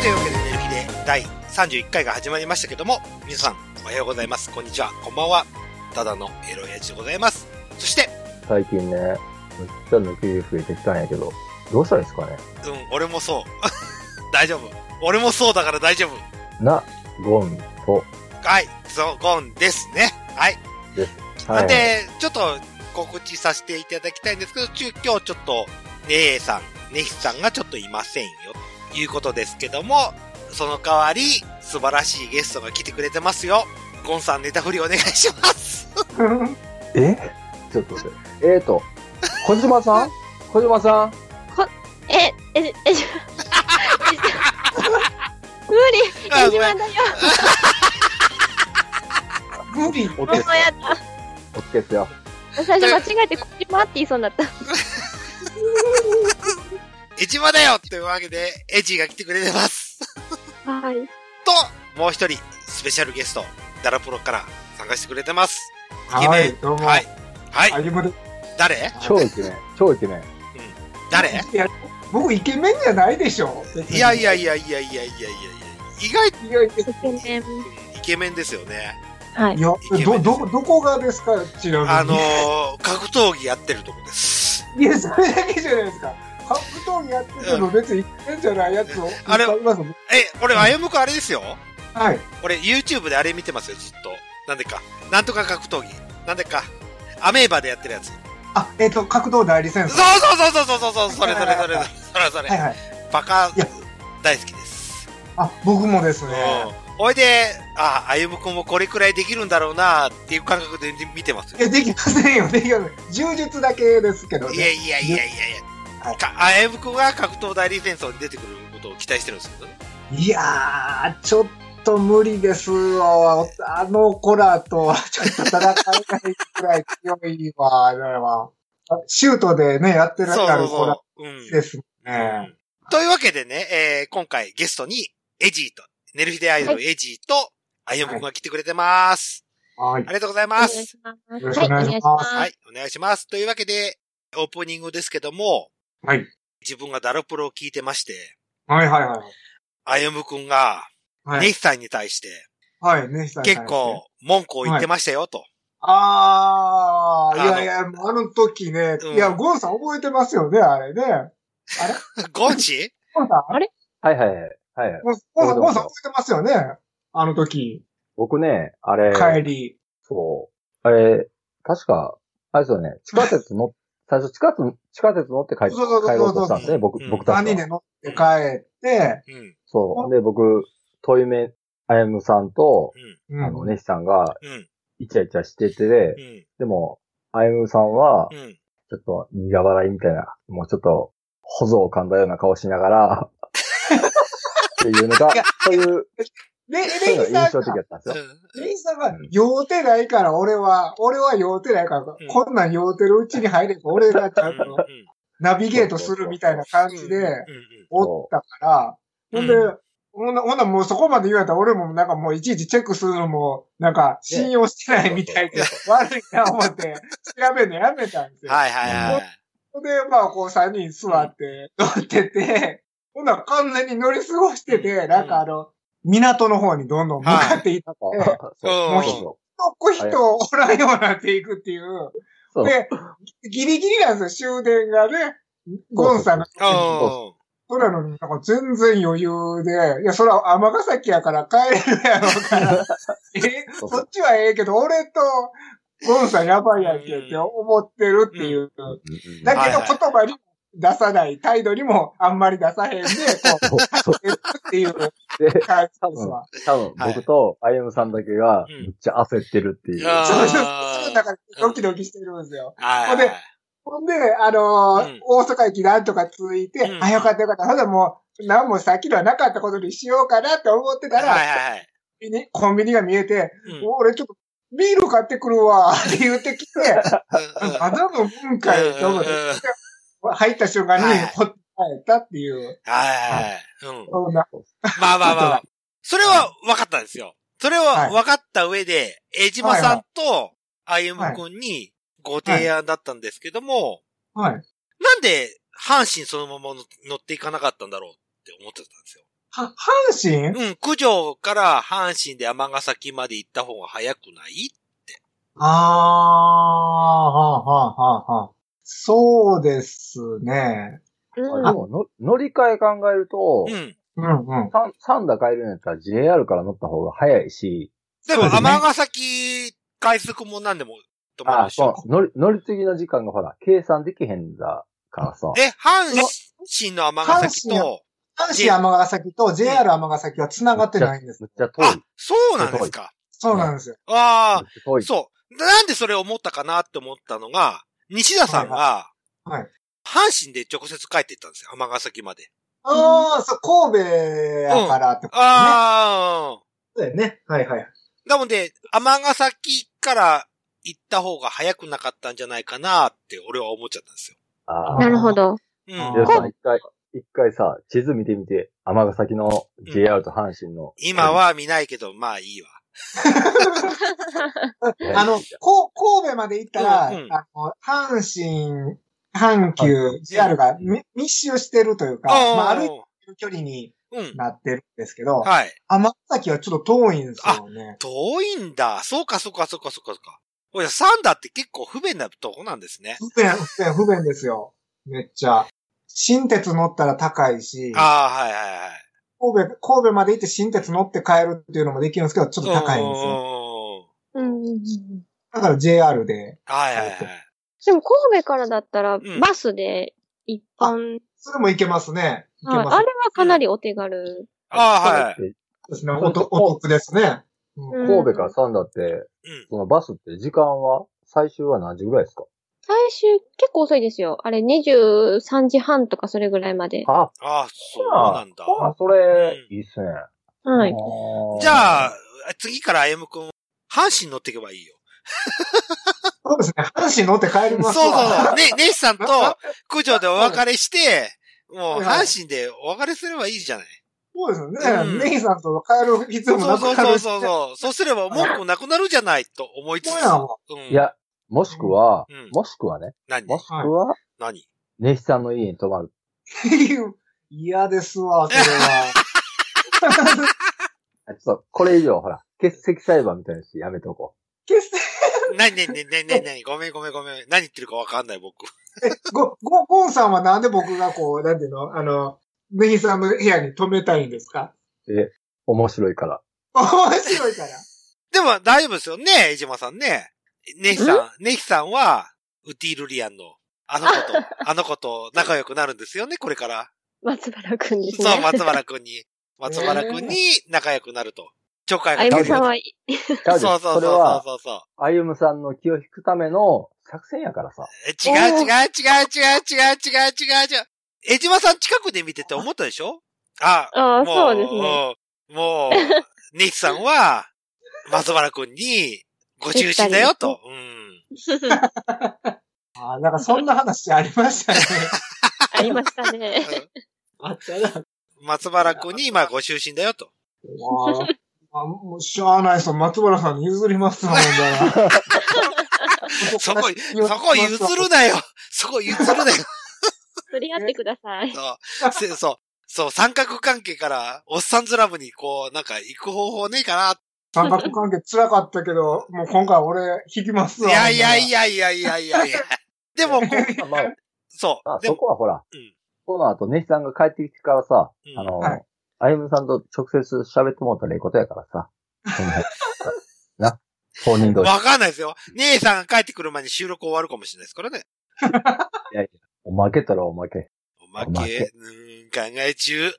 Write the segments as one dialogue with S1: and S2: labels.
S1: というわけで、ね、リレー第31回が始まりましたけども、皆さん、おはようございます。こんにちは。こんばんは。ただのエロエジでございます。そして、
S2: 最近ね、めっちゃ抜き毛増えてきたんやけど、どうしたらいいですかね
S1: うん、俺もそう。 大丈夫。俺もそうだから大丈夫。
S2: な、ゴンと、
S1: はい、ゾゴンですね。はい。
S2: は
S1: なん
S2: い、
S1: で、ちょっと告知させていただきたいんですけど、ちゅ今日ちょっと、ねえさん、ねひさんがちょっといませんよ、ということですけども、その代わり、素晴らしいゲストが来てくれてますよ。ゴンさんネタ振りお願いします。
S2: えちょっと待って。えーと、小島 さん小島さん
S3: え、え、え、じゃ、えじゃ 無理
S1: あ
S3: 江
S1: ごめ
S3: 島
S1: ん
S3: だよ
S4: 無理
S2: おっ
S3: もう
S2: け
S3: や
S2: っす。
S3: った
S2: おっけっすよ。
S3: 最初間違えてこっち回って言いそうになった
S1: エジマだよというわけで、エジが来てくれてます。
S3: はい
S1: と、もう一人、スペシャルゲスト、ダラプロから参加してくれてます。
S4: はい、どうも。
S1: はい。。はい。
S4: あゆむで
S1: 誰
S2: 超イケメン、超イケメン。
S1: 誰
S4: いや僕、イケメンじゃないでしょ。
S1: いやいや
S4: や。
S1: いやいやいやいやいやいや意外と
S4: いや、い
S3: イケメ
S1: イ
S3: ン
S1: ケメンですよね。
S3: はい
S4: やど、ど、どこがですかちなみに。
S1: あのー、格闘技やってるとこです。
S4: いや、それだけじゃないですか。格闘技やってるの別にイケメンじゃないやつを。
S1: あれ
S4: いっぱいいますもん
S1: え、俺、あゆむくんあれですよ。
S4: はい。
S1: 俺、YouTube であれ見てますよ、ずっと。なんでか。なんとか格闘技。なんでか。アメーバでやってるやつ。そう
S4: あ、えっと、格闘代理戦争。
S1: そうそうそうそうそう、それそれそれそれそれそれ。
S4: はいはい。
S1: バカ
S4: いや
S1: 大好きです。
S4: あ、僕もですね。
S1: うんおいで、あ、歩夢君もこれくらいできるんだろうなっていう感覚で見てますよ
S4: い。や、できませんよ。できません。柔術だけですけど
S1: いや
S4: ね。
S1: いやいやいやい
S4: は
S1: や。
S4: い
S1: か歩夢君が格闘代理戦争に出てくることを期待してるんですけどね。
S4: いやー、ちょっと無理ですよ。あの子らとはちょっと戦えないくらい強いわ、あれは。シュートでね、やって
S1: そう
S4: らっしゃ
S1: そ
S4: る
S1: う
S4: 子ら
S1: そう。うん。
S4: です
S1: う
S4: ね。
S1: んというわけでね、えー今回ゲストに、エジーと、ネルヒデアイドルエジーと、歩夢君が来てくれてます。
S4: はい
S1: あ。りがとうござい
S3: お願
S1: ま
S3: い
S1: す。
S3: します
S4: よろしくお願いします
S1: はい、お願いします。というわけで、オープニングですけども、
S4: はい。
S1: 自分がダロプロを聞いてまして、
S4: はいはいはい。
S1: 歩夢君が、
S4: は
S1: ネ
S4: い。
S1: ヒさんに対して、
S4: はい、ね、
S1: 結。構文句を言ってましたよ、と。
S4: あー、い
S1: あの
S4: やいや、あの時ね
S1: うん。
S4: いや、ゴンさん覚えてますよね、あれね。あれ
S1: ゴンチ
S4: ゴンさん
S2: はいはいはい。はい、
S4: ゴンゴンさん、ゴンさん覚えてますよね。あの時、
S2: 僕ね、あれ、
S4: 帰り。
S2: そう。あれ、確か、あれですよね、地下鉄 乗っ、最初地下鉄、地下鉄乗って帰帰
S4: そうそうそうそう
S2: ろうとしたんですね、僕
S1: うん、
S2: 僕た
S4: 3
S2: ち
S4: 人
S2: は。
S4: で乗って帰って、
S1: うん。
S2: そう。で、僕、トイメ、あやむさんと、
S4: う
S2: あの、ネヒさんが、
S1: うん。
S2: イチャイチャしてて
S1: う、ん。
S2: でも、あやむさんは
S1: う、ん。
S2: ちょっと苦笑いみたいな、もうちょっと、ほぞを噛んだような顔しながら、っていうのが
S4: いや、
S2: そういう、
S4: で、レ
S2: そういうの
S4: イ
S2: が
S4: さ
S2: 印象
S4: んが
S2: 的だ、ったんですよ。
S4: レイさんが、酔うてないから、俺は、俺は酔うてないから、
S1: ん
S4: こんなん酔うてるうちに入れば、俺がちゃんとナビゲートするみたいな感じで、おったから、
S1: う
S4: ほ
S1: ん
S4: んで、ほんな、ほんなもうそこまで言われたら、俺もなんかもういちいちチェックするのも、なんか信用してないみたいで、悪いな思って、調べるのやめたんですよ。
S1: はいはいはい。
S4: ほんで、まあ、こう3人座って、乗ってて、ほんなら完全に乗り過ごして
S1: う
S4: て、
S1: ん
S4: なんかあの、港の方にどんどん向かっていった。
S2: なんかそう
S1: うん
S2: そうそ
S4: どこ人おらんようになっていくっていう。
S2: うそう。
S4: で、ギリギリなんですよ、終電がね。ゴンさんが。
S1: お
S4: それなのに、なんか全然余裕で、いや、それは尼崎やから帰れるやろ うから、え、
S2: そう
S4: そっちはええけど、俺とゴンさんやばいやんけって思ってるっていう。
S2: うん
S4: だけど
S1: はいはい
S4: 言葉に出さない、態度にもあんまり出さへんで、こう、
S2: そうそう
S4: えっていう感
S2: で、
S4: じですわ。
S2: 多分、
S1: はい
S2: 僕とあやむさんだけが、
S1: うん
S2: めっちゃ焦ってるっていう。
S1: あ
S4: そうそう
S1: あー
S4: そう。だからドキドキしてるんですよ。
S1: はい。
S4: ほんで、あのー
S1: うん
S4: 大阪駅なんとか着いて、
S1: うん
S4: あ、よかったよかった。ほんでもう、なんもさっきのはなかったことにしようかなって思ってたら、
S1: はいはい
S4: コンビニコンビニが見えて、
S1: はい。
S4: 俺ちょっとビール買ってくるわって言ってきて、あ、多分文化よと思って、入った瞬間
S1: は
S4: に
S1: い、
S4: ほっと帰ったっていう、
S1: はい。うん。
S4: そんな、
S1: まあまあまあ。それは分かったんですよ。それは分かった上で、江島さんと歩夢君にご提案だったんですけども、
S4: はい。
S1: なんで阪神そのまま乗っていかなかったんだろうって思ってたんですよ。
S4: は、阪神
S1: うん、九条から阪神で尼崎まで行った方が早くない
S4: ああ、はあ、はあ、はあ、はあ。そうですね。
S2: あ
S3: うん
S2: で。もの、乗り換え考えると、
S1: うん。
S4: うん、うん。
S2: サンサンダー帰るんやったら JR から乗った方が早いし、
S1: でも、
S4: そうですね
S1: 尼崎快速もなんでも止まる
S2: あ
S1: でしょ。
S2: そう、乗り、乗り継ぎの時間がほら、計算できへんだからさ。
S1: え、阪神の尼崎
S4: 阪神
S1: と、
S4: 阪神尼崎と JR 尼崎は繋がってないんです
S2: む。っちゃ遠い。
S1: あ、そうなんですか。
S4: そうなんですよ。
S1: あ
S2: むっちゃ遠
S1: あ、
S2: い。
S1: そう。なんでそれ思ったかなって思ったのが、西田さんが、
S4: はいはい
S1: 阪神で直接帰っていったんですよ、尼崎まで。
S4: ああ、そう、神戸やからってことね。
S1: ああ、
S4: そうだよね。はいはい。
S1: なので、尼崎から行った方が早くなかったんじゃないかなって俺は思っちゃったんですよ。
S2: あ
S3: なるほど。
S1: うん
S2: ジェ
S4: あ
S2: イ。さん一回、一回さ、地図見てみて、尼崎の JR と阪神の。
S1: 今は見ないけど、まあいいわ。
S2: えー、
S4: あの、こ神戸まで行ったら、
S1: うんうん
S4: あの阪神、阪急、JR がみ密集してるというか、まあ、歩いてる距離に
S1: うん。
S4: なってるんですけど、
S1: はい。
S4: 天崎はちょっと遠いんですよね。
S1: 遠いんだ。そうか、そうか、そうか、そうか、そうか。おや、サンダーって結構不便なとこなんですね。
S4: 不便、不便、不便ですよ。めっちゃ。新鉄乗ったら高いし、
S1: ああ、はいはいはい。
S4: 神戸、神戸まで行って新鉄乗って帰るっていうのもできるんですけど、ちょっと高いんですよ。
S1: よ。
S3: うんうんうん。
S4: だから JR で、
S1: はいはいはい。
S3: でも神戸からだったら
S1: ん、
S3: バスで一般、
S4: それも行けますね。行け
S3: はい、あ
S4: ま
S3: れ
S4: す。
S3: はかなりお手軽。
S1: ああ、はい。
S4: そうですね。おとお得ですね。うん
S3: うん
S2: 神戸からサンダーって、
S1: うん。
S2: そのバスって時間は、最終は何時ぐらいですか
S3: 最終結構遅いですよ。あれ23時半とかそれぐらいまで。
S2: あ、
S1: ああ、そうなんだ。
S2: あ、それ、いいっすね。
S3: はい。
S1: じゃ
S2: あ
S1: あ、次から歩夢くん、阪神乗っていけばいいよ。
S4: そうですね。阪神乗って帰
S1: そ
S4: りま
S1: う
S4: すわ。
S1: そう。ね、ネシさんと九条でお別れして、もう
S4: はいはい
S1: 阪神でお別れすればいいじゃない。
S4: そうですよね。
S1: うん
S4: ネギさんと帰る必
S1: そ
S4: 要
S1: う
S4: も
S1: そう
S4: な
S1: そう
S4: くな
S1: そう
S4: るしね。
S1: そうそう。そうすれば文句なくなるじゃないと思いつつ。
S4: そうやも
S1: うん。
S2: ー、いや、もしくは
S1: うん、
S2: もしくはね、
S1: 何
S2: もしくは、
S1: 何
S2: ネヒさんの家に泊まる。
S4: ん。 嫌ですわ、それ は。
S2: あちょっと、これ以上、ほら、欠席裁判みたいなし、やめとこ
S4: 決して、
S1: 何何何何何何ごめんごめんごめん。何言ってるかわかんない僕。
S4: ご、ご、ゴンさんはなんで僕がこう、なんていうのあの、ネギさんの部屋に泊めたいんですか
S2: う。面白い から。
S4: 面白いから。
S1: でも大丈夫ですよね、江島さんね。ネヒさん、ネヒさんは、ウティルリアンの、あ の子と、あの子と仲良くなるんですよね、これから。
S3: 松原くんですね。
S1: そう、松原くんに。松原くんに仲良くなると。ちょっかい
S3: あ
S1: が
S3: ゆ
S1: 出
S3: み
S1: るよ
S3: さん
S1: と。
S3: はいい。
S2: ちゃうで
S1: そうそうそう
S2: それ
S1: そう
S2: は、
S1: そうそう。
S2: 歩夢さんの気を引くための作戦やから さ。
S1: え違う違う違う違う違う違う違う違う。江島さん近くで見てて思ったでしょあ、も
S3: ああ、そうですね。
S1: うんもう、ネヒさん は、松原くんに、ご中心だよと。うん。
S4: あなんかそんな話ありましたね。
S3: ありましたね。
S4: あったな。
S1: 松原くん に今ご就寝だよと。
S4: まあ、あもうしゃあないですよ。松原さんに譲りますもん だ
S1: そこ、そこ譲るなよそこ譲るなよ
S3: 取り合ってください。
S1: そう。せそう。そう、三角関係から、おっさんずラブに、こう、なんか、行く方法ねえかな。
S4: 三角関係辛かったけど、もう今回俺引きますわ。
S1: いやいやい
S4: や。
S1: やいやいやいやいや。でも、こう
S2: まあまあ、
S1: そ
S2: まあ
S1: う。で
S2: そ
S1: も、
S2: こはほら、
S1: うん
S2: この後、ネヒさんが帰ってきてからさ、
S1: うん
S2: あの、
S4: はい
S2: あゆむさんと直接喋ってもらったらええことやから さ。その辺な、当人同士。
S1: わかんないですよ。姉さんが帰ってくる前に収録終わるかもしれないですからね。
S2: おまけたらおまけ。
S1: おま
S2: おま
S1: け
S2: け、
S1: うーん、考え 中。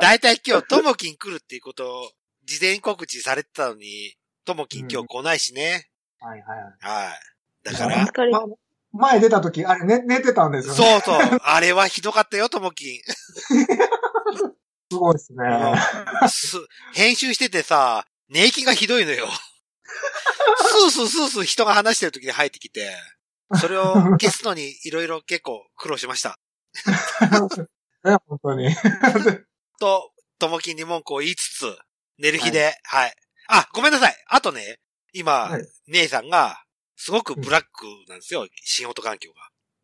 S1: だいたい今日、ともきん来るっていうことを、事前告知されてたのに、ともきん今日来ないしね。
S4: はいはいはい。
S1: はい。だか
S3: お
S1: ら、
S3: 疲れ。
S4: ま前出た時、あれ寝寝てたんですよ、ね。
S1: そうそう。あれはひどかったよ、ともきん。
S4: すごいですね。
S1: す編集しててさ、寝息がひどいのよ。スースースースー人が話してる時に入ってきて、それを消すのにいろいろ結構苦労しました。
S4: ね、本当に。
S1: と、ともきんに文句を言いつつ、寝る日で、はい、あ、ごめんなさい。あとね、今、
S4: はい
S1: 姉さんが、すごくブラックなんですよ、仕事環境が。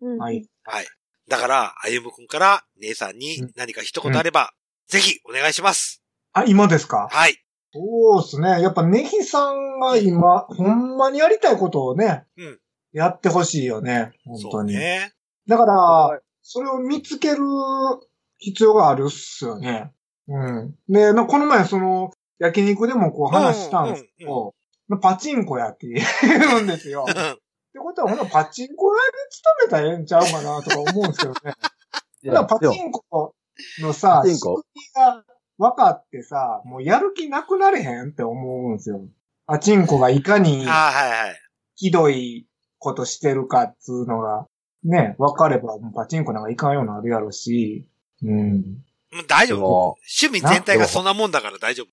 S3: うん
S4: はい。
S1: はい。だから、歩夢くんから姉さんに何か一言あれば、ぜひお願いします。
S4: あ、今ですか
S1: はい。
S4: そうですね。やっぱネヒさんが今、ほんまにやりたいことをね、
S1: うん
S4: やってほしいよね。本
S1: そ
S4: 当
S1: う
S4: に。
S1: ね。
S4: だから、それを見つける必要があるっすよね。うん。で、なこの前、その、焼肉でもこう話したんですけ
S1: うん
S4: ど、まあパチンコやって言うんですよ。ってことは、ほな、パチンコ屋で勤めたらええんちゃうかな、とか思うんですけどね。
S2: い
S4: ほな、パ
S2: でも
S4: チンコのさ、
S2: パチンコ
S4: 仕組みが分かってさ、もうやる気なくなれへんって思うんですよ。パチンコがいかに
S1: ああ、はいはい。
S4: ひどいことしてるかっつうのが、ね、分かれば、もうパチンコなんかいかんようになるやろし、うん。
S1: もう大
S2: で
S1: 丈夫。
S2: も、
S1: 趣味全体がそんなもんだから大丈夫。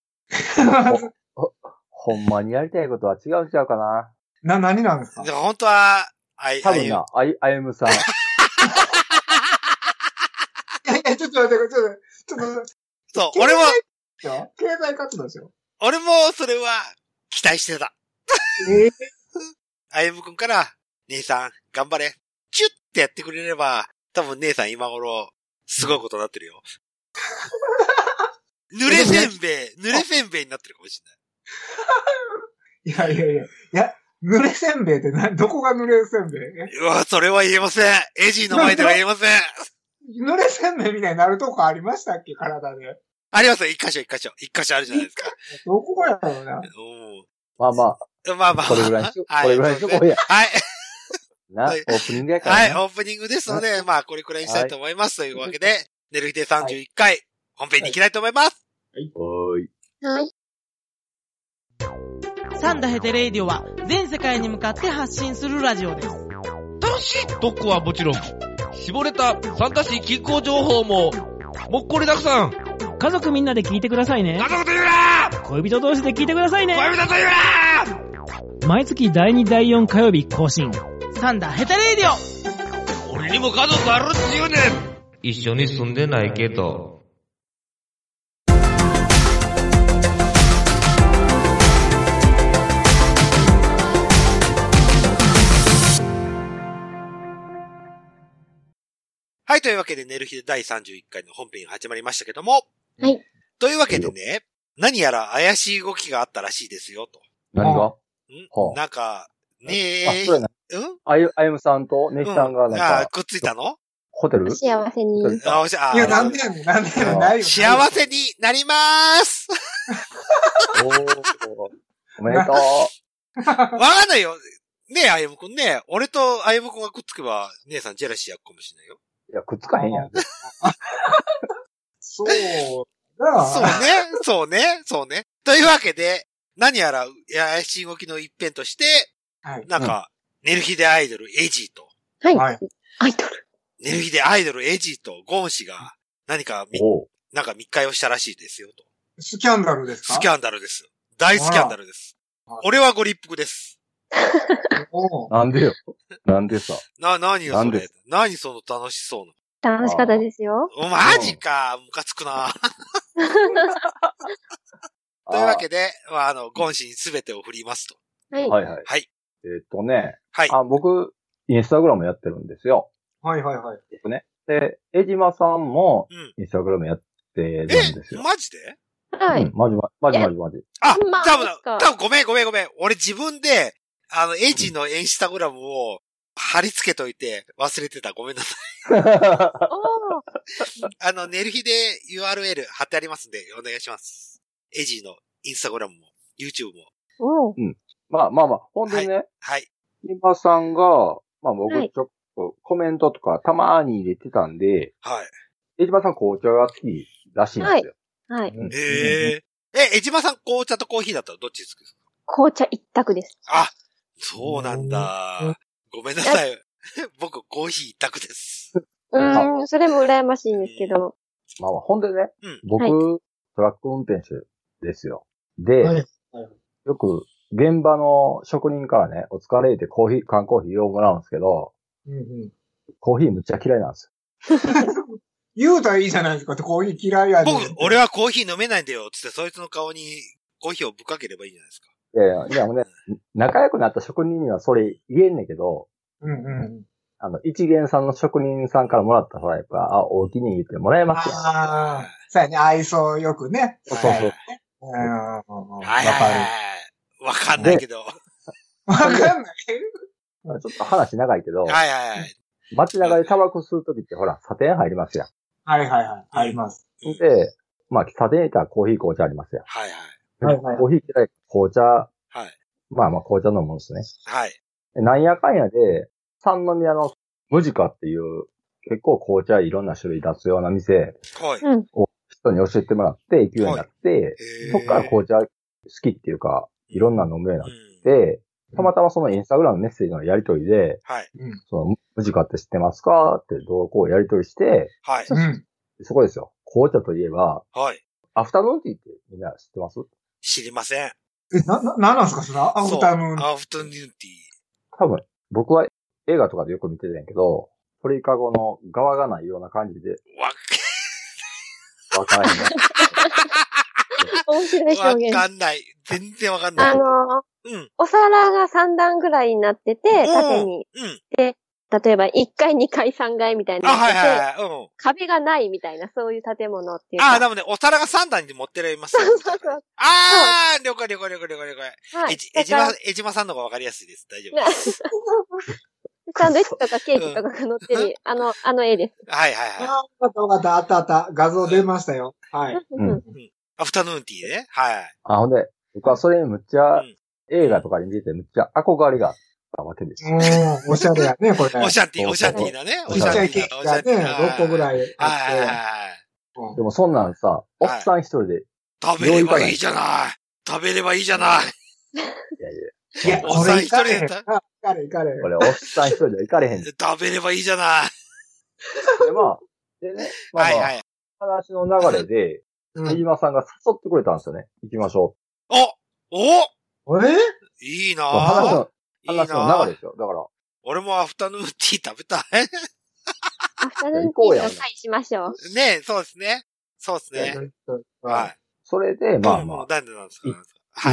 S2: ほんまにやりたいことは違うんちゃうかな。
S4: な、何なんですか
S1: で本当は、あい、
S2: 多
S1: あい
S2: 分な、あゆ、あゆむさん。
S4: いやいや、ちょっと待って、ちょっと待って、ちょっと待って
S1: そう、俺も、
S4: ちょっと、経済活動ですよ。
S1: 俺もそれは期待してた。
S4: ええ
S1: あゆむくんから、姉さん、頑張れ。チュッってやってくれれば、多分姉さん今頃、すごいことになってる よ。濡れせんべい、濡れせんべいになってるかもし
S4: いやいやいや、いや、濡れせんべいってな、どこが濡れせんべいえ
S1: れない。うわ、それは言えません。エジーの前では言えま せん。
S4: 濡れせんべいみたいになるとこありましたっけ体で。
S1: ありますよ、一箇所一箇所。一箇所あるじゃないですか。
S4: どこやろうな。
S2: まあま
S1: うん。まあ ま
S2: あ、
S1: あ。
S2: これぐらいにしと、
S1: はい
S2: これぐらいにしとこうや。
S1: はい。
S2: な、オ
S1: はい
S2: ープニングやから
S1: は
S2: な。
S1: い、オープニングですので、まあ、これくらいにしたいと思います。というわけで、寝る日で31回、本編に行きたいと思います。
S2: おーい。
S5: サンダヘテレイディオは全世界に向かって発信するラジオです。
S6: 楽しい特攻はもちろん、絞れた参加し気候情報も、もっこりたくさん。
S7: 家族みんなで聞いてくださいね
S6: 家。族と言うな
S7: 恋人同士で聞いてくださいね。
S6: 恋人と言うな
S7: 毎月第2、第4火曜日更新。
S5: サンダヘテレイディオ
S6: 俺にも家族あるっちゅうねん一緒に住んでないけど。
S1: はい、というわけで、寝る日で第31回の本編が始まりましたけども。
S3: はい。
S1: というわけでね、何やら怪しい動きがあったらしいですよ、と。
S2: 何が
S1: ん
S2: ほう
S1: なんか、ね
S2: あ、
S1: え、
S2: そうやな。
S1: うん
S2: あゆ、あゆむさんとネヒさんがなん
S1: あ
S2: か、
S1: くっついたの
S2: ホテル
S3: お幸せに。
S1: あ、おしゃ、あ
S4: いや、なんでやねん、なんでやねん、ないよ。
S1: 幸せになりまーす
S2: おーおめでとう。
S1: わかんないよ。ねえ、あゆむくんね。俺とあゆむくんがくっつけば、姉さんジェラシーやくかもしれないよ。
S2: いや、くっつかへんやん。
S4: そうだ。
S1: そうね、そうね、そうね。というわけで、何やら怪しい動きの一辺として、
S4: はい。
S1: なんか、寝る日でアイドルエジーと、
S3: はい。
S4: はい
S3: アイドル。
S1: 寝る日でアイドルエジーとゴーン氏が、何かみ、
S2: おう
S1: なんか密会をしたらしいですよと。
S4: スキャンダルですか
S1: スキ
S4: ャン
S1: ャンダルです。大スキャンダルです
S4: あら。
S1: 俺はご立腹です。
S4: ダル。おう
S2: なんでよ。なんでさ。
S1: な、何よそ
S2: なん
S1: れ
S2: で。
S1: 何その楽しそうな。
S3: 楽しかったですよ。
S1: おマジか、ムカつくな。 というわけで、まあ、あの、ゴーン氏に全てを振りますと。
S3: は
S2: あ
S3: い。
S2: ーはいはい。
S1: はい。
S2: えっとね、
S1: はい。
S2: あ、僕、インスタグラムやってるんですよ。
S4: はいはいはい。
S2: 僕ね。で、江島さんも
S1: うん、
S2: インスタグラムやってるん
S1: え
S2: ですよ。
S1: マジで
S3: は
S2: う
S3: い
S2: ん。マジマジ、マジマジマジ。
S1: あ、
S3: まあ
S1: 多分
S3: そっか
S1: 多分ごめんごめんごめん。俺自分で、あの、エイジのインスタグラムを貼り付けといて忘れてた。ごめんなさい。
S3: おー
S1: あの、寝る日で URL 貼ってありますんで、お願いします。エイジのインスタグラムも、YouTube も。
S3: おー
S2: まあまあまあ、ほんでね、
S1: はい。
S2: 江島さんが、まあ僕
S3: はい
S2: ちょっとコメントとかたまーに入れてたんで、
S1: はい。
S2: 江島さん紅茶が好きらしいんですよ。
S3: はい。
S2: うん
S1: えええ、江島さん紅茶とコーヒーだったらどっち好きですか
S3: 紅茶一択です。
S1: あ、そうなんだ。ごめんなさい。 僕、コーヒー一択です。
S3: うーん、それも羨ましいんですけど。
S2: まあまあ、ほんでね、
S1: うん
S2: 僕、
S3: はい
S2: トラック運転手ですよ。で、
S4: はい
S2: よく現場の職人からね、お疲れってコーヒー、缶コーヒーをもらうんですけど、
S4: うんうん。
S2: コーヒーむっちゃ嫌いなんです
S4: 言うたらいいじゃないですか、こういう嫌いやで
S1: 僕、俺はコーヒー飲めないんだよ。つって、そいつの顔にコーヒーをぶっかければいいじゃないですか。
S2: よ。いやいや、いやもうね、仲良くなった職人にはそれ言えんねんけど、
S4: うんうん。
S2: あの、一元さんの職人さんからもらったフライパン、あ、お気に入りってもらえますよ。
S4: ああ、そうやね、愛想よくね。
S2: そうそうそう。
S4: うんうんうん
S1: はいはいは
S4: わ
S1: い
S4: か
S1: はい。わかんないけど。
S4: る。わかんない。
S2: まあちょっと話長いけど、
S1: はいはいはい。
S2: 街中でタバコ吸うときってほら、査定入りますや
S4: はいはいはい。あります。
S1: うん
S2: ん。で、まあ、査定に行ったらコーヒー、紅茶ありますやん。
S1: はいはい。
S4: はいはい
S2: コーヒー嫌い、紅茶、
S1: はい。
S2: まあまあ紅茶飲むんですね。
S1: はい。
S2: でなんやかんやで、三宮のムジカっていう、結構紅茶いろんな種類出すような店、
S1: はい。
S2: 人に教えてもらって行くようになって、
S1: へー
S2: そっから紅茶好きっていうか、いろんなの飲むようになっ
S1: うん
S2: て、たまたまそのインスタグラムのメッセージのやりとりで、
S1: はい。
S2: そのムジカって知ってますかってどうこうやりとりして、
S1: はい。
S4: うん。
S2: そこですよ。紅茶といえば、
S1: はい。
S2: アフタヌーンティーってみんな知ってます
S1: 知りません。
S4: え、な、な、なんなんすかそれアフタヌーン
S1: そうアフタヌーンティー。
S2: 多分、僕は映画とかでよく見てたんやけど、鳥かごの側がないような感じで、
S1: わか
S2: わから へんな。
S3: 面白い表
S1: わ
S3: 現。
S1: かんない。全然わかんな
S3: あ
S1: い。
S3: の、
S1: うん。
S3: お皿が3段ぐらいになってて、縦に、
S1: うん。
S3: 例えば1階、2階、3階みたいに
S1: あ、
S3: なっ
S1: はい
S3: てて、
S1: はいはい。うん。
S3: 壁がないみたいな、そういう建物っていうか。
S1: あ、でもね、お皿が3段に持ってられますよ。
S3: そうそうそう。
S1: あー、了解了解了解了解了解。
S3: はい。
S1: えじ、えじ
S3: だ
S1: ま
S3: か、
S1: えじまさんの方がわかりやすいです。大丈夫
S3: ら サンドイッチとかケーキとかが載ってる、あの、あの絵です。
S1: はいはいはい。
S4: ああ、わかったわかった。あったあった。画像出ましたよ。はい。
S2: うん
S1: アフタヌーンティーね。はい。
S2: あ、ほんで、僕はそれにむっちゃ、
S1: うん
S2: 映画とかに見ててむっちゃ憧れがあったわけです。
S4: うん、おしゃれやね、これ。
S1: オ
S4: ち
S1: シャンティー、
S2: そう
S1: オシャンティーだね。オ
S2: そう
S1: シ
S4: っ
S1: ャン
S4: ちゃい
S1: ティ
S4: ケー
S1: ーだ、オ
S4: キ
S1: シャ
S4: が
S1: ンティー
S4: ね、
S1: だ。
S4: 6個ぐら
S1: は
S4: い
S1: いはいはい
S4: あっ
S1: はい。
S2: でもそんなんさ、おっさん一人で、い
S1: 食べればいいじゃない。食べればいいじゃない。
S2: やい
S4: て。いや、
S1: おっ
S4: そ
S1: さん
S4: れ
S1: 一
S4: 行
S1: 人
S4: か
S1: で
S4: れへん。あ行かれへん行かれへん
S2: や、こ。れおっさん一人では行かれへん。で、
S1: 食べればいいじゃない。
S2: まあ、でね、まあ、
S1: はい
S2: まあ
S1: はい。
S2: 話の流れで、
S4: うん
S2: 飯間さんが誘ってくれたんですよね。行きましょ。
S1: おお
S4: え
S1: いいうな
S2: 話
S1: ぁ
S2: の、。
S1: いい
S2: 話の
S1: な
S2: 流れ
S1: ぁ
S2: ですよ。だから、
S1: 俺もアフタヌーンティー食べたい。
S3: アフタヌーンティーの会しましょう。
S1: ねえ、そうですね。そうですね。はい。
S2: それで、まあ
S1: う
S2: まあ
S1: ん、なんでなんですか
S2: い
S1: は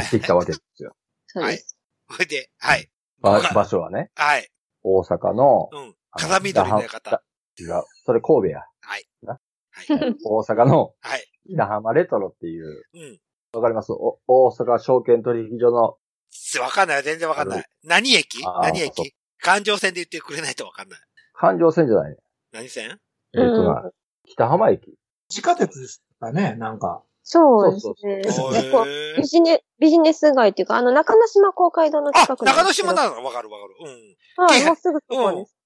S2: 行って
S1: い
S2: き。たわけですよ。
S3: そうです。
S1: ほいで、はい。
S2: ば
S1: はい
S2: 場所はね、
S1: はい。
S2: 大阪の、
S1: うん。
S2: あ
S1: 風緑の
S2: 那覇
S1: 館。
S2: だ違う。それ神戸や。
S1: はい
S2: な。
S1: はい。
S2: 大阪の、
S1: はい。
S2: 稲浜レトロっていう、
S1: うん。
S2: わかりますお大阪証券取引所の
S1: すわかんない。全然わかんな
S2: あ
S1: い。何駅
S2: あー
S1: 何
S2: そう
S1: 駅環状線で言ってくれないとわかんない。
S2: 環状線じゃないね。
S1: 何線
S2: えっ、とな、北浜駅。
S4: 地下鉄ですかね、なんか。
S3: そうですね。
S1: へ
S4: そう
S3: 結構、ビ
S1: ー
S3: ジネ、ビジネス街っていうか、あの、中之島公会堂の
S1: あ
S3: 近、く
S1: 中之島
S3: だ
S1: なのわかるわかる。うん。
S3: はい、もうすぐそこです。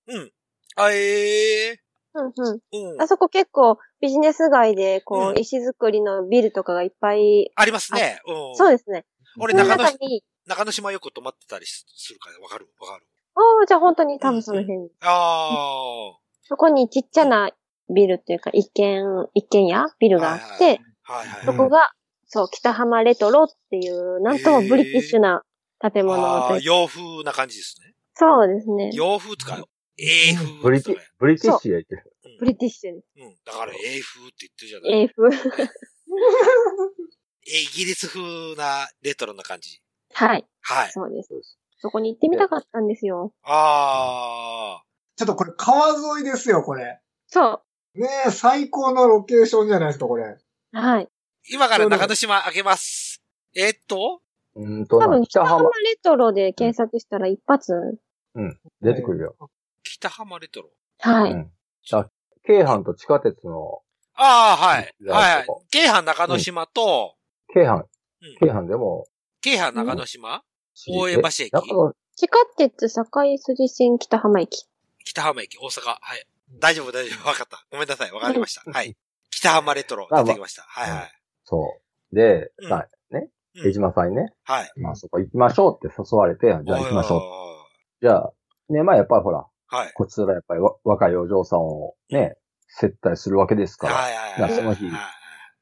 S1: あ、ええ
S3: うんうん。
S1: うん
S3: あ。そこ結構、ビジネス街で、こ
S1: うん
S3: う、石造りのビルとかがいっぱい、
S1: ありますね。うん。
S3: そうですね。
S1: 俺
S3: その
S1: 中之
S3: 中
S1: 島、
S3: に、
S1: 中之島よく泊まってたりするからわかるわかる。
S3: ああ、じゃあ本当に多分その辺に。
S1: あ
S3: そこにちっちゃなビルっていうか、一軒、一軒家ビルがあっ
S1: はい
S3: て、
S1: あ。はいはい。
S3: そこが、そう、北浜レトロっていう、なんともブリティッシュな建物
S1: あ
S3: と
S1: あ、
S3: いう
S1: 洋風な感じですね。
S3: そうですね。
S1: 洋風使う。英風っつうの。
S2: ブリティ、ブリティッシュへ行ってる。
S3: ブリティッシュです。
S1: うん。だから英風って言ってるじゃない。
S3: 英風。
S1: イギリス風なレトロな感じ。
S3: はい。
S1: はい。
S3: そうです
S2: そうです。
S3: そこに行ってみたかったんですよ。
S1: あ
S4: ちょっとこれ川沿いですよ、これ。
S3: そ
S4: ねえ、最高のロケーションじゃないですか、これ。
S3: う。はい。
S1: ー。今から中之島開けます。えーっと、
S2: うーんと
S3: 多
S2: な、
S3: 分、
S2: 北
S3: 北浜
S2: 浜
S3: レトロで検索したら一発。
S2: 出てくるよ。
S1: 北浜レトロ。
S3: は
S2: う
S3: い。
S2: ん。あ、京阪と地下鉄の、
S1: ああ、はい。はいはい
S2: ここ。
S1: 京阪中之島と、
S2: 京阪
S1: うん、
S2: 京阪でも、
S1: 京阪中之島大江
S2: え
S1: 橋駅
S2: 中の
S3: 地下鉄堺筋線北浜駅。
S1: 北浜駅、大阪。はい。大丈夫、大丈夫。わかった。ごめんなさい。わかりました。はい。北浜レトロ、
S2: まあ
S1: 出て
S2: まあ
S1: きました。はいはい。
S2: そう。で、
S1: うん
S2: さ、ね、
S1: うん
S2: 江島さんにね、
S1: はい。
S2: まあそこ行きましょうって誘われて、じゃあ行きましょう。じゃあ、ね、まあやっぱりほら、
S1: う。はい。
S2: こちらやっぱりわ若いお嬢さんをね、接待するわけですから、
S1: はいはいはい。
S2: じゃあその日
S1: はいはい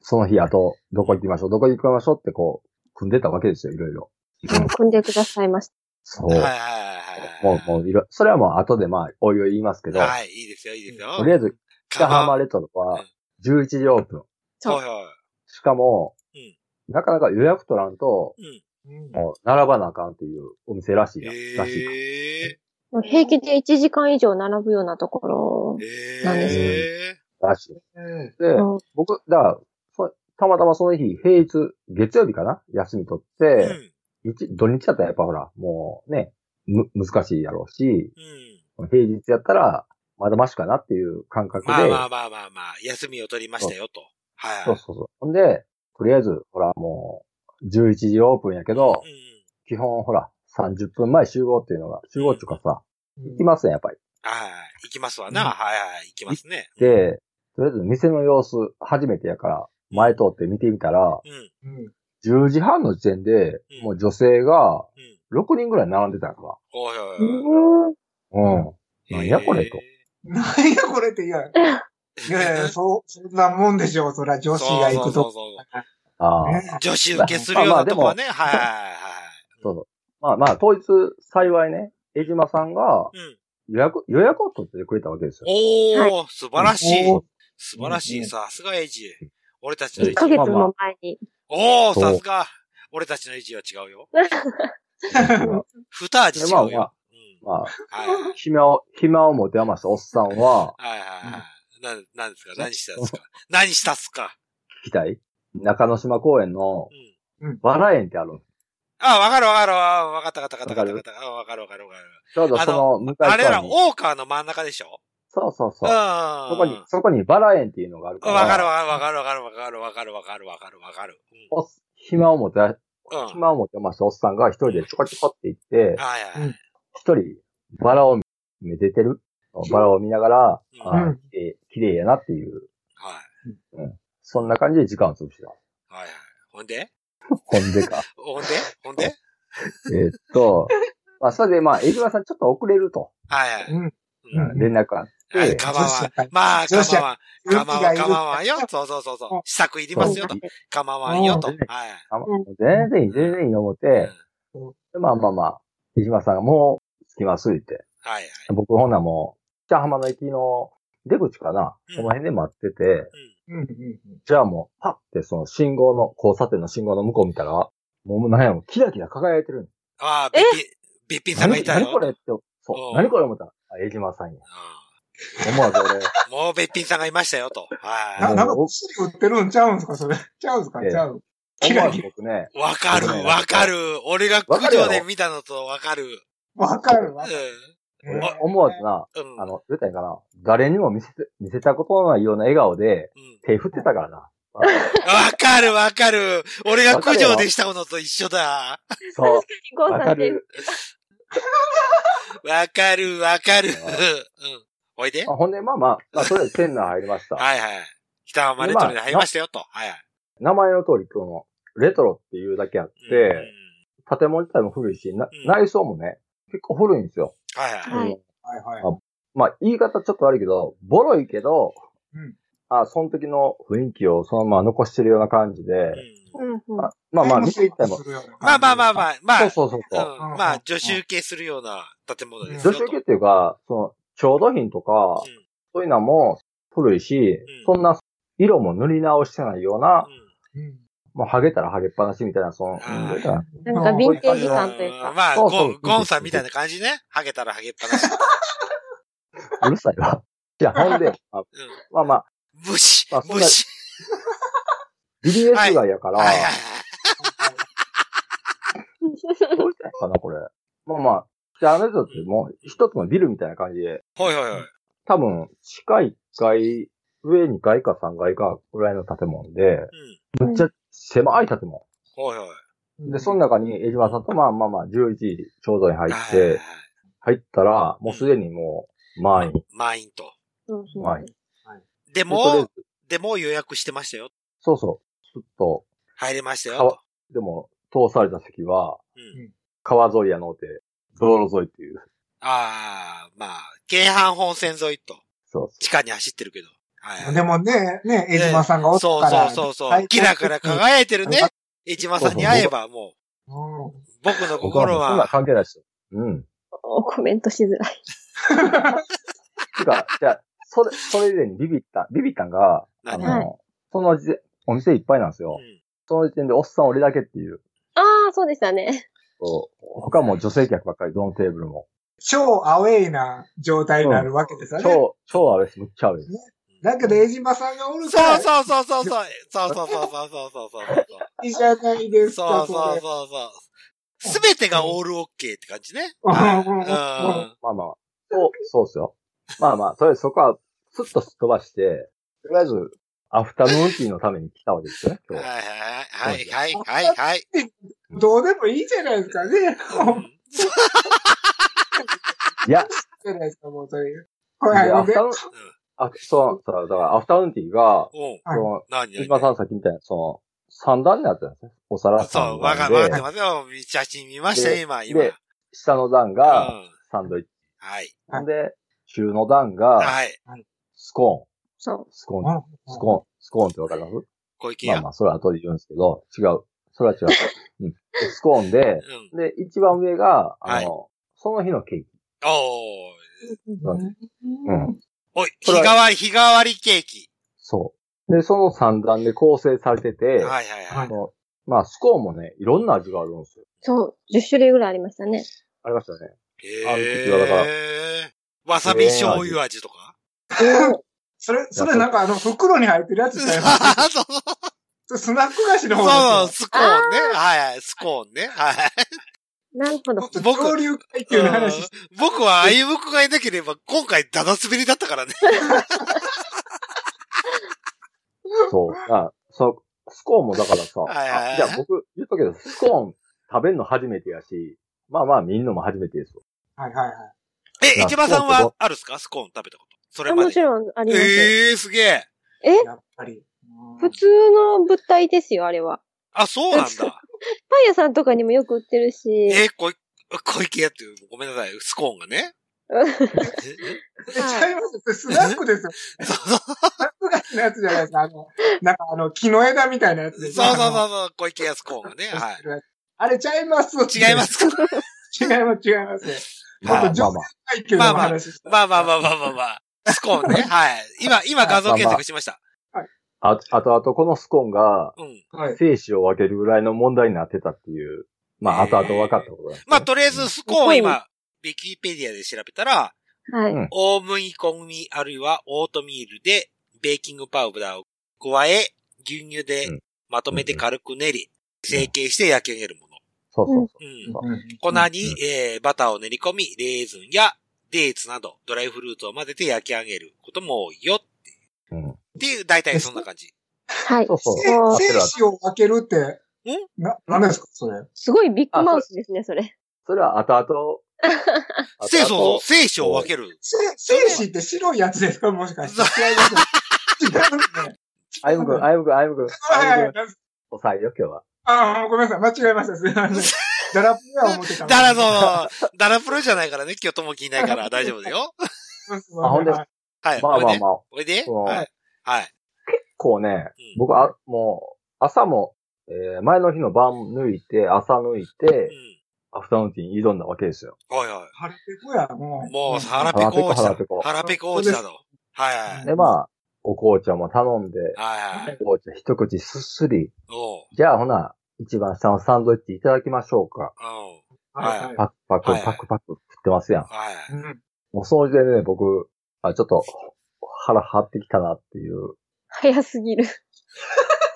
S2: その日あと、どこ行きましょう、どこ行きましょうってこう、組んでたわけですよ、いろいろ。
S3: 組んでくださいました。
S2: そう。
S1: はいはい
S2: も
S1: は
S2: う、もういろ、それはもう後でまあ、おいおい言いますけ
S1: い。
S2: ど、
S1: はい、いいですよ、いいですよ。
S2: とりあえず、北浜
S1: レ
S2: レトロ
S1: う
S2: は
S1: ん、
S2: 11時オープン。
S1: トロ。はいはい。
S2: しかも、
S1: うん
S2: なかなか予約取らんと、
S1: うん
S4: うん
S2: もう並ばなあかんっていうお店らしいや、らしいか。
S1: ええ
S3: もう平気で1時間以上並ぶようなところ。なんで
S1: え
S2: らしい。
S4: うん。
S2: で、
S3: うん
S2: 僕、だからそ、たまたまその日、平日、月曜日かな休み取っ
S1: え
S2: て、日土日だったらやっぱほら、もうね、む、難しいやろうし、
S1: うん。うん。
S2: 平日やったら、まだマシかなっていう感覚で、
S1: まあまあまあまあまあ、休みを取りましたよと。はい。
S2: そうそうそう。ほんで、とりあえず、ほら、もう、11時オープンやけど、
S1: うん。
S2: 基本ほら、30分前集合っていうのが、集合っていうかさ、行き
S4: ま
S2: ますね、やっぱり。
S1: はい。行きますわな。
S2: うん
S1: はいはい。行きますね。
S2: で、とりあえず店の様子、初めてやから、前通って見てみたら、
S1: うん。
S4: うん。
S2: 10時半の時点で
S1: うん、
S2: もう女性が
S1: うん。
S2: 6人ぐらい並んでたか
S1: おいおい
S3: うん
S2: ら。うん。なんやこれと。
S4: なんやこれって言われる。いやいや、そう、そんなもんでしょう。そりゃ女子が行く
S1: そう
S4: と。
S1: そうそう
S2: ああ。
S4: ね
S1: 女子受けするようなとこはね。はいはい
S2: まあまあ、当日、幸いね、江島さんが
S1: はい。うん。
S2: 予約、予約を取ってくれたわけですよ。
S1: おー、素晴らしい
S2: お。ー
S1: 素晴らしい。さすがエイジ。俺たちのエ
S3: 1
S1: イ
S3: ヶ
S1: ジ。
S3: 月も前に。
S1: おー、
S2: そう
S1: さすが。俺たちのエイジは違うよ。
S2: ま
S1: 二味違うよ。
S2: でまあまあ
S1: うん
S2: あ、
S1: はい
S2: 暇を、暇を持て余したおっさんは、
S1: はいはいはい。な、なんですか何したんですか何したっすか
S2: 聞きたい中之島公園の
S1: うん。
S2: バラ園ってあるんです
S1: あ、わかるわかるわ。わかったわかったわかったわかった。わかるわかるわかる。
S2: ちょうどその向か
S1: あ
S2: い
S1: れら、
S2: 側
S1: ウ
S2: に。
S1: ォーカーの真ん中でしょ
S2: そうそう
S1: うん。
S2: そう。そこに
S1: わ、
S2: そこにバラ園っていうのがあるから、
S1: かるわかるわかるわかるわかるわかるわかるわかる。うん
S2: おっ暇を持て、
S1: うん。は
S2: 暇を持て余したおっさんが一人でちょこちょこって行って
S1: い、はい。
S2: 一人、バラをめでてる。バラを見ながら、
S1: うん
S2: あ
S4: う
S2: ー
S4: ん
S2: 綺麗綺麗やなっていう、
S1: はい。
S2: そんな感じで時間を潰してた。
S1: はいはい。ほんで
S2: ほんで か。
S1: ほんでほんで
S2: えーっと、まあ、それで、まあ、江島さんちょっと遅れると、
S1: はいはい。
S4: うん。
S1: うん
S4: ん
S2: 連絡があっ
S1: はい
S2: て、
S1: かまわん
S4: 女子や。
S1: まあ、か
S4: 女子や
S1: まわん。かまわん、かまわんよ。そうそうそう。
S4: う
S1: そうん試作いりますよと。かまわんよと。は
S2: う
S1: い
S2: ん。あま全然いい、全然いい思って、でまあまあまあ、江島さんがもう着きますって。
S1: はいはい。
S2: 僕ほんならもう、北浜の駅の出口かな、
S1: うん
S2: この辺で待ってて、
S4: うんうん
S2: じゃあもう、パッてその信号の、交差点の信号の向こう見たら、もうなんやもうキラキラ輝いてる。
S1: ああ、べっぴん、べっぴんさんがいた
S2: 何
S1: よ
S2: こ。れって、
S1: う
S2: そ
S1: ん
S2: う、何これ思ったら、あ、江島さん
S1: う
S2: や。思わ ず俺、
S1: んもうべっぴんさんがいましたよと。
S4: な
S1: は
S4: なんか、薬売ってるんちゃうんすかそれ。 ちゃうんすか
S2: ええ
S4: ちゃう。キ
S2: 思
S4: ラ
S2: わず
S4: キラ。
S2: 僕ね、
S1: い。わかる
S2: う、ん
S1: わかる。俺が
S2: わ
S1: 駆
S2: かるや
S1: 除
S2: ろ
S1: で見たのとわかる。
S4: わかるわ。
S1: う
S2: 俺
S1: あ
S2: 思わずな、
S1: ん。うん。
S2: あの、出たんかな、誰にも見せて、見せたことのないような笑顔で、
S1: うん
S2: 手振ってたか らな。あ
S1: わかる、わかる。俺が駆除でしたものと一緒だ。
S2: そう、
S3: ゴー
S2: わ
S3: さ
S2: か
S3: んって
S2: る。
S1: わかる、わかる。う
S2: うんん。
S1: おいで。
S2: あほんで、まあまあ、まあ、それで店内入りました。
S1: はいはい。北浜レトロに入りましたよと。はいはい。
S2: 名前の通り、この、レトロっていうだけあっ
S1: うん
S2: て、建物自体も古いし、な
S1: うん
S2: 内装もね、結構古いんですよ。
S1: はいはい。
S3: はい
S2: うん
S4: はいはい。
S2: まあ、言い方ちょっと悪いけど、ボロいけど、
S4: うん
S2: あその時の雰囲気をそのまま残してるような感じで、
S1: うん
S3: うんうん。
S2: あまあまあ、見ていったも、
S1: まあまあまあま
S4: あ。
S1: あ、まあ、
S2: そうそうそうそう。
S1: うんまあ、女子受けするような建物ですよ
S2: 女
S1: と。
S2: 子受けっていうか、その、調度品と
S1: う
S2: か、
S1: ん
S2: そういうのも古いし、
S1: うん
S2: そんな色も塗り直してないような、
S1: うん
S4: うん
S2: もうハゲたらハゲっぱなしみたいな、その、
S1: うん
S2: なんか
S3: なんかヴィンテージ感という
S1: うん
S3: か。
S1: まあ、
S2: そ
S1: ゴ
S2: うそ
S1: ン
S2: う、
S1: ゴンさんみたいな感じね。ハゲたらハゲっぱ なし。
S2: うるさいわ。じゃあ、ほんで、まあ
S1: うん
S2: まあまあ、
S1: 無視
S2: まあそんな
S1: 無視
S2: BDS 街やから、
S1: はいはい
S2: どうしたのかな、これ。まあまあ、じゃあ、あの人ってもう一つのビルみたいな感じで、
S1: はい。はいはいはい。
S2: 多分、地下1階、上2階か3階かぐらいの建物で、
S1: うん。
S2: むっちゃ狭い建物。
S1: はいはい。
S2: で、その中に江島さんとまあまあまあ、11時ちょうどに入
S1: は
S2: っ
S1: いはいはい
S2: て、入ったら、もうすでにもう、満員。
S1: 満員と。
S3: うんうん
S2: はい。
S1: で
S2: でとりあえ
S1: も
S2: ず、
S1: でも予約してましたよ。
S2: そうそう。ちょっ
S1: 入れました
S2: と、
S1: よ
S2: 川
S1: と。、
S2: でも、通された席は、
S1: うん。
S2: 川沿いやのうて、道路沿いっていう。
S1: ああ、まあ、京阪本線沿いと。
S2: そう
S1: 地下に走ってるけど。はいはい。
S4: でもね、ね、江島さんがおった
S1: そう
S4: から。
S1: そうそうそ
S4: は
S1: う。
S4: い
S1: キラキラ輝いてるね。江島さんに会えばもう、
S4: うん
S1: 僕の
S2: 僕は
S1: 心
S2: もうそんな
S1: は、
S2: 関係ないし。うん。
S3: コメントしづらい。
S2: てか、じゃあそれ、それ以前にビビった、ビビったんが、あ
S1: 何
S2: の、その時点、お店いっぱいなんですよ。
S1: うん
S2: その時点でおっさん俺だけっていう。
S3: ああ、そうでしたね。
S2: そう他も女性客ばっかり、どのテーブルも。
S4: 超アウェイな状態になるわけですよね。
S2: 超、超あれです。むっちゃあれです。
S4: だけど、江島さんがお
S1: そ
S4: る
S1: う
S4: から、
S1: そうそうそうそう。そうそうそうそうそうそうそうそう。
S4: いいじゃないです
S1: そ
S4: か、
S1: うそう
S4: れ
S1: そうそう。すべてがオールオッケーって感じね。
S4: うんうん
S1: う。
S4: うんん
S1: は
S2: まあまあ。そう、そうっすよ。まあまあ、とりあえずそこは、スッとすっ飛ばして、とりあえず、アフタヌーンティーのために来たわけですよね、
S1: い
S2: 今日 は。
S1: はいはいはいはいはい。
S4: どうでもいいじゃないですかね。
S1: うん
S2: いや、
S4: じゃないですか、もうという。
S2: で
S4: はい、
S2: ア
S4: ほん
S2: フ
S4: で
S2: タヌーン、あ、そう、そう、だからアフタヌーンティーが、
S1: おう
S2: その、
S1: 何
S2: 飯
S1: 何
S2: 島さんさっきみたいな、その、三段になってたんですね。お皿
S1: そ
S2: 三
S1: う、わか、
S2: 段
S1: わかって
S2: で、
S1: ますよ。写真見ましたよ、
S2: で
S1: 今、今。う
S2: で
S1: ん。
S2: 下の段が
S1: は
S2: サンドイッチ。
S1: い。
S4: はい
S2: で、中の段が
S1: はい。
S2: スコーン。
S3: そう。
S2: スコ
S4: う
S2: ーン、
S4: ん
S2: スコーン、スコーンってわかります
S1: 小池
S2: まあ
S1: 屋。
S2: まあ、それは後で言うんですけど、違う。そ れは違う。うん。でスコーンで、
S1: うん。
S2: で、一番上が、
S1: は
S2: あ
S1: い
S2: の、その日のケーキ。
S1: おー。
S2: うん。
S1: おい、日
S2: それ
S1: 替わり、日替わりケーキ。
S2: そう。で、その三段で構成されてて、
S1: はいはいはい。
S2: あのまあ、スコーンもね、いろんな味があるんですよ。
S3: そう。10種類ぐらいありましたね。
S2: ありましたね。あの時はだから
S1: へえ。わさび醤油味とか
S4: それ、それなんかあの、袋に入ってるやつ
S1: そう
S4: じゃない ですか。
S1: そうそう
S4: それスナック菓子の方
S1: そう、
S4: です
S1: スコーンね。はいはい、スコーンね。はいはい。
S3: なるほど。
S4: よ。
S1: 僕
S4: 僕、流階級の話。
S1: うん僕は歩夢君がいなければ、今回ダダ滑りだったからね。
S2: そう。あ、そう、スコーンもだからさ、
S1: はいはいはい
S2: あじゃあ僕言っとくけど、スコーン食べんの初めてやし、まあまあ見んのも初めてですよ。
S4: はいはいはい。
S1: え、
S2: な
S1: 市場さん
S2: スコーン
S1: は
S2: と
S1: あるっすかスコーン食べたこと。それ
S3: あ
S1: ま
S3: もち
S1: で。
S3: ろんあります。
S1: ええー、すげえ。
S4: やっぱり。うん
S3: 普通の物体ですよ、あれは。
S1: あ、そうなんだ。
S3: パン屋さんとかにもよく売ってるし。
S1: え、こい、小池屋っていう、ごめんなさい、スコーンがね。
S4: え違いますよ。それスナックですよ。ス
S1: そうそうそう
S4: ナック菓子のやつじゃないですか。あの、なんかあの、木の枝みたいなやつでしょ
S1: そうそうそう、小池屋スコーンがね。は
S4: あれちゃいます。
S1: い。違いま。すか
S4: 違います、違います。
S2: まあ
S4: 僕
S2: まあまあ。
S4: 階級の話した。
S1: まあまあまあまあまあまあ。スコーンね。はい。今、今画像検索しました。
S2: ああとあとこのスコーンが、
S1: うん。
S4: はい。
S2: 生死を分けるぐらいの問題になってたっていう、まあ
S1: へー
S2: 後々分かったことだ、
S1: まあ、とりあえず、スコーン今、ビキペディアで調べたら、
S3: はい。
S2: うん
S1: 大麦小麦あるいはオートミールでベーキングパウダーを加え、牛乳
S2: う
S1: で
S2: ん
S1: まとめて軽く練り、成形して焼き上げるもの。
S2: そうそうそう。
S1: うん。
S4: うん
S1: 粉に、えーバターを練り込み、レーズンやデーツなどドライフルーツを混ぜて焼き上げることも多いよ
S2: うん。
S1: っていう、大体そんな感じ。
S3: はい
S2: そう。そう。
S4: せ
S3: もう
S4: 生死を分けるって
S1: ん、
S4: な、何ですか、それ。
S3: すごいビッグマウスですね、それ。
S2: それは後 々。後々
S1: 聖書、聖書を分ける。
S4: せ生死って白いやつですか、もしかして。違います。違う ね。
S2: あゆむくん、あゆむくん、あゆむくん。あ
S4: はい
S2: ゆむ
S4: はい
S2: くん、。おさえよ、今日は。
S4: ああ、ごめんなさい。間違えました。すいません。ダラプレは思ってた。
S1: だらぞ、だらプロじゃないからね、今日ともきいないから大丈夫だよ。
S4: あ
S2: ほんで
S1: はい。
S2: まあまあまあ。
S1: おいで。
S2: うん
S1: おいではい。はい。
S2: こうね
S1: うん、
S2: 僕、あ、もう、朝も、えー前の日の晩抜いて、朝抜いうて、
S1: ん。
S2: アフタヌーンティーに挑んだわけですよ。
S1: はいはい。
S4: 腹ペコや、もう。
S1: もう、腹
S2: ラ
S1: ペコ王子だ
S2: 腹ペコ。
S1: 腹ペコ王子だと。はいはい。
S2: で、まあ、お紅茶も頼んで、
S1: はいはい。
S2: お紅茶一口すっすり、
S1: おう。
S2: じゃあほな、一番下のサンドイッチいただきましょうか。
S1: おう。
S4: はいは
S2: パクパク、
S1: はい
S2: パクパク食ってますやん。
S1: はい。
S4: い。うん。
S2: もうその時点でね、僕、あ、ちょっと、腹張ってきたなっていう。
S3: 早すぎる。
S2: い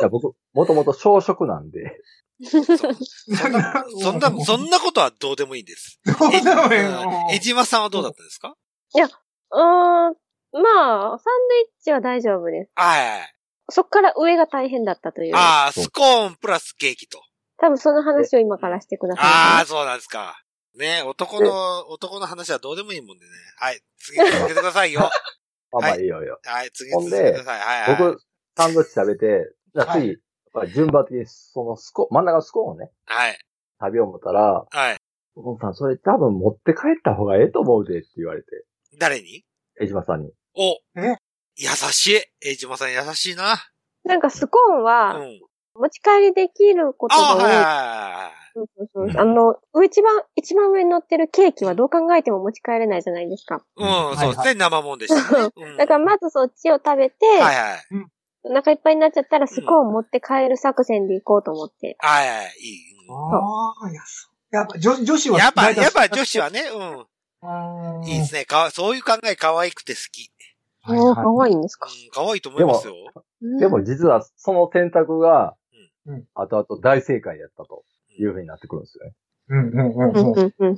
S2: や僕、もともと小食なんで、
S1: そんな、そんな、そんなことはどうでもいいんです。
S4: どうでもいいの
S1: えじまさんはどうだったんですか
S3: うーん。まあ、サンドイッチは大丈夫です。
S1: はいはい。
S3: そっから上が大変だったという。
S1: ああ、スコーンプラスケーキと。
S3: 多分その話を今からしてくだ
S1: あ
S3: さ
S1: あ、そうなんですか。ね男の、男の話はどうでもいいもんでね。はい。次続けてくださいよ。
S2: まあまあ
S1: はい
S2: いよいよ。
S1: はい、次続けてください。はいはい。
S2: 僕、サンドイッチ食べて、じゃあ次、やっぱり順番的にそのスコ、真ん中のスコーンをね、
S1: はい。
S2: 食べよう思ったら、
S1: はい。
S2: お父さん、それ多分持って帰った方がええと思うでって言われて、
S1: 誰に
S2: 江島さんに。
S1: お
S4: え
S1: 優しい。えじまさん優しいな。
S3: い。なんかスコーン
S1: う
S3: は
S1: ん。
S3: 持ち帰りできること
S1: ああ、
S3: が
S1: はいは
S3: 多
S1: いいはい。
S3: そうそうそう
S2: う。ん
S3: あの、上一番、一番上に乗ってるケーキはどう考えても持ち帰れないじゃないですか。
S1: うん、そうですね。生もんでした ね。うん
S3: だからまずそっちを食べて、
S1: はいはい。
S3: お腹いっぱいになっちゃったらスコーン持って帰る作戦で行こうと思って。
S1: はいはい、いい。うん
S4: ああ、いや、そう。やっぱ女女子は、
S1: やっぱ、
S4: 大体
S1: やっぱ女子はね、うん。
S4: うん
S1: いいですね。かわそういう考え可愛くて好き。
S4: はい
S3: おー、
S4: は
S3: 可愛いんですか。
S1: うん、可愛いと思いますよ。
S3: うん
S2: でも、実はその選択が
S4: うん、
S2: 後々大正解やったというふうになってくるんですよね。
S4: いうんうんうんう
S3: う
S4: ん
S3: んうんうんうん。
S1: も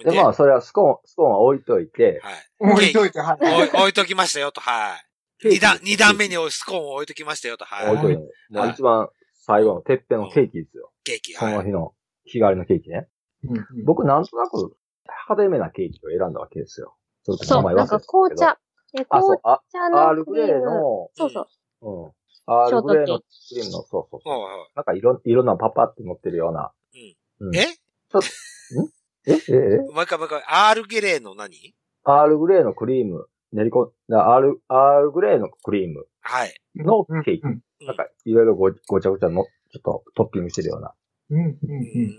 S1: う
S2: で、
S1: ね
S2: まあ、それはスコーン、スコーンは置いといて、
S1: はい。
S4: 置いといて、はい。
S1: おい置いときましたよと、はい。二段、二段目にスコーンを置いときましたよと、はい。
S2: 置いといて、もう一番最後のてっぺんのケーキですよ。
S1: ケーキ、
S2: そ
S1: はい。
S2: の日の日替わりのケーキね。
S4: うんうん
S2: 僕なんとなく派手めなケーキを選んだわけですよ。ちょっと
S3: そ
S2: 名前
S3: う、
S2: 忘れ
S3: なん
S2: てたん
S3: か
S2: ですけど
S3: 紅。茶。え、
S2: あ、そう
S3: 紅、
S2: あ、
S3: 茶
S2: アー
S3: の
S2: ル
S3: ク
S2: グ
S3: リ
S2: レー
S3: ーム。
S2: の、
S3: そうそう。
S2: うん。アールグレーのクリームの、そうそう
S1: はい
S2: そう。
S1: は
S2: なんかいろ、いろんなパパって乗ってるような。うん
S1: いえ
S2: えええ
S1: もう一回もう一回、アールゲレーの何
S2: アールグレーのクリーム、練り込んだ、アール、アールグレーのクリーム
S1: はい。
S2: のケーキ。
S4: うん
S1: うん
S2: なんか、いろいろごごちゃごちゃの、ちょっとトッピングしてるような。
S4: うんうん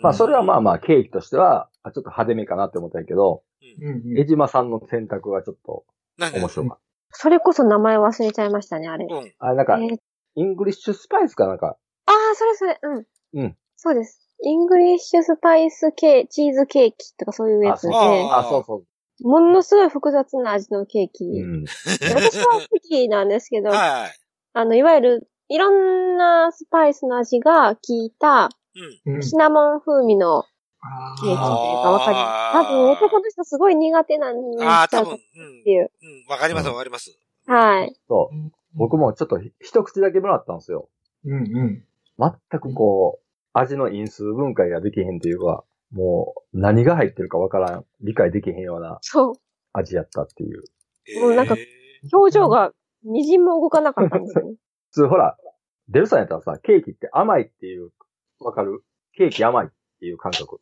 S2: まあ、それはまあ
S1: あ、
S2: まあ、ケーキとしては、あちょっと派手めかなって思ったんやけど、
S4: うんうんうん
S2: 江島さんの選択がちょっと
S1: なんで
S2: 面白かっ
S3: それこそ名前忘れちゃいましたね、あれ。
S1: うん。
S2: た。あ、なん
S3: え
S2: か、
S3: ー
S2: イングリッシュスパイスかなんか、
S3: ああ、それそれ、うん。
S2: うん。
S3: そうです。イングリッシュスパイスケーキ、チーズケーキとかそういうや
S2: あ、
S3: つ
S2: そ
S3: で
S2: う、
S1: ね
S2: あ、そうそう。
S3: ものすごい複雑な味のケーキ。
S2: うん。
S3: 私は好きなんですけど、
S1: は
S3: あの、いわゆる、いろんなスパイスの味が効いた、
S1: い。うん。
S4: うん
S3: シナモン風味の
S4: あ
S3: ケーキというか
S4: ー
S3: わかり
S1: あ
S3: ま
S1: ー
S3: す。多分男の人すごい苦手なんで、
S1: ああ、多分、う
S3: っ
S1: ん
S3: て。いう。
S1: うん。わかります、わかります。
S3: はい。
S2: そう。僕もちょっとひ一口だけもらったんですよ。
S4: うんうん。
S2: 全くこう、味の因数分解ができへんというか、もう何が入ってるかわからん、理解できへんような
S3: そ
S2: 味やったっていう。
S3: もうなんか
S1: えー
S3: う。表情がみじんも動かなかったんですよね。
S2: 普通ほら、デルさんやったらさ、ケーキって甘いっていう、わかるケーキ甘いっていう感覚。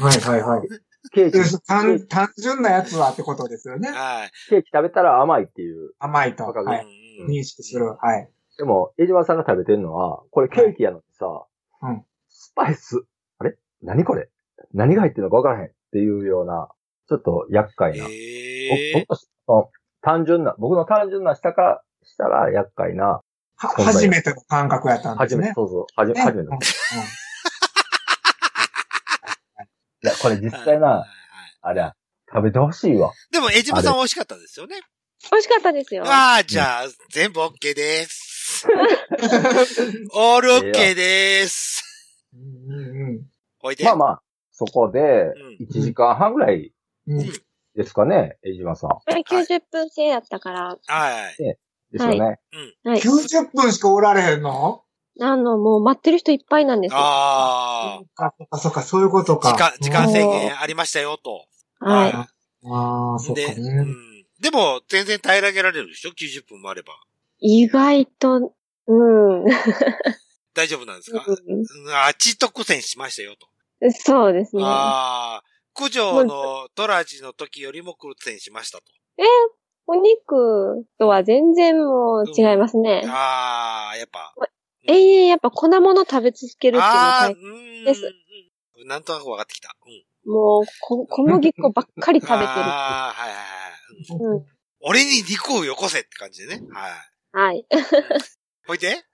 S4: はいはいはい。
S2: ケーキ、ケ
S4: で
S2: ー
S4: 単単純なやつはってことですよね。
S1: はい。
S2: キ食べたら甘いっていう。
S4: 甘いと。
S2: わかる
S4: はい。
S1: うん
S4: 認識する。はい。
S2: でも、江島さんが食べてるのは、これケーキやのにさ、
S4: うん
S2: スパイス、あれ何これ何が入ってるのかわからへんっていうような、ちょっと厄介な。
S1: えー
S2: 僕の単純な、僕の単純な下から、したら厄介な、
S4: は、
S2: 存在
S4: 初めての感覚やったんで
S2: 初
S4: す
S2: め
S4: ね
S2: て、。そうそう、初め
S4: ね
S2: て、初めて。
S4: うんうん
S2: いやこれ実
S1: はい
S2: 際
S1: はい
S2: な、あれや、食べてほしいわ。
S1: でも、江島さんは美味しかったですよね。
S3: 美味しかったですよ。
S1: ああ、じゃあ、全部 OK です。オール OK です。
S4: うん
S1: おいで。
S2: まあまあ、そこで
S1: ん、
S2: 1時間半ぐらい
S4: うんうん。
S2: ですかね、江島さん。
S3: これ90分制やったから、
S1: はい。
S2: ですよね。
S3: はい。
S4: 90分しかおられへんの
S3: あの、もう待ってる人いっぱいなんですよ。
S1: あ
S4: そっか、そっか、そっか、そういうこと
S1: あ。時間
S4: か、。
S1: 時間制限ありましたよ、と。
S3: はい。
S1: は
S4: うんああ、そっか
S1: で、う
S4: ね。
S1: ん。でも、全然平らげられるでしょ ?90 分もあれば。
S3: 意外と、うん。
S1: 大丈夫なんですかうんあっち特選しましたよ、と。
S3: そうですね。
S1: ああ。九条のトラジの時よりも苦戦しましたと。
S3: お肉とは全然もう違いますね。
S1: ああ、やっぱ。
S3: 永遠やっぱ粉物食べ続けるっていうの
S1: ああ、う
S3: は、
S1: ん。
S3: です
S1: うんなんとなく分かってきた。うん。
S3: もうこ小麦粉ばっかり食べてる。
S1: ああ、はいはいはい。
S3: うん。
S1: 俺に肉をよこせって感じでね。はい。
S3: はい。
S1: ほいで
S3: で、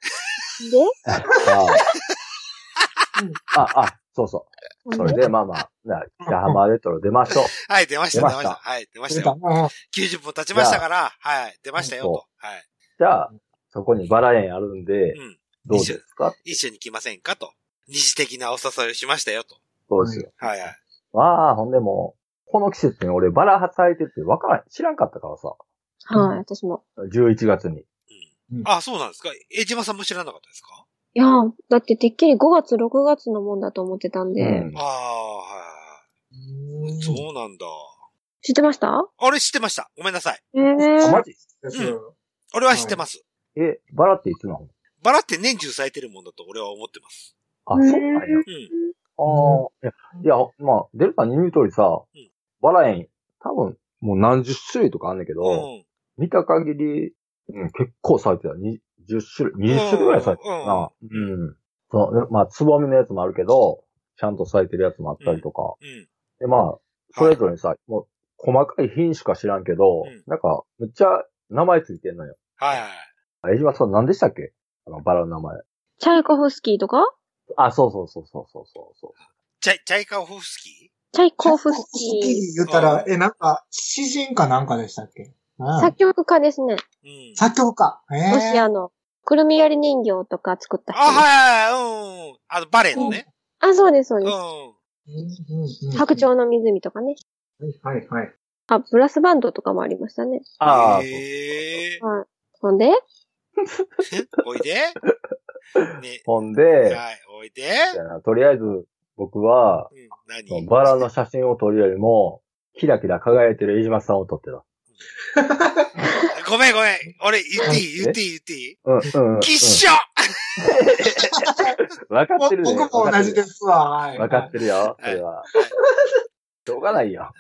S2: ああ、あ、そうそう。それで、まあまあ、な北浜レトロ出ましょう。
S1: はい、出ました、
S2: 出
S1: 出ま
S2: ました
S1: した。はい、出まし
S4: 出
S1: た
S4: た
S1: よ。
S4: うん
S1: 90分経ちましたから、はい、出ましたよ、と
S2: そ。
S1: はい。
S2: じゃあ、そこにバラ園あるんで、
S1: うん。
S2: どうですか
S1: 一緒に来ませんかと。二次的なお誘いをしましたよ、と。
S2: そうですよ。
S1: はいはい。
S2: まあ、ほんでもう、この季節に俺バラ咲いてるってわからん、知らんかったからさ。
S3: はい、私も。
S2: 11月に。
S1: あ、そうなんですか江島さんも知らなかったですか
S3: いやーだっててっきり5月、6月のもんだと思ってたんで。
S2: うん
S1: ああ、は
S4: う
S1: いはい。
S4: ん
S1: そうなんだ。
S3: 知ってました
S1: あれ知ってました。ごめんなさい。
S3: ええ
S2: あマジ
S4: です
S1: 俺は知ってます。
S2: え、バラっていつなの
S1: バラって年中咲いてるもんだと俺は思ってます。
S2: あ、
S3: うん
S2: そうなん
S1: う
S2: や。
S1: ん。
S2: ああ、いや、いや、まあ、デルさんに言う通りさ
S1: ん、
S2: バラ園、多分、もう何十種類とかあんねんけ
S1: う
S2: ど、
S1: ん。
S2: 見た限り、うん、結構咲いてた。に10種類、20種類ぐらい咲いてたな。うん。そう、でまあ、つぼみのやつもあるけど、ちゃんと咲いてるやつもあったりとか。
S1: うん。
S2: で、まあ、それぞれにさ、もう、細かい品種か知らんけ
S1: う
S2: ど、
S1: ん
S2: なんか、むっちゃ名前ついてんのよ。
S1: はいはい。
S2: 江島さん何でしたっけあの、バラの名前。
S3: チャイコフスキーとか
S2: あ、そうそうそうそうそうそうそう。
S1: チャイ、チャイカホフスキ
S3: チャイコフ
S4: 好
S3: ス
S4: き
S3: キ
S4: 言った
S1: あ
S4: ら、え、なんか、詩人かなんかでしたっけ
S3: ー。
S4: うん
S3: 作曲家ですね。
S1: うん。
S4: 作曲家。え
S3: もし
S4: え。
S3: あの、くるみ割り人形とか作った
S1: あ、
S3: 人。あ、
S1: はいはいはい、うん。あの、バレエのね。
S3: そうです、そう
S1: う
S3: で
S1: ん。
S3: す。
S4: うんうんうん
S3: 白。鳥の湖とかね。
S4: はいはいはい。
S3: あ、ブラスバンドとかもありましたね。
S2: ああ、
S1: へえ。
S3: はい。ほんで
S1: おいで。ね。
S2: ほんで、
S1: はい、おいで。
S2: みたいなとりあえず僕は、
S1: うん、
S2: その
S1: 何
S2: バラの写真を撮るよりも、キラキラ輝いてる飯島さんを撮ってた。
S1: ごめんごめん。俺、言っていい言っていい言っていい
S2: うん、うん、うん。
S1: きっしょ
S2: 分かってるね。。
S4: 僕も同じですすわ。はい
S2: 分かってるよ、それは。しょうがないよ。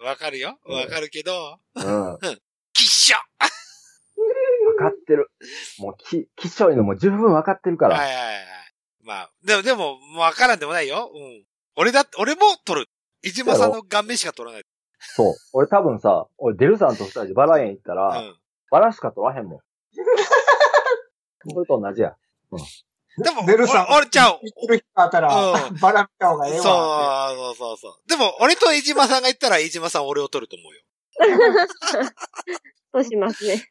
S1: うん。わかるよ。わかるけど、
S2: うん。分
S1: きっしょ
S2: かってる。もう、き、きっしょいのも十分分かってるか
S1: はいは
S2: ら。
S1: いはい。まあ、でも、でも、わからんでもないよ。うん。俺だって、俺も撮る。いじまさんの顔面しか撮らない。
S2: そう。俺多分さ、俺デルさんと二人でバラ園行った
S1: う
S2: ら、
S1: ん。
S2: バラしか撮らへん もん。それと同じや。
S1: でも、
S4: ベルさん
S1: 俺俺ちゃう。
S4: 生きてる人だったら
S1: う、
S4: バラ見た方がええ
S1: そう、
S4: わ。
S1: そうそうそう。でも、俺と江島さんが言ったら、江島さん俺を取ると思うよ。
S3: そうしますね。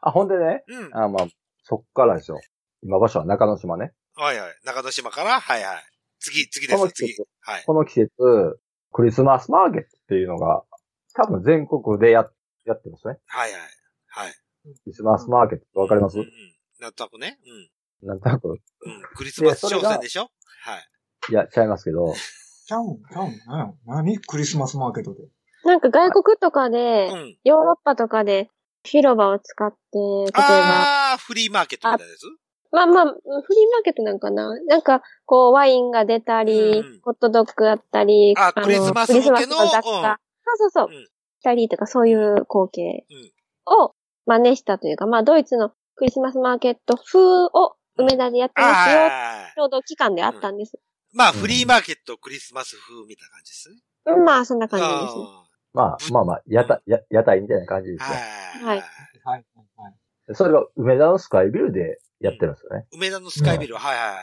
S2: あ、ほんでね、
S1: うん。
S2: あ、まあ、そっからでしょ。今場所は中之島ね。
S1: はいはい。中之島から、はいはい。次、次で
S2: この
S1: す、
S2: 季
S1: 次
S2: 節。
S1: はい。
S2: この季節、クリスマスマーケットっていうのが、多分全国でや、やってますね。
S1: はいはい。はい。
S2: クリスマスマーケットってわかります
S1: うんうん。なんとなくね。
S2: なんとなく。
S1: うん。うん。クリスマス商戦でしょはい。
S2: いや、ちゃいますけど。
S4: ちゃうん、ちゃうん、うん何クリスマスマーケットで。
S3: なんか外国とかで、
S1: うん。
S3: ヨーロッパとかで広場を使って、例えば、
S1: あー、フリーマーケットみたいなやつ
S3: まあまあ、フリーマーケットなんかななんか、こう、ワインが出たり、
S1: うん
S3: ホットドッグあったり、
S1: あ
S3: の
S1: クリスマス
S3: ク
S1: 向
S3: リ
S1: け
S3: ス
S1: の
S3: マスの雑貨、
S1: うん
S3: そうそうそう、
S1: うん
S3: したりとか、そういう光景
S1: うん
S3: を真似したというか、まあ、ドイツのクリスマスマーケット風を梅田でやってますよ、
S1: あー。
S3: ちょうど期間であったんです。
S1: まあ、フリーマーケット、クリスマス風みたいな感じですね。
S3: うんまあ、そんな感じですね。
S1: あ
S2: まあ、まあまあ、屋台、や屋台みたいな感じで
S1: ー
S2: すね。
S1: は
S3: はいい。
S4: はい、はい。
S2: それが梅田のスカイビルでやってるんですよね。
S1: 梅田のスカイビル、はいはいはい。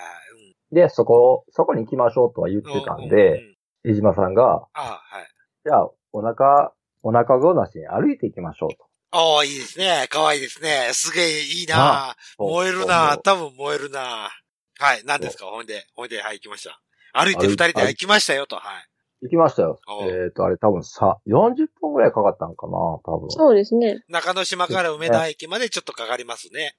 S2: で、そこ、そこに行きましょうとは言っ
S1: う
S2: てたん
S1: う
S2: で、
S1: う
S2: 江島さんが、
S1: あーはい。
S2: じゃあ、お腹、お腹ごなしに歩いていきましょうと。
S1: ああ、いいですね。可愛いですね。すげえいいな燃えるな多分燃えるなはい、何ですかほんで、ほんで、はい、行きました。歩いて
S2: 歩
S1: 二
S2: い
S1: 人で
S2: 歩い
S1: 行きましたよと、はい。
S2: 行きましたよ
S1: お。
S2: えっ、と、あれ多分さ、40分くらいかかったんかな、多分。
S3: そうですね。
S1: 中之島から梅田駅までちょっとかかりますね。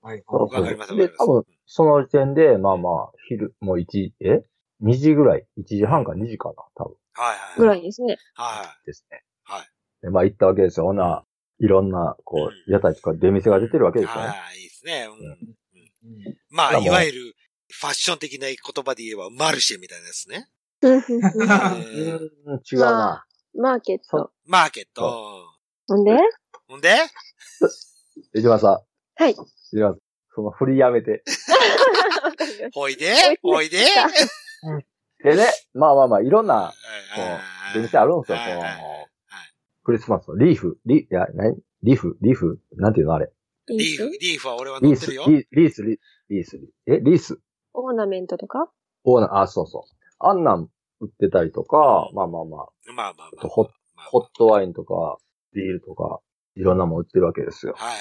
S4: はい、
S1: う
S2: そ
S1: ん。
S2: う
S1: わかります、わか
S2: で、
S1: ります
S2: 多。分、その時点で、まあまあ、昼、もう1時、え ?2 時ぐらい ?1 時半か2時かな、多分
S1: はい
S3: ぐ
S1: はい。
S3: らいですね。
S1: は
S2: ですね。
S1: はい。
S2: で、まあ行ったわけですよ。ほな、いろんな、こう、屋台とか出店が出てるわけ
S1: い。
S2: ですよね。
S1: はい、いいですね。うん。
S4: うん
S1: まあ、
S2: だからもう
S1: いわゆる、ファッション的な言葉で言えば、マルシェみたいなやつ ね。
S2: うー
S1: うん
S2: ん、違うな。
S3: マーケット。
S1: マーケット。
S3: ほんで
S1: ほんで
S2: 江島さん。
S3: はい。
S2: 江島さん。その振りやめて。
S1: ほいで
S3: お
S1: ほ
S3: い
S1: い
S3: で
S1: で
S2: でね、まあまあまあ、いろんな、こ
S1: は
S2: う、出店あるんですよ。
S1: はい
S2: こ
S1: はい
S2: のクリスマスのリーフ、リ、いや、何リーフ、リーフ、なんていうのあれ。
S1: いリーフ、リ
S3: リース
S1: ーフは俺は
S2: リ
S1: 乗
S2: ー
S1: って
S2: ス、
S1: る
S2: リ
S1: よ。
S2: ーリース、リリース、え、リース
S3: オーナメントとか
S2: オーナー、あ、そうそう。あんなん売ってたりとか、まあまあまあ、
S1: まあまあまあ。
S2: ホッ
S1: まあ
S2: ホットワインとか、ビールとか、いろんなもん売ってるわけですよ。
S1: はい。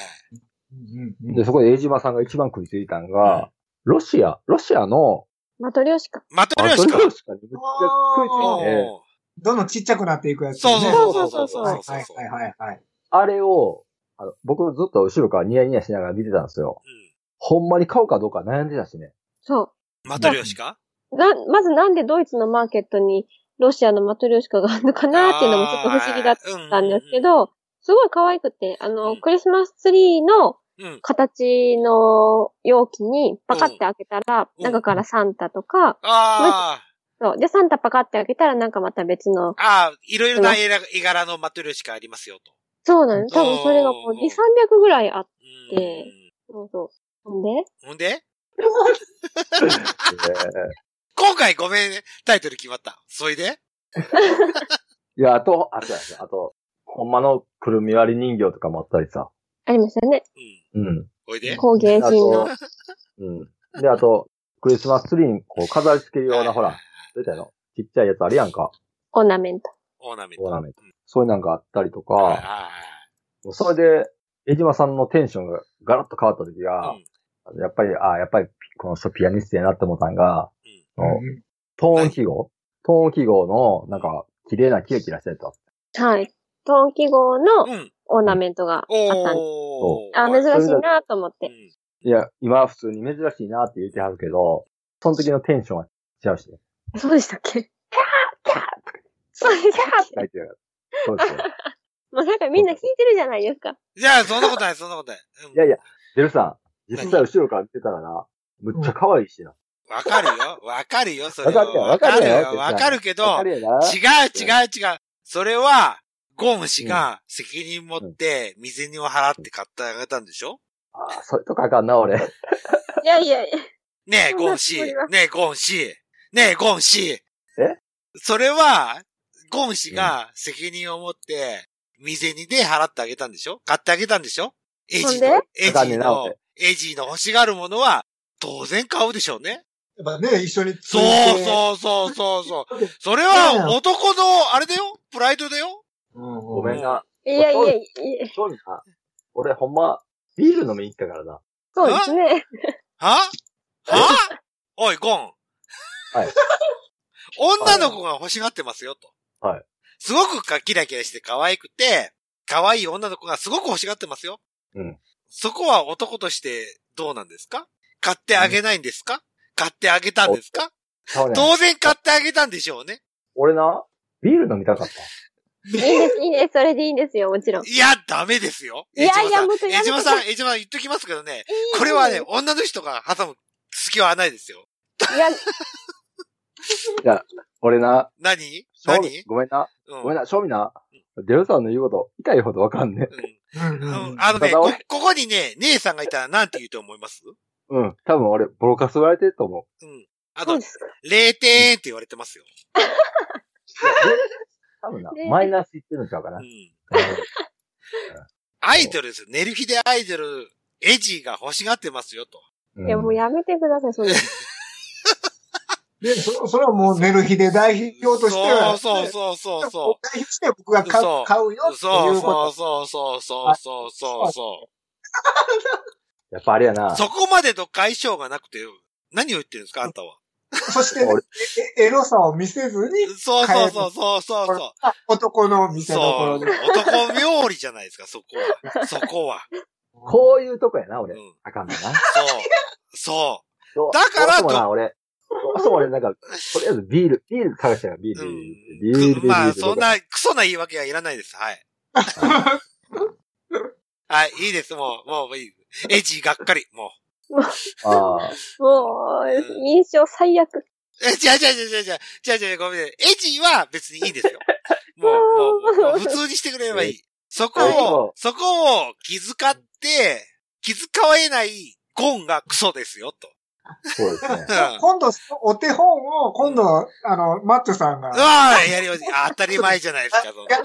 S4: うんうん
S2: で、そこで江島さんが一番食いついたんが、ロシア、ロシアの、
S3: マトリョーシカ。
S1: マト
S2: あ
S1: リョー
S2: そ
S1: シ
S2: れ
S1: カ。
S2: ロシアにめっちゃ食いつ
S4: あ
S2: いてね、
S4: どんどんちっちゃくなっていくやつ、ね。
S1: そうそうそうそうそう
S4: は
S1: そ
S4: いう
S1: そう
S4: はいはいはいはい。
S2: あれを、あの僕ずっと後ろからニヤニヤしながら見てたんですよ。ほんまに買おうかどうか悩んでたしね。
S3: そ
S1: うん。マトリョーシカ
S3: う。な、まずなんでドイツのマーケットにロシアのマトリョーシカがあるのかなっていうのもちょっと不思議だっ
S1: った
S3: んですけ。ど、すごい可愛くて、あ
S1: う
S3: の、
S1: ん
S3: クリスマスツリーの
S1: うん
S3: 形の容器にパカって開けたら、
S1: うん
S3: 中からサンタとか、
S1: ああ。
S3: そう。で、サンタパカって開けたらなんかまた別の、
S1: ああ、いろいろな絵柄絵柄のマトリョーシカありますよと。
S3: そうなんです。多分それがもう2、300ぐらいあって、
S1: うん
S3: えそうそう。ほんで
S1: ほんで
S2: えー
S1: 今回ごめんね。タイトル決まった。それで
S2: いや、あと、あとやあと、ほんまのくるみ割り人形とかもあったりさ。
S3: ありましたね。
S1: うん。
S2: うん。
S1: ほいで
S3: 工芸
S2: あ
S3: 品の
S2: と。、うん。で、あと、クリスマスツリーにこう飾り付けるような、ほ
S1: はい
S2: ら、どうやったのちっちゃいやつあるやんか。
S3: オーナメント。
S1: オーナメント。
S2: オーナメント。そういうなんかあったりと
S1: うんはいはい
S2: か、それで、江島さんのテンションがガラッと変わった時
S1: は
S2: が
S1: い。、うん
S2: やっぱり、あやっぱり、この人ピアニストやなって思ったんが、
S4: う
S2: あの
S4: ん
S2: トーン記号トーン記号の、なんか、綺麗なキラキラしたやつあっ
S3: はい。トーン記号の
S1: うん。
S3: オーナメントがあったんで
S1: おー。
S3: あ、
S1: はい
S3: 珍しいなと思っ
S1: う
S3: て。
S1: ん
S2: いや、今は普通に珍しいなって言ってはるけど、その時のテンションは違うしね。
S3: そうでしたっけそうでしたっけ
S2: 大体はそう ですよ。
S3: もうなんかみんな聞いてるじゃないですか。
S1: いや、そんなことない、そんなことない。うん
S2: いやいや、デルさん、実際後ろから見てたらな、むっちゃ可愛いしな。
S1: わかるよ。わかるよ、それ
S2: わかるよ
S1: は。わかる
S2: わかる
S1: よ。
S2: よ
S1: わかるけ
S2: わ
S1: ど
S2: か、るやな。
S1: 違う違う違う。それは、ゴン氏が責任持って、未然にを払って買ってあげたんでしょ
S2: あそういうとこあかんな、俺。
S3: いやいやいや。
S1: ねえ、
S3: そんな
S1: ゴン氏。
S3: つも
S1: ね
S3: りは
S1: え、ゴン氏。ねえ、ゴン氏。
S2: え
S1: それは、ゴン氏が責任を持って、未然にで払ってあげたんでしょ買ってあげたんでしょエイジ
S3: ほんで
S1: の、エイ
S2: わかんね
S1: ジ
S2: えな
S1: の
S2: 俺、
S1: エイジの欲しがるものは、当然買うでしょうね。
S4: やっぱね、一緒につい
S1: そう
S4: て。
S1: そうそうそうそう。それは男の、あれだよプライドだよ
S4: うん。
S2: ごめんな。
S3: いやいやいや。
S2: そうな。俺ほんま、ビール飲みに行ったからな。
S3: そうですね。
S1: ははおい、ゴン。
S2: はい。
S1: 女の子が欲しがってますよ、と。
S2: はい。
S1: すごくかキラキラして可愛くて、可愛い女の子がすごく欲しがってますよ。
S2: うん。
S1: そこは男としてどうなんですか買ってあげないんですか、買ってあげたんですか
S2: ちゃうねん
S1: 当然買ってあげたんでしょうね。
S2: 俺な、ビール飲みたかった。
S3: いいです、いいです。それでいいんですよ、もちろん。
S1: いや、ダメですよ。
S3: いやいやもうちょっとや
S1: 江
S3: め
S1: 島
S3: て
S1: さん、江島さん、江島さん言っときますけどね。 これはね、女の人が挟む隙はないですよ。
S3: いや、
S2: 俺な、
S1: 何
S2: 正味
S1: 何
S2: ごめんな、
S1: う
S2: ごめんな、正味な、デルさんの言うこと、痛いほどわかんねえ。
S1: うん
S4: うん
S1: う
S4: う
S1: ん
S4: うん
S1: んあのね、
S2: ただ
S1: こ
S2: お、
S1: ここにね、姉さんがいたらなんて言うと思います
S2: うん、多分俺、ボロカス言われてると思う。
S1: うん。あ
S3: そう
S1: と
S3: で、すか。
S1: 0点って言われてますよ。
S2: 多分な
S3: ね、
S2: マイナスいってるんちゃうか
S1: う
S2: な。
S1: ん。アイドルですよ。寝る日でアイドル、エジーが欲しがってますよ、と。
S2: うん
S3: いや、もうやめてください、そういうの
S4: で、そそれはもう寝る日で代表としては、
S1: そうそうそうそうそ
S4: 代表して僕が買
S1: そう
S4: 買うよ
S1: う。
S4: ってい
S1: そうそ
S4: う
S1: う
S4: こ
S1: そうそうそうそうそうそ
S2: やっぱあれやな
S1: う。。そこまでと解消がなくて、何を言ってるんですか、あんたは。
S4: と。そして、えエロさを見せずに、
S1: そうそうそうそうそうそう。
S4: 男の見せどこ
S1: そう。
S4: ろ
S1: 男
S4: で。
S1: 冥利じゃないですか、そこ は。そこは。
S2: こういうとこやな、
S1: う
S2: 俺。
S1: ん。
S2: あ かんのな。
S1: そう。そう。
S2: どう
S1: だから
S2: どうしてもな、俺。どうしても俺、なんか、とりあえずビール、ビール探したから、ビール。ビー
S1: う
S2: ル、ビー
S1: んく。
S2: ルビール
S1: まあ、そん。
S2: ビール
S1: な、クソな言い訳はいらないです。はい。はい、いいです。もう、もういい。エイジがっかり。も
S2: ああ。
S3: もう、印象最悪。
S1: う。え、違う違う違う違う違う。違う違う、ごめんね。エイジは別にいいんです よ。もう、もうもう、もう普通にしてくれればいい。そこを、そこを気遣って、気遣えないゴンがクソですよ、と。
S2: そうですね。
S1: う ん
S4: 今度、お手本を、今度、あの、マットさんが
S1: う、わあ、やりまし当たり前じゃないですか、その。いや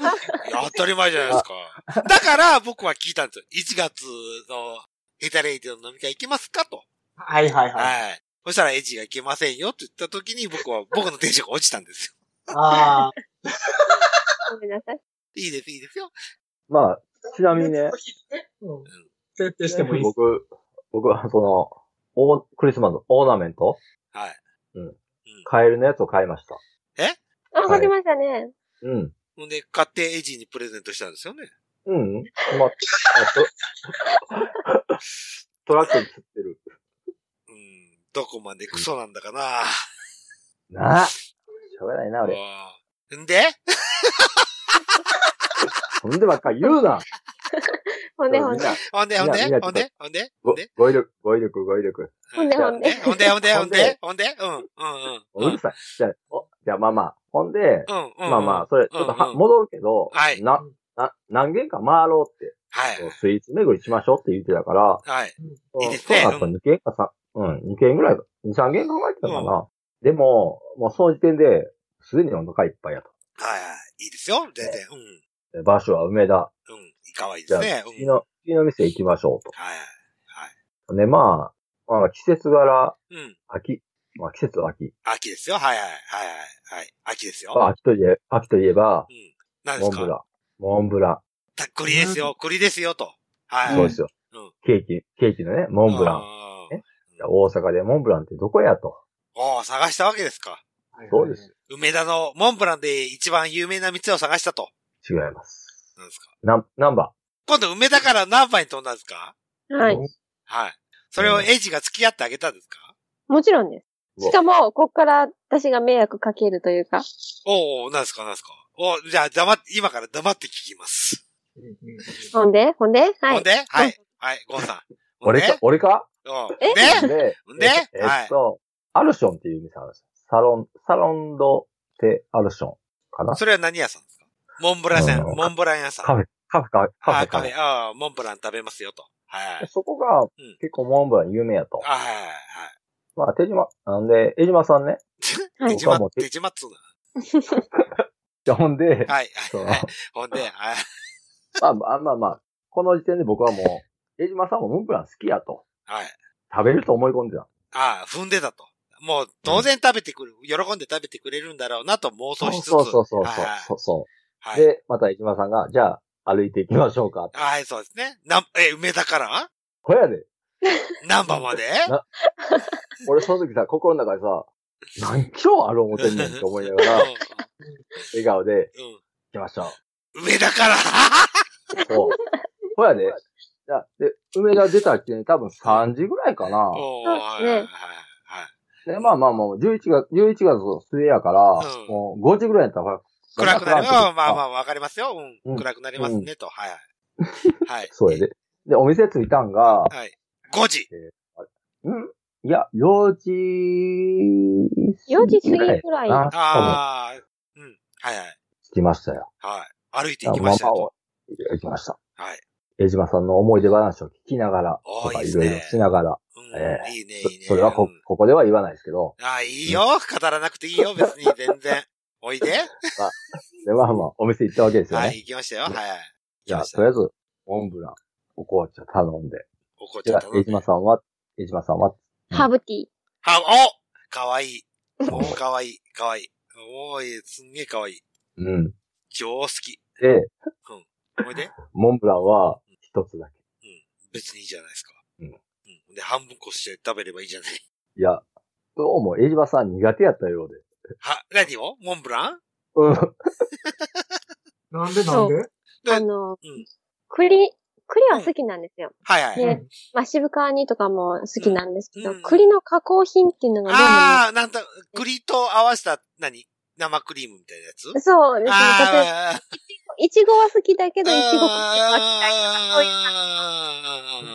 S1: 当たり前じゃないですか。だから、僕は聞いたんですよ。1月のヘタレイディの飲み会行けますかと。
S4: はいはいはい。
S1: はい。そしたら、エッジが行けませんよって言った時に、僕は、僕のテンションが落ちたんです
S4: ああ。
S3: ごめんなさい。
S1: よ。いいです、いいですよ。
S2: まあ、ちなみにね、
S4: うん設定してもいいです。
S2: 僕、僕はその、オークリスマスのオーナメント
S1: はい。
S2: カエルのやつを買いました。
S3: あ、わかりましたね。
S2: うん。
S1: ほんで、買ってエッジにプレゼントしたんですよね。
S2: うん。まあ、あとトラックに釣ってる。
S1: うん。どこまでクソなんだかな。
S2: なあ。しょうがないな、俺。
S1: うん。んで
S2: そんでばっかり言うな。
S3: ほんでほんで。
S1: ほんで、ほん
S2: いやいや
S1: でほんでほんでほ
S2: ご
S1: んで
S2: 語彙力、語彙力、語彙力。
S1: ほんで
S3: ほんで
S1: ほんでほんでほん
S2: ほん
S1: で
S2: で
S1: ほんでうん。うん。うん。
S2: うるさい。じゃあ、おじゃあまあまあ。ほんで、
S1: うん。うん。うん
S2: まあまあ、。それ、ちょっと
S1: うん
S2: は
S1: うん
S2: 戻るけど、
S1: はい
S2: な、な、何軒か回ろうって、
S1: はい
S2: そ。うスイーツ巡りしましょうって言ってたから、
S1: はい。いいです
S2: そ
S1: ね
S2: の
S1: う
S2: 後
S1: ん
S2: 2軒かさ、うん、2軒ぐらい、2、3軒考えてたかな。でも、もうその時点で、すでにお腹いっぱいやと。
S1: はいはい。いいですよ。全然。うん。
S2: で場所は梅田。
S1: うん。かわいいです
S2: じゃあ、
S1: ね。
S2: 次
S1: うん。
S2: の、次の店行きましょう
S1: はい。
S2: と。で、まあ、まあ、季節柄、
S1: うん。
S2: 秋、まあ季節は秋。
S1: 秋ですよ。はいはい。はいはい。はい。秋ですよ。
S2: あ秋といえ、秋といえば
S1: う、ん。何で
S2: モ
S1: す
S2: ンブ
S1: か
S2: ラン。モンブラ
S1: た栗ですよ。栗ですよ、と。は
S2: ン。
S1: い。
S2: そうですよ
S1: うん。
S2: ケーキ、ケーキのね、モンブラン。
S1: ン
S2: ね大阪でモンブランってどこやと。
S1: おー探したわけですか。
S2: そうです。
S1: 梅田のモンブランで一番有名な店を探したと。
S2: 違います。
S1: なんですか。
S2: な、ナンバ
S1: 今度梅田から何番に飛んだんですか
S3: はい。
S1: はい。それをエイジが付き合ってあげたんですか
S3: もちろんです。しかも、こっから私が迷惑かけるというか。
S1: おーおー、なんですか、なんですか。おーじゃあ黙って、今から黙って聞きます。
S3: ほんでほんでは
S1: ほん
S3: い。
S1: ではい。はい、ゴンさん。
S2: ー。俺か、俺か
S1: ほんで
S3: え
S1: うん。で
S2: で、
S1: で
S2: えっと
S1: はい
S2: えっと、アルションっていう店あるんですよ。サロン、サロンドテアルションかな
S1: それは何屋さんですかモンブラン屋さん、
S2: うん
S1: モンブラン屋さん。
S2: カフェ、カフェか、カフ
S1: あカ
S2: ェか
S1: フェ、ああ、モンブラン食べますよと。はい。
S2: そこが
S1: ん
S2: 結構モンブラン有名やと。
S1: あはいはい
S2: まあ、手島、なんで、江島さんね。
S1: はい。
S3: は
S1: 手
S3: い
S1: 島
S2: 僕はも、う
S1: 手島っつうな。
S2: ほんで、
S1: はい。
S2: その
S1: はい。ほんで、はい。
S2: まあまあまあまあ、この時点で僕はもう、江島さんもモンブラン好きやと。
S1: はい。
S2: 食べると思い込んでた。
S1: ああ、踏んでたと。もう、当然食べてくる、喜んで食べてくれるんだろうなと妄想しつつ。
S2: そうそうそうそう
S1: はいはい
S2: そうそ
S1: は
S2: う。
S1: い。
S2: で、また江島さんが、じゃあ、歩いていきましょうか。
S1: はい、そうですね。なん、え、梅田から
S2: これやで。
S1: 何番まで
S2: な俺その時さ、心の中でさ、何キロある思てんねんって思い ながら、笑
S1: う
S2: 顔で、
S1: んうん
S2: 行きましょう。
S1: 梅田から
S2: そう。ほやで。いや、で、梅田出たっけね、多分3時ぐらいかな。
S1: おー、
S3: そう
S1: はい
S3: ね
S1: はいはい。
S2: で、まあまあもう11月、11月末やから、
S1: うん
S2: もう5時ぐらいやったら、
S1: 暗くなる。うんまあま
S2: あ。
S1: あ、わかりますよ。う。
S2: うんん
S1: 暗くなりますね、と。はいはい。はい。
S2: そうやで。で、お店着いたんが、
S1: はい。5時。
S2: うんいや、4時、
S3: 4時過ぎ
S2: ぐらい
S3: くらい。
S2: な、多分
S1: ああ、うん。はいはい。
S2: 着きましたよ。
S1: はい。歩いて行きましたよ
S2: まあま
S1: と。
S2: あ行きました。
S1: はい。
S2: 江島さんの思い出話を聞きながら、
S1: おー
S2: とか
S1: いいで
S2: い
S1: す
S2: ろ
S1: ね
S2: いろしながら、え
S1: うん、いいね、
S2: そ
S1: いいね。
S2: それはこ
S1: うん、
S2: ここでは言わないですけど、
S1: ああ、いいよ。語らなくていいよ。別に、全然。 おいで。
S2: で、まあまあ、お店行ったわけですよ
S1: は
S2: ね。
S1: い、行きましたよ。はい。
S2: じゃあ、と
S1: れ
S2: りあえず、モンブラン、お紅茶頼んで。
S1: おこち
S2: じ
S1: ゃ
S2: ゃ
S1: っ
S2: あ
S1: た、
S2: 江島さんは、江島さんは、
S3: ハーブティー。
S1: は、おかわい い。おーかわいい。かわいい。おー、すんげえかわいい。
S2: うん。
S1: 超好き。
S2: で、
S1: おいで。
S2: モンブランは、一つだけ。
S1: 別にいいじゃないですか。
S2: うん
S1: うん。で、半分こして食べればいいじゃない。
S2: いや、どうも、江島さん苦手やったようで。
S1: は、何をモンブラン
S2: うん。
S4: なんでなんで
S1: で
S3: あ
S1: う
S3: の
S1: ん、
S3: 栗、栗は好きなんですよ。
S1: はいはい。
S3: で、まあ、渋皮煮とかも好きなんですけど、
S1: うん
S3: 栗の加工品っていうのがどうもね
S1: ああ、なんだ、栗と合わせた、何生クリームみたいなやつ
S3: そうですね。例えば、
S1: ああ、
S3: いちごは好きだけど、いちご
S1: うん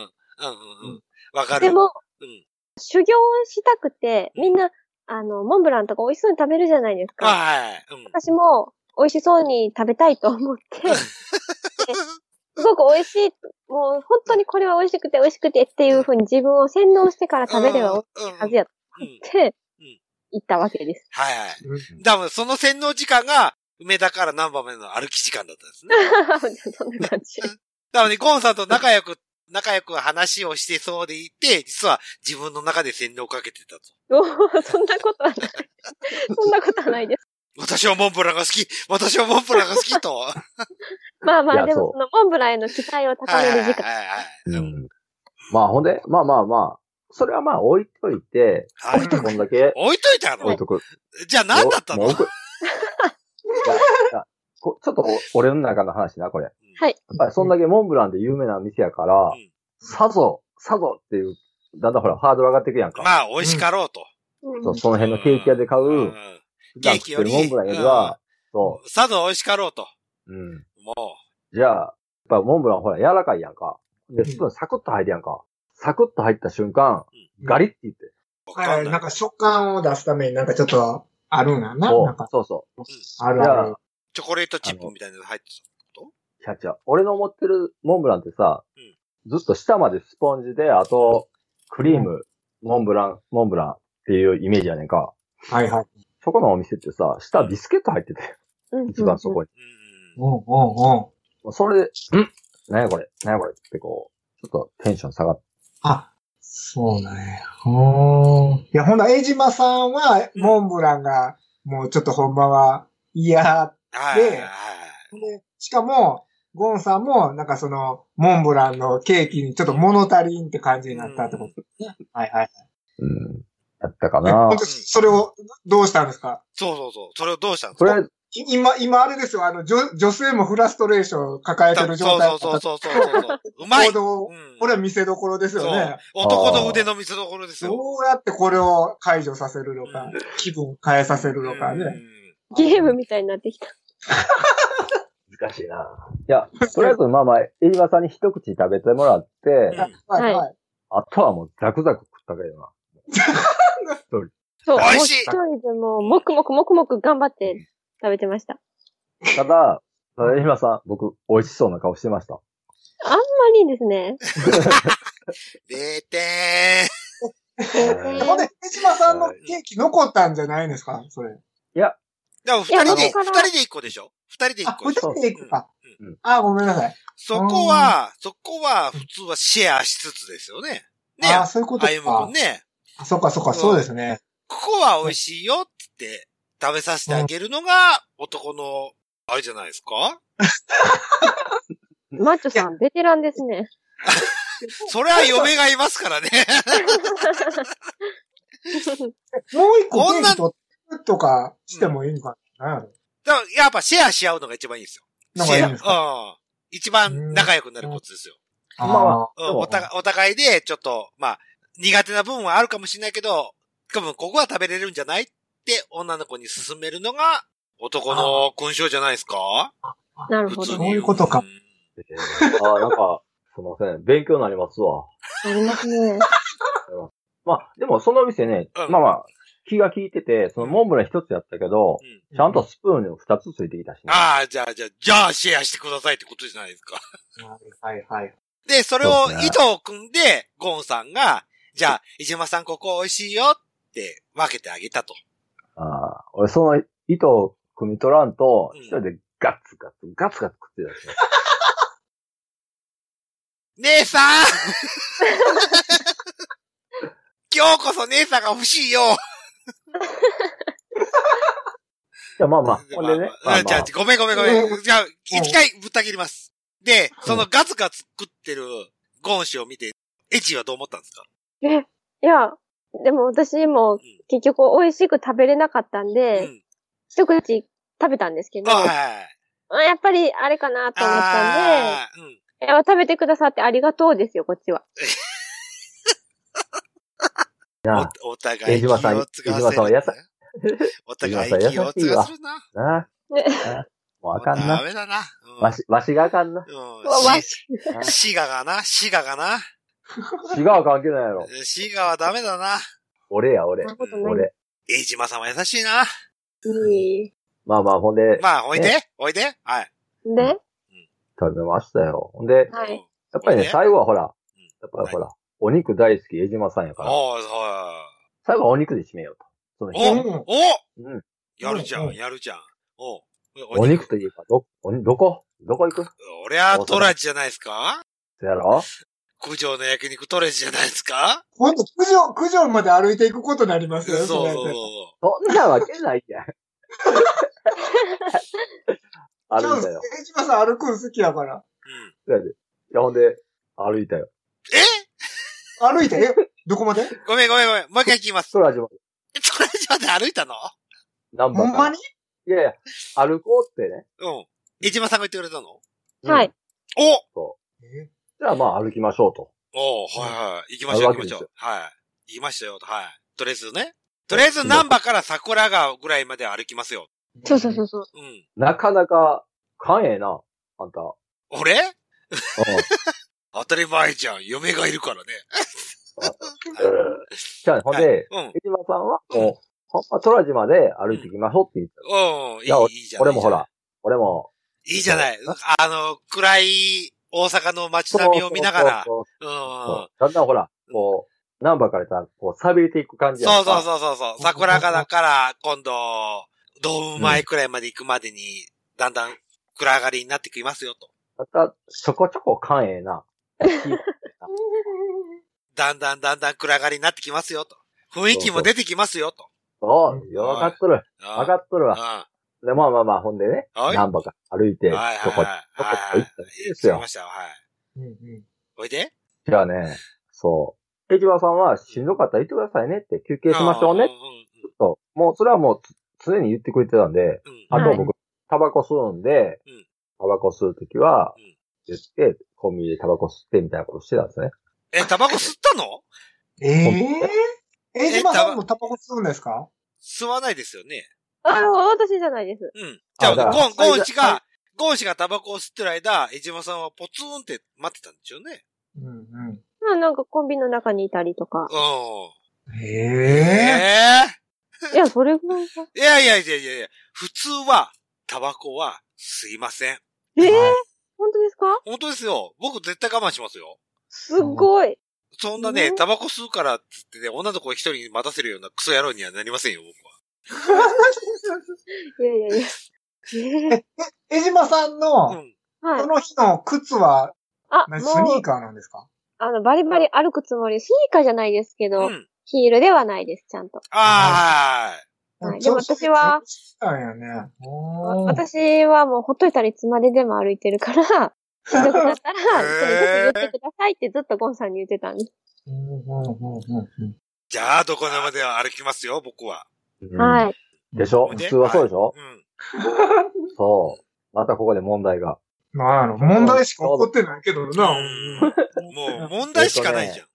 S1: うんうん。わかる。
S3: でも、
S1: うん。
S3: 修行したくて、みんな、あの、モンブランとか美味しそうに食べるじゃないですか。
S1: はい。うん。
S3: 私も、美味しそうに食べたいと 思って、ですごく美味しい、もう本当にこれは美味しくて美味しくてっていうふうに自分を洗脳してから食べれば美味しいはずやと
S1: うん。うん。
S3: 思って
S1: うん、
S3: 行ったわけです。
S1: はいはい。
S4: うん
S1: 多分、その洗脳時間が、梅田から何番目の歩き時間だったんですね。
S3: そんな感じ。
S1: なので、ゴンさんと仲良く、仲良く話をしてそうでいて、実は自分の中で洗脳をかけてたと。
S3: おーそんなことはない。そんなことはな いです。
S1: 私はモンブランが好き私はモンブランが好きと。は
S3: まあま
S2: い
S3: あ、
S2: や
S3: でも
S2: そう
S3: そのモンブランへの期待を
S1: い
S3: 高
S1: はい
S3: め
S1: は
S3: る
S1: い
S3: 時間。
S1: はい。
S2: うん。まあ、ほんで、まあまあまあ、それはまあ、置いといて、
S1: はい
S2: こんだけ、
S1: 置いといたの
S2: 置いとく。
S1: じゃあ何だったの
S2: もうもういやいやこちょっとお、俺の中の話な、これ。
S3: は
S2: や
S3: い
S2: っぱり、そんだけモンブランで有名な店やから、
S1: うん
S2: さぞ、さぞっていう、だんだんほら、ハードル上がっていくやんか。
S1: まあ、美味しかろうと。
S3: うん
S2: そうその辺のケーキ屋で買う、
S1: うん
S2: 普段食ってるモンブランよりは、そ
S1: さぞ美味しかろうと。
S2: う。うん。
S1: も
S2: じゃあ、やっぱモンブランほら柔らかいやんか。で、スプーンサクッと入るやんか。サクッと入った瞬間、ガリッて言って。
S1: う、わ
S4: は
S1: かん
S4: い、
S1: な
S4: ないん。か食感を出すためになんかちょっとあるんだな。
S2: そ
S4: な
S2: うん
S4: か
S2: そうそ
S4: あるある。
S1: チョコレートチップみたいなの入って
S2: う。キャッチャー。俺の持ってるモンブランってさ、ずっと下までスポンジで、あと、クリーム、モンブラン、モンブランっていうイメージやねんか。
S4: はいはい。
S2: そこのお店ってさ、下ビスケット入ってて、
S3: うん
S2: 一番そこに。
S1: た。
S4: うんうんうん。
S2: それで、ん何やこれ何やこれってこう、ちょっとテンション下がっ
S4: あ、そうなんや。ほーいや、ほんな、江島さんは、モンブランが、もうちょっとほんまは嫌
S1: はい。はい
S4: でで、しかも、ゴンさんも、なんかその、モンブランのケーキにちょっと物足りんって感じになったってことですね。はいはい。
S2: うん。やったか
S4: え
S2: な
S4: 本当。それをどうしたんですか
S1: そうそうそう。それをどうしたんです
S2: と
S1: か
S2: りあえず、
S4: い今、今あれですよ、あの、女女性もフラストレーションを抱えてる
S1: そ
S4: 状
S1: う
S4: 態
S1: そうそうそうそうそう。うまい、
S4: 行動を
S1: うん
S4: これは見せどころですよね。
S1: そう男の腕の見せ所ですよ。
S4: どうやってこれを解除させるのか
S1: うん、
S4: 気分を変えさせるのか
S1: う
S4: ね。
S1: ん
S3: ゲームみたいになってきた。
S2: 難しいな。い や、とりあえず、まあまあ、エリマさんに一口食べてもらって、
S4: はい
S3: は
S4: はい。
S2: あとはもうザクザク食ったけど な。
S3: そう。
S1: 美味しい
S3: もう一人でもう、もくもくもくもく頑張って食べてました。
S2: ただ、ただエリマさん、僕、美味しそうな顔してま した。
S3: あんまりで すね。
S1: 出て
S2: ー
S4: ほんで、江島さんのケーキ残ったんじゃないんですかそれ。
S1: ーん。でも二人
S3: い
S1: で、
S3: やここ
S1: 二
S3: から
S1: 人で一個でしょ二人で
S4: あ、
S1: 一個
S4: こ
S1: でしょ
S4: っちで行くか
S2: うんうん。
S4: あ、ごめんなさい。
S1: そこは、そこは普通はシェアしつつですよね。ね
S4: あ、そういうこと
S1: あゆむく
S4: か
S1: ん。ね。
S4: あ、そっかそっか、そうですね。
S1: ここは美味しいよって言って、食べさせてあげるのが男の、あれじゃないですか
S3: マッチョさん、ベテランですね。
S1: それは嫁がいますからね。
S4: もう一個ケーキ取ってとかしてもいいのかな
S1: だからやっぱシェアし合うのが一番いいですよ。
S4: なんかいいんですか
S1: うん。一番仲良くなるコツですよ。
S2: まあま
S4: あ
S1: うん
S2: でも
S1: お互いお互いで、ちょっと、まあ、苦手な部分はあるかもしれないけど、多分ここは食べれるんじゃないって女の子に勧めるのが男の勲章じゃないですか
S3: なる
S1: 普
S3: ほ
S1: 通
S3: ど。
S1: に
S3: な
S4: そういうことか。
S1: ん
S2: えーあーなんか、すみません。勉強になりますわ。
S3: りますね。
S2: まあ、でもその店ね、
S1: うん
S2: まあまあ、気が利いてて、そのモンブラン一つやったけど、
S1: うん
S2: ちゃんとスプーンにも二つついてきたしね。
S1: ああ、じゃあ、じゃあ、じゃあシェアしてくださいってことじゃないですか。
S4: あ。はいはい。
S1: で、それを
S2: そうですね
S1: 糸を組んで、ゴンさんが、じゃあ、伊島さんここ美味しいよって分けてあげたと。
S2: ああ俺その糸を汲み取らんと、
S1: うん
S2: 一人でガッツガッツ、ガツガツ食ってたしね。
S1: 姉さん 今日こそ姉さんが欲しいよ
S2: じゃあまあ まあ、ほんでね。まあまあ
S1: じゃあ、ごめんごめんごめん。じゃあ、一回ぶった切ります。で、そのガツガツ食ってるゴン氏を見て、エチはどう思ったんですか
S3: いや、でも私も結局美味しく食べれなかったん
S1: う
S3: で、
S1: ん。
S3: 一口食べたんですけど、
S1: あはいはい
S3: や
S1: はい。
S3: っぱりあれかなと思ったん
S1: あー、うん。
S3: で、いや食べてくださってありがとうですよ、こっちは。
S2: いや
S1: おお互い
S2: 江島さん江島さんは優し
S1: お互い気をつがするな。
S2: なあ、
S3: ね
S2: もうあかん
S1: ダ
S2: な。
S1: メだな。うん
S2: わし、わしがあか んな。
S1: うん
S3: わ
S1: し滋賀がな、滋賀がな。
S2: 違う関係ないやろ。
S1: 滋賀はダメだな。
S2: 俺や、俺
S3: そん。なことない。
S2: 俺。
S1: 江島さんは優しいな。
S3: いい
S2: まあまあ、ほんで、
S1: まあ、おいで、おいで。はい。
S3: で、
S2: 食べましたよ。ほんで、
S3: は
S1: う
S3: い
S1: ん。
S2: やっぱり
S1: おい
S2: ね、
S1: で
S2: 最後はほら、
S1: うん
S2: やっぱりほら、お肉大好き、江島さんやから、
S1: おーそ
S2: 最後はお肉で締めようと。その日
S1: うおお
S2: うん、
S1: やるじゃ、
S4: うんん
S1: やるじゃん。おう
S2: お肉といえば、ど、おにどこどこ行く
S1: 俺はトラジじゃないですか
S2: そやろ
S1: 九条の焼肉トラジじゃないですか
S4: ほんと、九条、九条まで歩いていくことになりま
S1: そう
S4: す
S1: そ
S4: よ。
S1: うそう
S4: れ
S1: そ
S2: そんなわけないやん。あるんだよ。
S4: 江島さん歩くの好きやから。
S1: う。うん。
S2: そやで。いや、ほんで、歩いたよ。
S1: え
S4: 歩いて、え、どこま で
S1: ごめんごめんごめん。もう一回聞きます。
S2: そらじまで。
S1: えトラジまで歩いたの
S2: 何
S4: ほ
S2: 番
S4: んま
S2: か。
S4: に
S2: いやいや、歩こうってね。
S1: うん。江島さんが言ってくれたのお
S3: はい。
S2: じゃあまあ歩きましょうと。
S1: おうはいはい。行きましょう、行きましょ
S2: あるわけです
S1: う
S2: よ。
S1: はい。行きましたよ、はい。とりあえずね。とりあえず、南波から桜川ぐらいまで歩きますよ。
S3: そうそうそうそう。
S1: うん。
S2: なかなか、かんええな、あんた。
S1: 俺
S2: うん。
S1: 当たり前じゃん。嫁がいるからね。
S2: じゃあ、ほんで、
S1: うん。
S2: 江島さんは、もう、ほんま、空島で歩いていきましょうって言ったよ
S1: うん。い
S2: いや
S1: い、いいじゃない。
S2: 俺もほら、俺も、
S1: いいじゃない。あの、暗い大阪の街並みを見ながら。
S2: そ
S1: う
S2: う
S1: ん。
S2: そうそうだんだんほら、こう、ナンバーからさ、こう、錆びれていく感じや
S1: そ
S2: んか
S1: うそうそうそうそう。桜川から今度、ドーム前くらいまで行くまでに、だんだん暗がりになってきますよと。
S2: また、ちょこちょこ勘ええな。
S1: だんだんだんだん暗がりになってきますよと。雰囲気も出てきますよと。
S2: そう、よう分かっとる。分かっとるわ。
S1: は
S2: で、まあまあまあ、ほんでね、
S1: い。はい。
S2: ナンバか歩いて、
S1: はいはいはい
S2: そこ、そこ行ったらいいです
S1: 聞き
S2: よ
S1: ま。したよ、はい。
S4: うんうん。
S1: おいで。
S2: じゃあね、そう。江島さんは、しんどかったら言ってくださいねって、休憩しましょうね
S1: ん。ん
S2: そう。もう、それはもうつ、常に言ってくれてたんで、
S1: うんうん
S2: あ
S3: は
S2: と
S3: い
S2: 僕、タバコ吸うんで
S1: うん、
S2: タバコ吸うときは
S1: うん、
S2: 言って、コンビニでタバコ吸ってみたいなことしてたんですね。
S1: え、タバコ吸ったの
S4: ええー、江島さんもタバコ吸うんですか
S1: 吸わないですよね。
S3: あの、私じゃないです。
S1: うん。じゃあ、
S2: あだから
S1: ゴン、ゴン氏
S2: は。
S1: が、ゴン氏がタバコを吸ってる間、江島さんはポツンって待ってたんでしょうね。
S4: うんう。
S3: まあなんかコンビニの中にいたりとか。
S1: うんん。
S4: ええ
S1: え
S3: いや、それぐらいは。
S1: えいやいやいやいやいや、普通は、タバコは吸いません。
S3: えー
S4: はい
S3: 本当ですか
S1: 本当ですよ。僕絶対我慢しますよ。
S3: すごい。
S1: そんなね
S3: う、ん
S1: タバコ吸うからって言ってね、女の子を一人に待たせるようなクソ野郎にはなりませんよ、僕は。
S3: いやいやいや。えー
S4: 江島さん
S1: う
S4: の、
S1: ん。
S3: はい
S4: そ。の日の靴は、
S3: あ、
S4: 何ス
S3: も
S4: ニ
S3: う
S4: ー、カーなんですか
S3: あの、バリバリ歩くつもり、スニーカーじゃないですけど、
S1: うん。
S3: ヒールではないです、ちゃんと。
S1: あーはい。
S3: はいでも私は。
S4: そうやね。おー
S3: 私はもうほっといたりつまででも歩いてるから、ひどくなったら、それぜひ言ってくださいってずっとゴンさんに言ってたんです。
S4: うんうんうんうんうん
S1: じゃあ、どこまで歩きますよ、僕は。
S3: はいい。
S2: でしょ
S1: ほい
S2: 普通はそうでしょ
S1: うん。
S2: そう。またここで問題が。
S4: なんやろ、問題しか起こってないけどな。
S1: うんもう、問題しかないじゃん。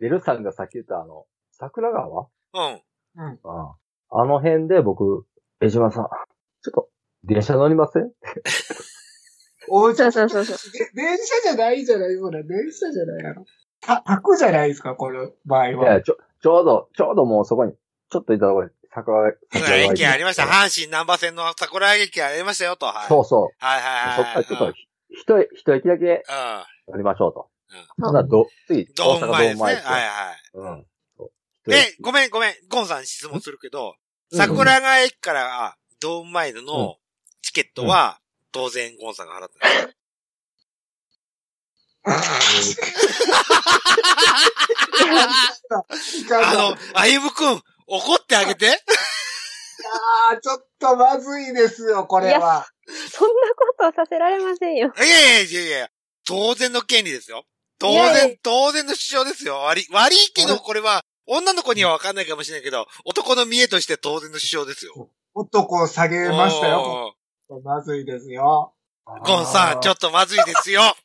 S2: ベルさんがさっき言ったあの、桜川
S1: うん。
S4: うん。
S2: うん。あの辺で僕、江島さん、ちょっと、電車乗りません
S4: おうち
S3: そうそうそうそう。
S4: で電車じゃないじゃない、それ。電車じゃないやろ。た、宅じゃないですか、この場合
S2: い
S4: は。
S2: や、ちょ、ちょうど、ちょうどもうそこに、ちょっといたところに、桜、
S1: 桜
S2: 川
S1: 駅ありました。阪神南波線の桜駅ありましたよ、と。はい。
S2: そうそう。
S1: はいはい
S2: そ
S1: は
S2: っ
S1: い
S2: か
S1: は
S2: ら
S1: い。
S2: ちょっと、ひ一駅、一駅だけ
S1: うん。
S2: 乗りましょうと。
S3: うん
S2: ほんならど、次、
S1: ドン
S2: 大阪ド
S1: マイで
S2: ー
S1: すね。
S2: ム
S1: は
S2: 前
S1: い
S2: ですよ
S1: は
S2: うん。そう
S1: い。で、ごめんごめん、ゴンさんに質問するけど、桜川駅からドームマイルのチケットは、当然ゴンさんが払ったんですよ。あ
S4: あ
S1: の、あゆむくん、怒ってあげ て。
S4: あーちょっとまずいですよ、これは。
S3: そんなことはさせられませんよ。
S1: いやいやいやいやいや当然の権利ですよ。当
S3: いやいや
S1: 然、当然の主張ですよ。悪い、悪いけど、これは、女の子には分かんないかもしれないけど、男の見栄として当然の主張ですよ。
S4: 男を下げましたよ。
S1: おー
S4: まずいですよ。
S1: ゴンさん、ちょっとまずいです よ。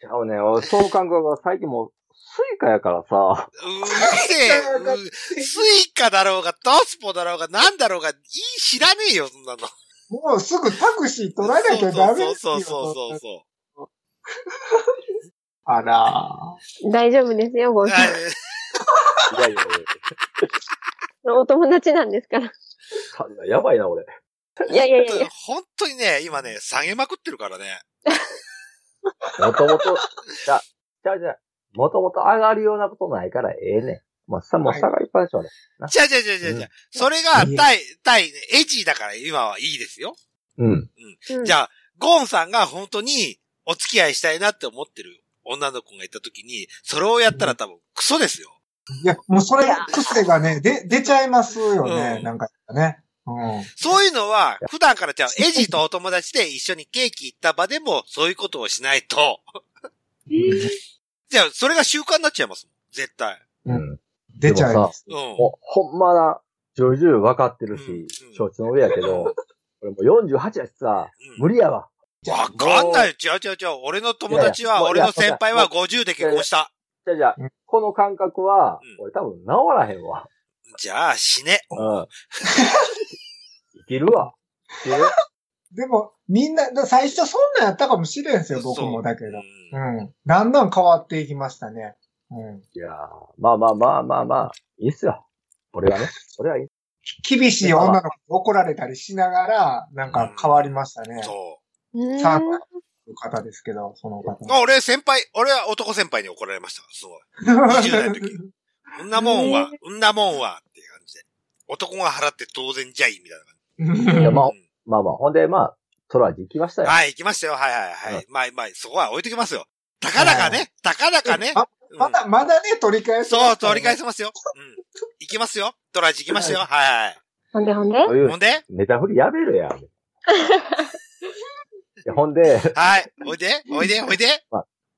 S2: ちゃうね。俺、そう感覚が最近もう、スイカやから さ、
S1: うるせえ。うスイカだろうが、トスポだろうが、なんだろうが、いい知らねえよ、そんなの。
S4: もうすぐタクシー取らなきゃダメです
S1: そ
S4: よ
S1: う。そうそうそう
S4: あら
S3: 大丈夫ですよ、ゴ
S1: そう。
S3: ンさん。
S2: いやいやい
S3: お友達なんですから。
S2: や、やばいな、俺。
S1: い
S3: いやいやいやいや
S1: 本当にね、今ね、下げまくってるからね。
S2: もともと、じゃ、じゃじゃ、もともと上がるようなことないからええねん。まあ、さ、もう下がりっぱなしはね。
S1: じゃじゃじゃじゃじゃそれが、対、対、エジーだから今はいいですよ。
S2: うん。
S3: うん
S1: じゃあ、ゴンさんが本当にお付き合いしたいなって思ってる女の子がいた時に、それをやったら多分クソですよ。
S4: いや、もうそれ、癖がね、で、出ちゃいますよね、
S1: うん
S4: なんかね。うん。
S1: そういうのは、普段からじゃあ、エジーとお友達で一緒にケーキ行った場でも、そういうことをしないと。 じゃあ、それが習慣になっちゃいますもん。絶対。
S2: うん。
S4: 出ちゃいます。
S1: うん。
S2: もう、ほんまな、重々分かってるし
S1: うん、
S2: 承知の上やけど、俺もう48やしさ、無理やわ。
S1: うんわかんないよ。違う違う違う。俺の友達
S2: いやい
S1: は、
S2: や
S1: 俺の先輩は50で結婚した。
S2: じゃじゃ
S4: うん、
S2: この感覚は
S1: うん、
S2: 俺多分治らへんわ。
S1: じゃあ、死ね。
S2: うん。いけるわ。いける
S4: でも、みんな、だ最初そんなんやったかもしれんすよ、僕もだけ
S1: う
S4: ど。
S1: ん
S4: うん。だんだん変わっていきましたね。うん。
S2: いやーまあまあまあまあまあ、いいっすよ。俺はね、俺はいい。
S4: 厳しい女の子に怒られたりしながら、なんか変わりましたね。
S1: そう
S3: ーん
S4: サークルの方ですけど、その方。
S1: う。あ俺、先輩、俺は男先輩に怒られました。すごい。20代の 時。んなもんは、んなもんは、っていう感じで。男が払って当然じゃい、みたいな感
S2: いや、まあ
S1: じ。、うん
S2: まあまあ、ほんで、まあ、トラジ行きましたよ。
S1: はい、行きましたよ。はいはいは
S2: う
S1: い。まあまあ、そこは置いときますよ。たかだかね、たかだかね。
S4: あ
S1: うん
S4: まだ、まだね、取り返す。
S1: そう、取り返
S4: す。
S1: せますよ。うん。行きますよ。ドラジ行きましたよ。は
S3: ほんでほんで
S2: そうい
S1: い。
S2: う
S1: ほんで
S2: ネタ振りやめろや。いやほんで、
S1: はい。おいでおいでおいで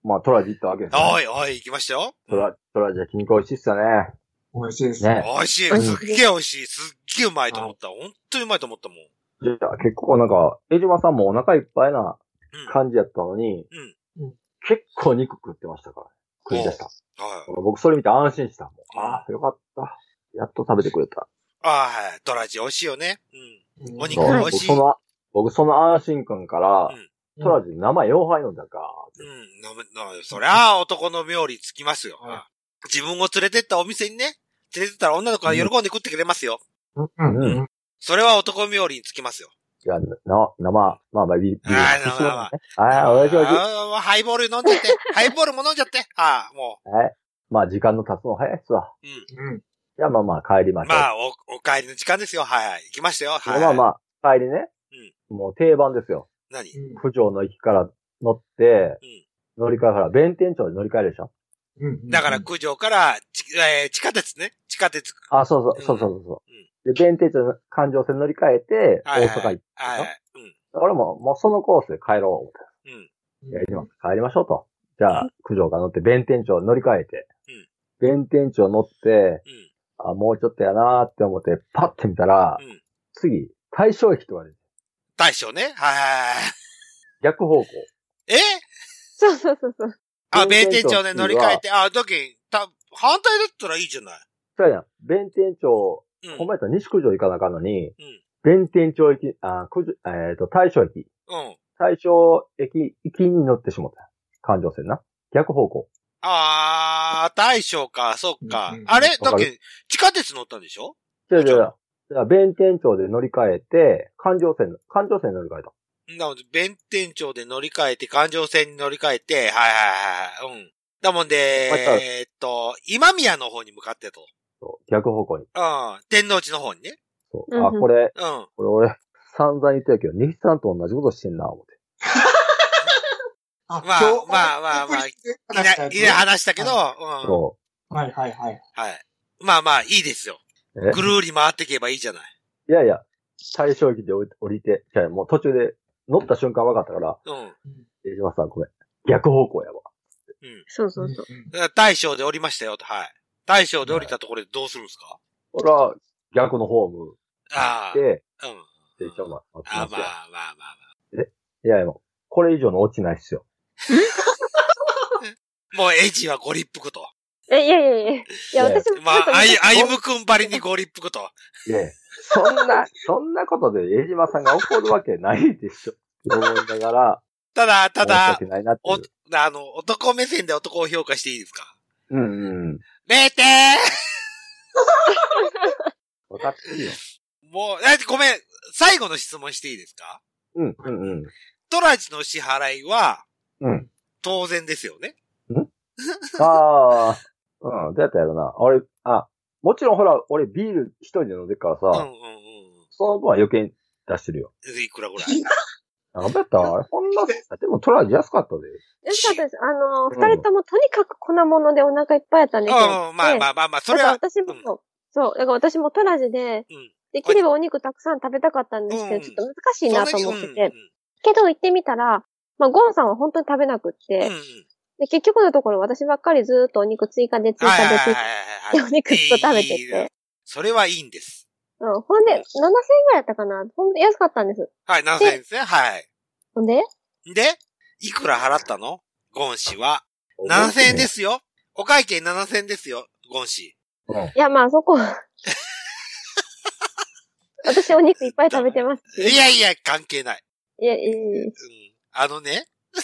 S2: まあ、トラジ行ったわけです、ね。
S1: おいおい、行きましたよ。
S2: トラ、トラジは君が美味しいっすよね。
S4: 美味しいです。
S2: ね。
S1: 美味しい。
S3: 美味
S1: す
S3: し
S1: っ
S3: い
S1: げえ美味しい。すっげえうまいと思った。本当にうまいと思ったもん。
S2: じゃあ結構なんか、江島さんもお腹いっぱいな
S1: うん。
S2: 感じやったのに、
S4: うんうん
S2: 結構肉食ってましたから、食い出した。
S1: はい。
S2: 僕それ見て安心したもん。
S1: うん
S2: ああ、よかった。やっと食べてくれた。
S1: ああ、はい。ドラジ美味しいよね。うん。お肉
S2: そう
S1: 美
S2: 僕
S1: 味しい。
S2: その、僕その安心感から、
S1: うん
S2: とらず生4杯飲んだか。
S1: うん、飲む、飲むそりゃあ男の妙理つきますよ。
S4: は
S1: 自分を連れてったお店にね、連れてったら女の子が喜んで食ってくれますよ。
S4: うんうん
S2: うん
S4: うん。
S1: それは男妙理につきますよ。
S2: いや、な、生、まあまあ、ビビビビ。
S1: あー
S2: 一緒
S1: まあまあ
S2: ねああ、おやじおやじ。
S1: ああハイボール飲んじゃって、 ハイボールも飲んじゃって、ああ、も
S2: はい。まあ、時間の経つの早いっすわ。
S4: うん。
S2: いや、まあまあ、帰り
S1: う。
S2: ましょう。
S1: まあ、お、お帰りの時間ですよ。はいはい。行きましたよ。はい。
S2: まあまあ、帰りね。もう定番ですよ。
S1: 何
S2: 九条の駅から乗って、
S1: うん
S2: 乗り換えから、弁天町で乗り換えるでしょ
S4: うん
S1: だから、九条から、ちえー地下鉄ね。地下鉄。
S2: あ、そう
S1: うん
S2: そう、そうそうそう。で、弁天町の環状線乗り換えて、
S1: はいは
S2: 大
S1: い
S2: 阪行って。
S1: はいはい。うん。
S2: 俺も、もうそのコースで帰ろう思っ
S1: う
S2: て。
S1: ん。
S2: いや、今、帰りましょうと。じゃあ、九条から乗って、弁天町乗り換えて
S1: うん、
S2: 弁天町乗って、
S1: うん。
S2: あ、もうちょっとやなーって思って、パッて見たら、
S1: うん
S2: 次、大正駅とかで、
S1: 大将ね。はいはいはい。
S2: 逆方向。
S1: え
S3: そうそうそうそう。
S1: あ、弁天
S2: 弁天町
S1: 町ね、乗り換えて。あ、だけどた、反対だったらいいじゃない。
S2: そうやん。弁天町、
S1: うん。
S2: ほんまやったら西九条行かなあかんのに、
S1: うん
S2: 弁天町駅、あ、九条、えっ、と、大正駅。
S1: うん。
S2: 大正駅行きに乗ってしまった。環状線な。逆方向。
S1: あー、大将か、そっか
S4: う。ん
S1: あれだ
S2: わ
S1: っ
S2: か
S1: け
S2: る、
S1: 地下鉄乗ったんでしょ
S2: 違う違う違う。だから弁天町で乗り換えて、環状線、環状線乗り換えた。
S1: なので、弁天町で乗り換えて、環状線に乗り換えて、はいはいはいはい。うん。だもんで、
S2: また
S1: えーっと、今宮の方に向かってと。
S2: そう逆方向に。
S1: うん。天王寺の方にね。
S2: そう。
S3: うん
S2: あ、
S3: うん
S2: これ、
S1: うん。
S2: これ俺、散々言ってたけど、西さんと同じことしてんな、思って。
S4: あ
S1: まあ
S4: 今日
S1: まあまあまあ
S4: びっくりして
S1: い
S4: 話
S1: な、
S4: したやつ
S1: いな話したけど、うん。は
S2: そ
S4: はいはいはい。
S1: い。まあまあ、いいですよ。
S2: う。え
S1: ぐるーり回っていけばいいじゃない。
S2: いやいや、大正駅で降り降りて、じゃあもう途中で乗った瞬間分かったから、
S1: うん。
S2: 江島さんごめん。逆方向やわ。
S3: そうそうそう。
S4: ん
S1: だから大将で降りましたよと、はい。大将で降りたところでどうするんですか、
S2: 俺は逆のホーム
S1: あ
S2: で、
S1: あ、うん。
S2: 電車を待
S1: あ
S2: っ
S1: ー
S2: て
S1: ま
S2: ま
S1: あ
S2: す
S1: ま
S2: よ。
S1: あまあまあ。
S2: いやいや、もうこれ以上の落ちないっすよ。
S1: もうエイジはご立腹と。
S3: え、いやいやいやいや、
S2: ね
S3: 私もちょっと見
S1: まあ、
S3: た。
S1: あい、あいむくんばりにご立腹と。
S2: いやいやそんな、 そんなことで江島さんが怒るわけないでしょ。思いながら、
S1: ただ、た
S2: 申し
S1: だ
S2: 訳、ないなってい
S1: お
S2: う。、
S1: あの、男目線で男を評価していいですか
S2: うんうんうん。
S1: めーて
S2: 分かってるよ。
S1: ーもう、え、ごめん、最後の質問していいですか
S2: うんうんうん。
S1: トラジの支払いは、
S2: うん。
S1: 当然ですよね。
S2: ああ、うん、どうやったやろな。俺、あ、もちろんほら、俺ビール一人で飲んでるから
S1: うんうんう
S2: さ、
S1: ん
S2: その分は余計に出してるよ。
S1: うん。いくらぐらい
S2: なんだ ったあれ、こんな、でもトラジ安かったで。
S3: よかったです。あの、
S2: うん。
S3: 二人ともとにかく粉物でお腹いっぱいやったんですよ。
S1: うん、まあまあまあまあ、それは、
S3: だから私も、
S1: うん
S3: そう、だから私もトラジで、
S1: うん
S3: できればお肉たくさん食べたかったんですけど、
S1: うん
S3: ちょっと難しいなと思ってて。
S1: そんなに
S3: けど行ってみたら、まあ、ゴンさんは本当に食べなくっ
S1: うん
S3: て、
S1: うんうん
S3: で結局のところ私ばっかりずーっとお肉追加で追加
S1: はいはい
S3: で
S1: はいはいはい。
S3: 追加でお肉ずっと食べて
S1: いいな
S3: て。
S1: それはいいんです。
S3: うん、ほんで、7000円ぐらいやったかなほんで安かったんです。
S1: はい、7000円ですね。はい。
S3: ほんで
S1: で、いくら払ったのゴン氏は。7000円ですすよ。お会計7000円ですよ、ゴン氏。
S3: いや、まあ そこは。私お肉いっぱい食べてます
S1: いやいや、関係ない。
S3: いや、いやいや
S1: うん。あのね、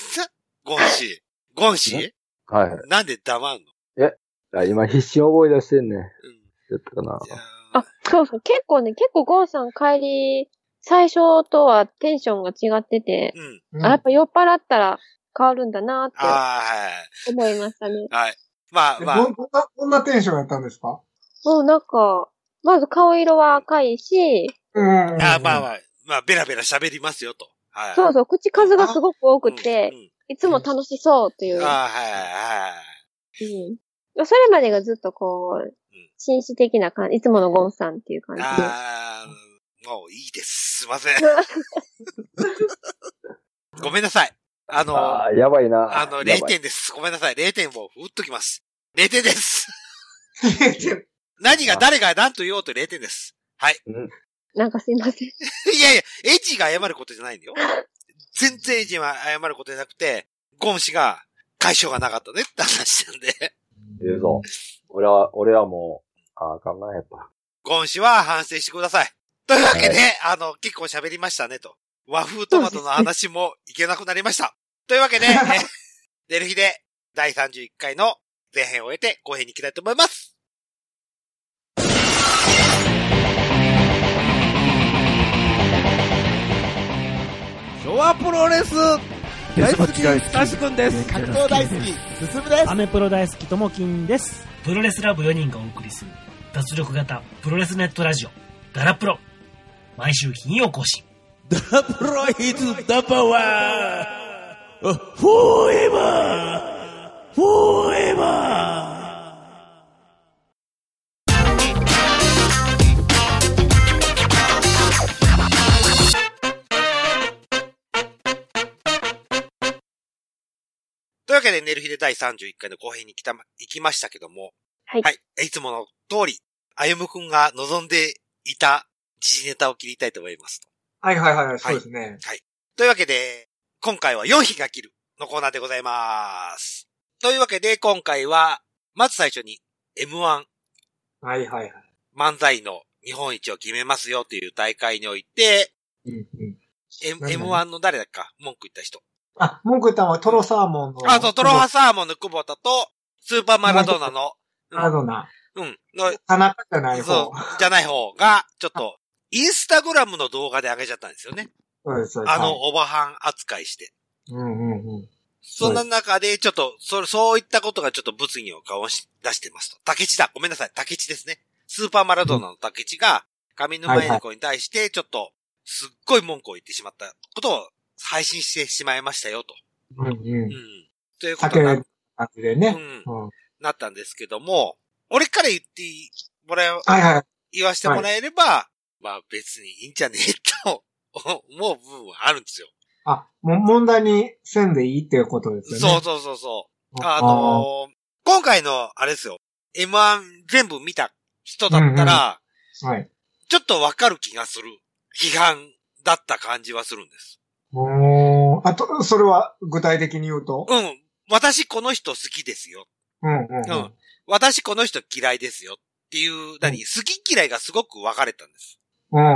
S1: ゴン氏。ゴン氏
S2: はいはい
S1: なんで黙んの
S2: あ。今必死に覚え出してんね。
S1: うん。
S2: やったかな。
S1: じゃ
S3: あ、そうそう。結構ね、結構ゴンさん帰り、最初とはテンションが違ってて、
S1: うん。
S4: うん
S3: あ、やっぱ酔っ払ったら変わるんだな
S1: あ
S3: っ
S1: はい
S3: て思いましたね。
S1: はい。はい。まあまあ
S4: ど、どんな、どんなテンションやったんですか
S3: もうなんか、まず顔色は赤いし、
S4: うんうんうん。
S1: あまあまあ、まあ、ベラベラ喋りますよと。はい。
S3: そうそう、口数がすごく多くて
S1: う、ん
S3: いつも楽しそうという。うん。
S1: ああ、はいはいはい。
S3: まあそれまでがずっとこう、紳士的な感じ、いつものゴンさんっていう感じで。
S1: あー、もういいです。すいま せん。ごめんなさい。あの、
S2: あ
S1: あ
S2: ーやばいな。
S1: の、
S2: や
S1: 0
S2: ばい
S1: 点です。ごめんなさい。0点を打っときます。0点です。
S4: で
S1: 何が誰が何と言おうと0点です。はい。
S3: なんかすいません。
S1: いやいや、エイジが謝ることじゃないんだよ。全然エイジは謝ることじゃなくて、ゴン氏が解消がなかったねって話なんで。
S2: 言うぞ。俺は、俺はもう、ああ、考えやっぱ。
S1: ゴン氏は反省してください。というわけで、あの、結構喋りましたねと。和風トマトの話もいけなくなりました。というわけで、えデルフィで第31回の前編を終えて後編に行きたいと思います。
S8: 昭和プロレス大好き、
S9: 大好き
S8: たしくんです。
S9: 格闘大好き、進むです
S7: ア。メプロ大好きともきんです。プロレスラブ4人がお送りする、脱力型プロレスネットラジオ、ダラプロ。毎週金曜更新。
S8: ダブロイズダバワーフォーエバーフォーエバ
S1: というわけで、ネルフィで第31回の後編に来たま、行きましたけども、
S3: はい
S1: はい。いつもの通り、歩夢くんが望んでいた時事ネタを切りたいと思います。
S4: はいはいはい、そうですね。
S1: というわけで、今回は4匹が切るのコーナーでございます。というわけで、今回は、まず最初に M1
S4: はいはいはい。
S1: 漫才の日本一を決めますよという大会において、
S4: うんうん、
S1: M-
S4: なんだ
S1: M1 の誰だっけか文句言った人。
S4: あ、文句言ったのはトロサーモンの。
S1: あと、トロハサーモンの久保田と、スーパーマラドーナの、
S4: アドナ。
S1: うん、の、
S4: 田中じゃない
S1: そ
S4: 方。
S1: う、じゃない方が、ちょっと、インスタグラムの動画で上げちゃったんですよね。
S4: そうです、そうです。
S1: あの、、オバハン扱いして。
S4: うんうんうん。
S1: そんな中で、ちょっと、そ、そういったことがちょっと物議を顔し出してますと。竹地だ。ごめんなさい。竹地ですね。スーパーマラドーナの竹地が、上沼恵美子に対して、ちょっと、すっごい文句を言ってしまったことを配信してしまいましたよ、と。
S4: うんう。
S1: うんん。というこ
S4: 避
S1: と
S4: け
S1: にな
S4: る感じでね。
S1: うん
S4: うん。
S1: なったんですけども、俺から言っていもらえ、
S4: はいはい。
S1: 言わせてもらえれば、まあ別にいいんじゃねえと 思う部分はあるんですよ。
S4: あ、も、問題にせんでいいっていうことですよね。
S1: そうそうそうそう。あのー今回の、あれですよ、M1 全部見た人だったら、
S4: あーはい。
S1: ちょっとわかる気がする。批判だった感じはするんです。
S4: おーあと、それは具体的に言うと
S1: うん。私この人好きですよ。
S4: うんうんうん。
S1: うん私この人嫌いですよ。っていう、何好き嫌いがすごく分かれたんです。
S4: うんう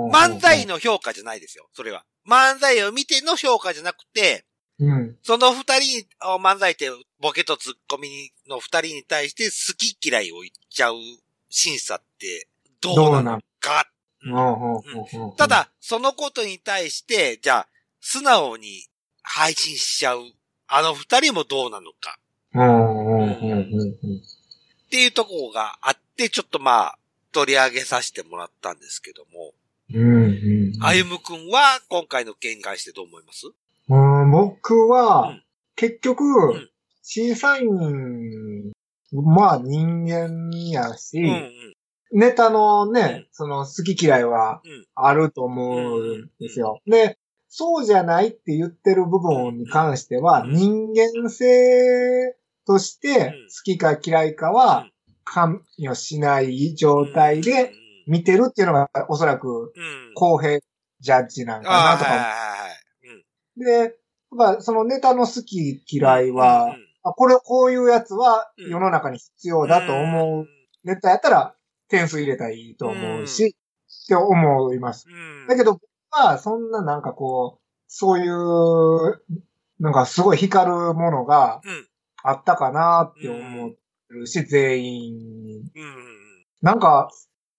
S4: んうん。
S1: 漫才の評価じゃないですよ、それは。漫才を見ての評価じゃなくて、
S4: うん。
S1: その二人、あ漫才ってボケとツッコミの二人に対して好き嫌いを言っちゃう審査ってどうなのか。
S4: うんうんうんうん。
S1: た、だ、そのことに対して、じゃあ、素直に配信しちゃう、あの二人もどうなのか。
S4: うんうんうんうんうん。
S1: っていうところがあって、ちょっとまあ、取り上げさせてもらったんですけども、
S4: うんうんうん。
S1: あゆむくんは今回の件に関してどう思います
S4: うん、僕
S1: う
S4: は
S1: ん、
S4: 結局
S1: ん、
S4: 審査員、まあ人間や
S1: う
S4: し、
S1: んうん。
S4: ネタのね、
S1: うん
S4: その好き嫌いは
S1: うん
S4: あると思うんですよ。で、そうじゃないって言ってる部分に関しては、
S1: うん
S4: 人間性とし
S1: うん
S4: て好きか嫌いかは関与しない状態で、見てるっていうのがおそらく
S1: うん。
S4: 公平ジャッジなんか
S1: あ
S4: な
S1: あ、
S4: と
S1: はいはい
S4: か。
S1: はいはい。
S4: で、やっぱそのネタの好き嫌い
S1: うんう
S4: は
S1: ん、
S4: あこれ、こういうやつは
S1: うん
S4: 世の中に必要だと思うネタやったら点数入れたらいいと思うし、
S1: う
S4: って思います。
S1: うん。
S4: だけど僕はそんななんかこう、そういう、なんかすごい光るものが
S1: うん
S4: あったかなって思ってるし、全員に。
S1: うんうんうん。
S4: なんか、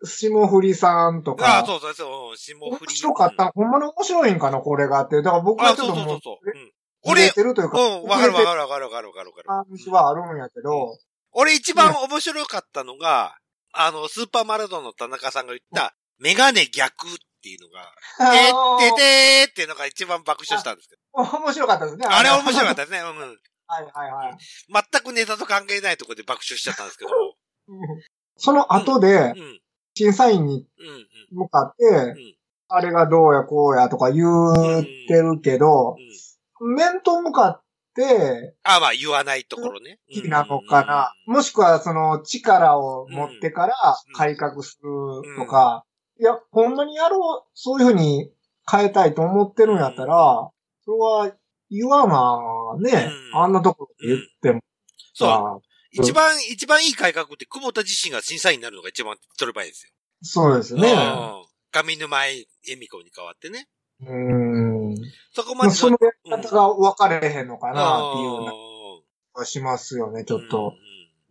S4: 霜降りさんと
S1: ああ、
S4: か、
S1: そうそうそう。霜降
S4: 面
S1: り。
S4: 白かった。ほんまに面白いんかな、これがって。だから僕
S1: あ
S4: は
S1: あ、
S4: ちょ
S1: そう
S4: っと
S1: そうそ
S4: も
S1: う
S4: う、
S1: そう。うん
S4: 触れてるというか、
S1: うん、わかるわかるわ
S4: 触
S1: かるわかるわかるわか
S4: れてる感
S1: る。
S4: じはあるんやけど、
S1: 俺一番面白かったのが、あの、スーパーマラドンの田中さんが言った、メガネ逆っっていうのが、てっててーっていうのが一番爆笑したんですけど。
S4: 面白かったですね。
S1: あれ面白かったですね。うんうん。
S4: はいはいはい。
S1: 全くネタと関係ないところで爆笑しちゃったんですけ ど。
S4: うんその後で
S1: う、ん。
S4: 審査員に
S1: うん。うん。
S4: 向かっ
S1: う
S4: て、
S1: ん。
S4: あれがどうやこうやとか言ってるけど、
S1: うん。
S4: 面と向かって、
S1: あ、まあ言わないところね。
S4: なのかな。もしくは、その、力を持ってから
S1: うん
S4: 改革するとか、いや、ほんまにやろう、そういうふうに変えたいと思ってるんやったら、それは言わな、ね、
S1: うん
S4: あんなところで言っても
S1: そう。
S4: さ、
S1: 一番、一番いい改革って、久保田自身が審査員になるのが一番取ればいいんです
S4: そうです
S1: よ。
S4: ね。
S1: うん。上沼恵美子に代わってね。
S4: うん。
S1: そこま
S4: ま
S1: で
S4: あ、そのやり
S1: うん
S4: 方が分かれへんのかなっていうような気
S1: うん
S4: がしますよね、ちょっと。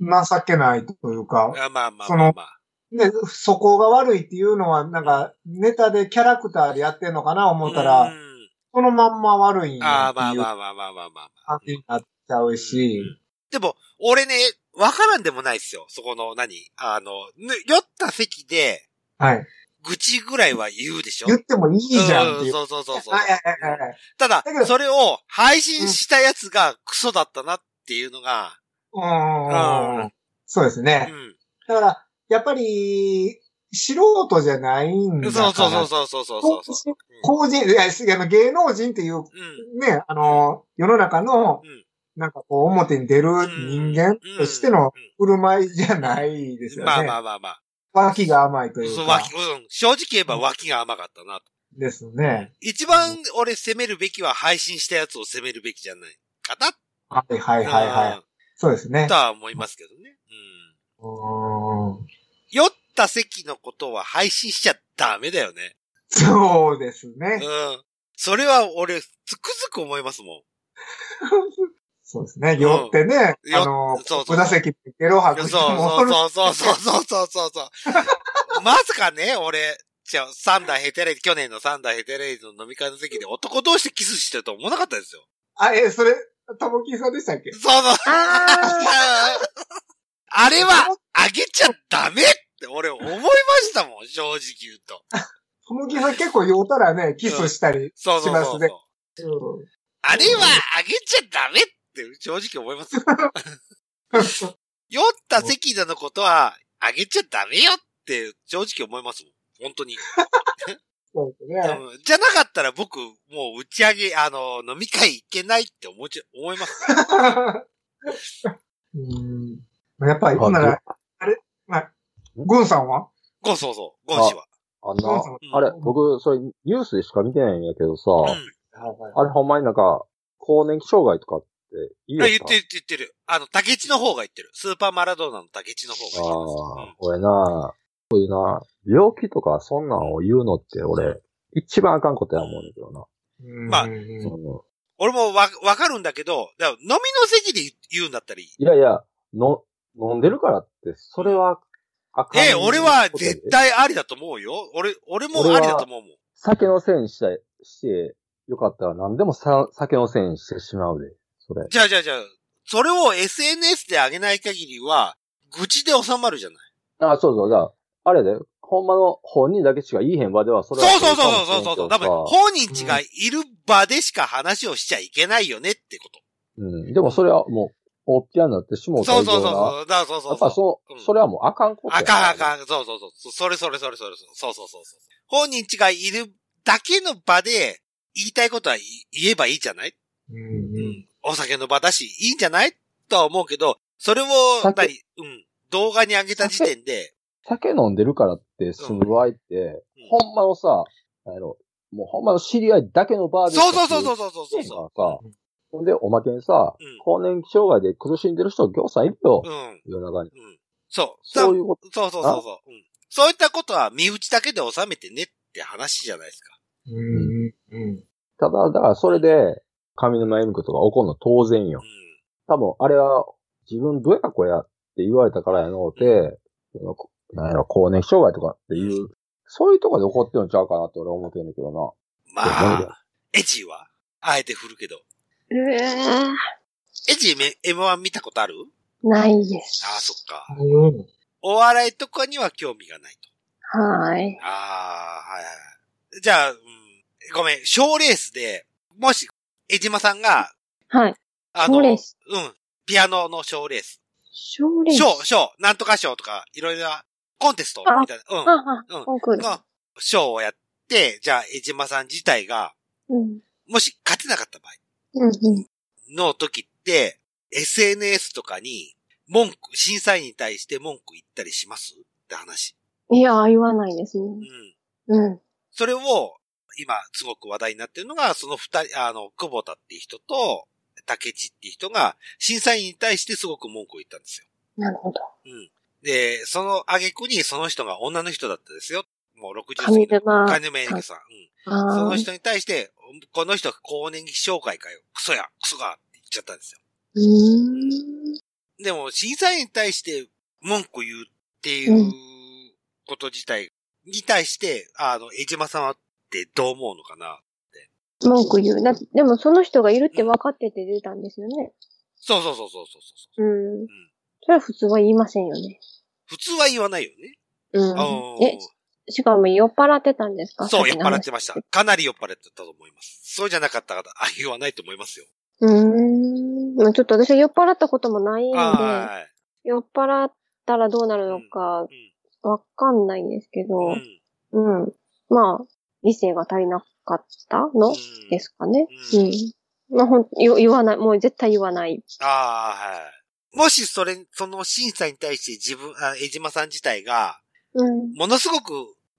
S1: う
S4: 情けないというんか
S1: うん。あまあまあ
S4: そ
S1: まあ
S4: の
S1: まあ。
S4: ね、そこが悪いっていうのは、なんか、ネタでキャラクターでやってんのかな思ったら、
S1: うん
S4: そのまんま悪いん
S1: あ
S4: や
S1: あ、
S4: って
S1: まあ
S4: いう
S1: まあまあまあまあまあまあ
S4: 感。じになっちゃうし、
S1: うんでも、俺ね、わからんでもないっすよ。そこの、何あの、ぬ酔った席で、
S4: はい。
S1: 愚痴ぐらいは言うでしょ
S4: 言ってもいいじゃんって
S1: う
S4: いう。
S1: そうそうそうそう。
S4: はいはいはいはい。
S1: ただ
S4: だけ、ど
S1: それを配信したやつがクソだったなっていうのが、
S4: うんうんうん。そうです
S1: う
S4: ね。
S1: ん。
S4: だから、やっぱり、素人じゃないんだから
S1: そうそうそうそうそうそうそうそう。
S4: 個人、いや、すあの芸能人ってい
S1: う
S4: う、
S1: ん。うん
S4: ね、あの、世の中の
S1: うん、
S4: なんかこう、表に出る人間としての振る舞いじゃないですよね。
S1: まあまあまあまあ。
S4: 脇が甘いという
S1: そう
S4: か
S1: 脇、。うん。正直言えば脇が甘かったな。
S4: ですね。
S1: 一番俺責めるべきは配信したやつを責めるべきじゃないかな
S4: はいはいはいはい。そうですね
S1: と。は思いますけどね。うん。
S4: うーん
S1: 酔った席のことは配信しちゃダメだよね。
S4: そうです
S1: う
S4: ね。
S1: ん。それは俺、つくづく思いますもん。
S4: そうですね。酔ってね
S1: う、ん
S4: あの
S1: 酔っそう、そう
S4: 小座席でゲロ吐
S1: そ
S4: く
S1: う
S4: 人もおる。
S1: そうそうそうそうそうそう そう。まさかね、俺、じゃあサンダーヘテレイ、去年のサンダーヘテレイの飲み会の席で男同士でキスしてると思わなかったですよ。
S4: あ、え、それ、ともきさんでしたっけ
S1: そうそう。
S3: あ
S1: あれは、あげちゃダメって俺思いましたもん、正直言うと。
S4: ともきさん結構酔ったらね、キスしたり。
S1: そうそう
S4: しま
S1: そ
S4: す
S1: うそう
S4: ね。うん
S1: あれはあげちゃダメって正直思います。酔った席なのことはあげちゃダメよって正直思いますもん。本当に。
S4: そうですね。
S1: うんじゃなかったら僕、もう打ち上げ、あの、飲み会行けないって思っちゃ、思います。
S4: うんやっぱり、ほんなら、あれまあ、ゴンさんは
S1: ゴン、そうそう。ゴン氏は。
S2: あん
S4: ゴン
S2: な
S4: さんは
S2: あれ、僕、それ、ニュースでしか見てないんやけどさ、
S1: う
S4: はいはい
S2: あれほんまになんか、更年期障害とかって言
S1: ん。
S2: うよ
S1: 言ってる言ってる。あの、竹内の方が言ってる。スーパーマラドーナの竹内の方
S2: あ
S1: が言っ
S2: あ、俺な、そういうな、病気とかそんなんを言うのって俺、一番あかんことや思うんだけどな。
S1: まあ
S4: うんうんうん
S2: うん
S1: 俺もわ、わかるんだけど、だから飲みの席で言う言うんだったらいい。
S2: いやいや、の、飲んでるからって、それは、あかん。
S1: え、俺は絶。対ありだと思うよ。俺、俺もありだと思うもん。
S2: 酒のせいにしたい、して、よかったら何でもさ酒のせいにしてしまうで、それ。
S1: じゃあじゃあじゃあ、それを SNS で上げない限りは、愚痴で収まるじゃない。
S2: あ、そうそう、じゃあ、あれで、ほんまの本人だけしか言いへん場では、そ
S1: そう
S2: れ
S1: そ
S2: は
S1: うそうそうそうそう。多
S2: かも
S1: 分、
S2: しれんけどさ
S1: 本人がいる場でしか話をしちゃいけないよねってこと。
S2: うん。でもそれはもう、大っぴらになってしもうた以
S1: そうそ
S2: 上
S1: うそう
S2: な。
S1: そう。だからそう
S2: や
S1: そう
S2: っぱ
S1: そう。
S2: そうう、
S1: ん
S2: それはもうあかんことや
S1: あかんあ
S2: ん。
S1: かん。そうそうそう。それそれそれそれそれ。そうそうそうそう。本人ちがいるだけの場で言いたいことはい言えばいいじゃない
S4: うんうん
S1: お酒の場だし、いいんじゃないとは思うけど、それを、
S2: 酒
S1: 何うん。動画に上げた時点で、
S2: 酒飲んでるからって済む場合って、
S1: うん
S2: ほんまのさ、なんやろ、もうほんまの知り合いだけのバーで。
S1: そうそうそうそうそうそう
S2: そ
S1: そうう
S2: そ
S1: そう
S2: さ、ほんで、おまけにさ、
S1: うん
S2: 更年期障害で苦しんでる人、ぎょうさんいるよ
S1: う。、うん。
S2: 世の中に。
S1: うん。そう。
S2: そういうこと。
S1: そうそうそうそう、うん。そういったことは身内だけで収めてねって話じゃないですか。
S4: うんうん
S2: ただ、だからそれで、上沼恵美子とか怒るの当然よ
S1: う。ん。
S2: 多分、あれは、自分どうやこやって言われたからやのうて、そのこなんやろ、更年期障害とかっていう、そういうとこで怒ってるんちゃうかなって俺は思ってるんだけどな。
S1: ま
S2: そうなん
S1: あ、エジーはあえて振るけど。
S3: ーうーん
S1: エジーめ M1 見たことある
S3: ないです。
S1: ああ、そっか。
S4: うん。
S1: お笑いとかには興味がないと。
S3: はーい。
S1: ああ、はいはいはい。じゃあ、うんごめん、賞レースで、もし、江島さんが、
S3: はい。
S1: あ
S3: 賞
S1: の、う
S3: レー
S1: ん
S3: ス、
S1: ピアノの賞レース。
S3: 賞レース。
S1: 賞、賞、なんとか賞とか、いろいろなコンテストみたいな、うん。
S3: あ
S1: うん
S3: あ、コンクール。
S1: の賞をやって、じゃあ、江島さん自体が、
S3: うん。
S1: もし勝てなかった場合
S3: うんうん。
S1: の時って、SNS とかに、文句、審査員に対して文句言ったりしますって話。
S3: いや、言わないです
S1: う
S3: ね。
S1: ん。
S3: うん。
S1: それを、今、すごく話題になってるのが、その二人、あの、久保田っていう人と、竹地っていう人が、審査員に対してすごく文句を言ったんですよ。
S3: なるほど。
S1: うん。で、その挙句にその人が女の人だったですよ。もう60過ぎ
S3: 上
S1: の。
S3: 沼。
S1: 金目さん。うん。そ
S3: あ
S1: の
S3: あ。
S1: 人に対して、この人、高年期障害かよ。クソや、クソが、って言っちゃったんですよ。
S3: うーん。
S1: でも、審査員に対して文句言うっていうこと自体に対して、あの、江島さんはってどう思うのかな。
S3: 文句言う。だってでもその人がいるって分かってて出たんですよね。
S1: そうそうそうそうそうそうう。
S3: ん。それは普通は言いませんよね。
S1: 普通は言わないよね。
S3: うん。え、しかも酔っ払ってたんですか
S1: そう、酔っ払って
S3: た。
S1: ました。かなり酔っ払ってたと思います。そうじゃなかったら、あ、言わないと思いますよ。
S3: うーん。まあちょっと私は酔っ払ったこともないんで、
S1: は
S3: 酔っ払ったらどうなるのか
S1: い。うん
S3: わかんないんですけど、
S1: うん
S3: うん。まあ、理性が足りなかったの、
S1: うん
S3: ですかね。
S1: う
S3: うんん。まあ、ほん、言言わない。もう絶対言わない。
S1: ああ、はい。もしそれ、その審査に対して自分、あ江島さん自体が、
S3: うん。
S1: ものすごく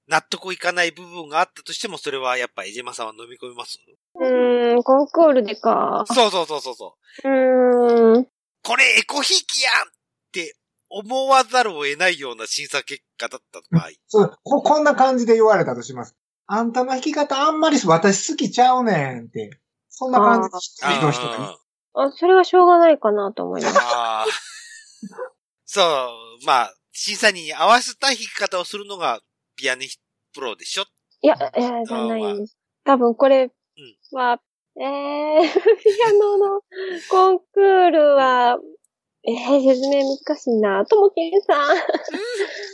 S1: 納得いかない部分があったとしても、それはやっぱ江島さんは飲み込みます
S3: うーん、コンクールでか。
S1: そうそうそうそうそう。
S3: うーん。
S1: これエコひいきやんって思わざるを得ないような審査結果だった場合。
S4: そうこ、こんな感じで言われたとします。あんたの弾き方あんまり私好きちゃうねんって。そんな感じで
S1: あ
S4: 弾いてる人がいる
S1: ー
S3: あ、それはしょうがないかなと思います。
S1: あー。そう、まあ、審査に合わせた弾き方をするのがピアニストプロでしょ
S3: いや、えー、じゃないです。多分これは、えー、 ピアノのコンクールは、えー、説明難しいな。ともけんさん。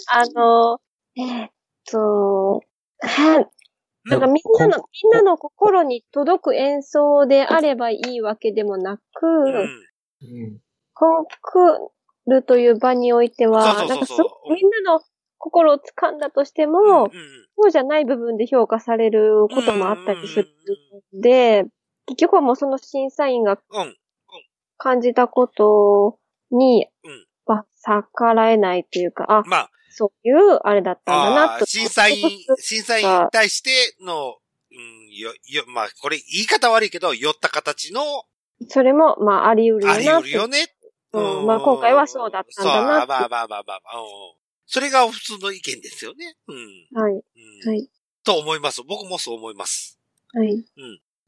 S3: あの、えーっと、は、なんかみんなの、みんなの心に届く演奏であればいいわけでもなく、
S1: うん。
S4: うん
S3: コンクールという場において
S1: そう
S3: は、
S1: そう
S3: な
S1: んそう
S3: か
S1: そう
S3: すごくみんなの心を掴んだとしても、
S1: うん
S3: そうじゃない部分で評価されることもあったりするので、結局はもうその審査員が
S1: うん。うん。
S3: 感じたことに
S1: うん、
S3: まあ逆らえないというか、あ、
S1: まあ、
S3: そういうあれだったんだ
S1: あ
S3: な
S1: あー
S3: と。
S1: 審査員、審査員に対しての、うん、よ、よ、まあ、これ言い方悪いけど、寄った形の、
S3: それも、まあ、あり得るよな
S1: あり得るよね。
S3: うんまあ今回はそうだったんだな
S1: そうまあまあまあまあまあ、うんそれが普通の意見ですよね。うん。
S3: はい、
S1: うん
S3: はい、
S1: と思います。僕もそう思います。
S3: はい。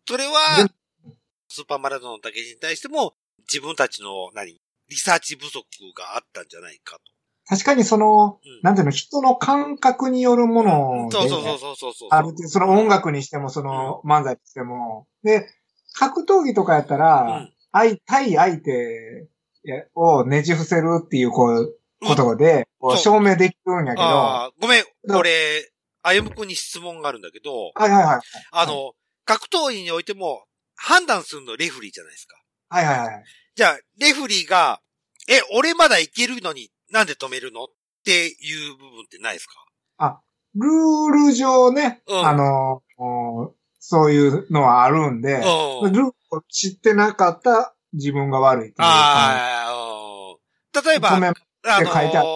S1: それ
S4: で
S1: は、スーパーマラドーンだけに対しても、自分たちの、何、リサーチ不足があったんじゃないかと。
S4: 確かにその
S1: うん、
S4: なんていうの、人の感覚によるもので
S1: そうそうそうそうそうそう。
S4: ある程度、その音楽にしても、その漫才にしても。で、格闘技とかやったら、相対相手をねじ伏せるっていう、こう、
S1: うん
S4: 言葉で、こう
S1: そう
S4: 証明できるんやけど、は
S1: あーごめん、
S4: ど
S1: 俺、あゆむくんに質問があるんだけど、
S4: いはいはい。
S1: あの、格闘技においても判断するのレフリーじゃないですか。
S4: はいはいはい。
S1: じゃあ、レフリーが、え、俺まだいけるのになんで止めるのっていう部分ってないですか
S4: ルール上ね、
S1: うん
S4: あの、おそういうのはあるんで、
S1: う
S4: ル
S1: ん。
S4: ールを知ってなかった自分が悪いっていう感
S1: ああ、うん。例え
S4: じ。ごめ
S1: ば、
S4: ん
S1: あの
S4: 書いてある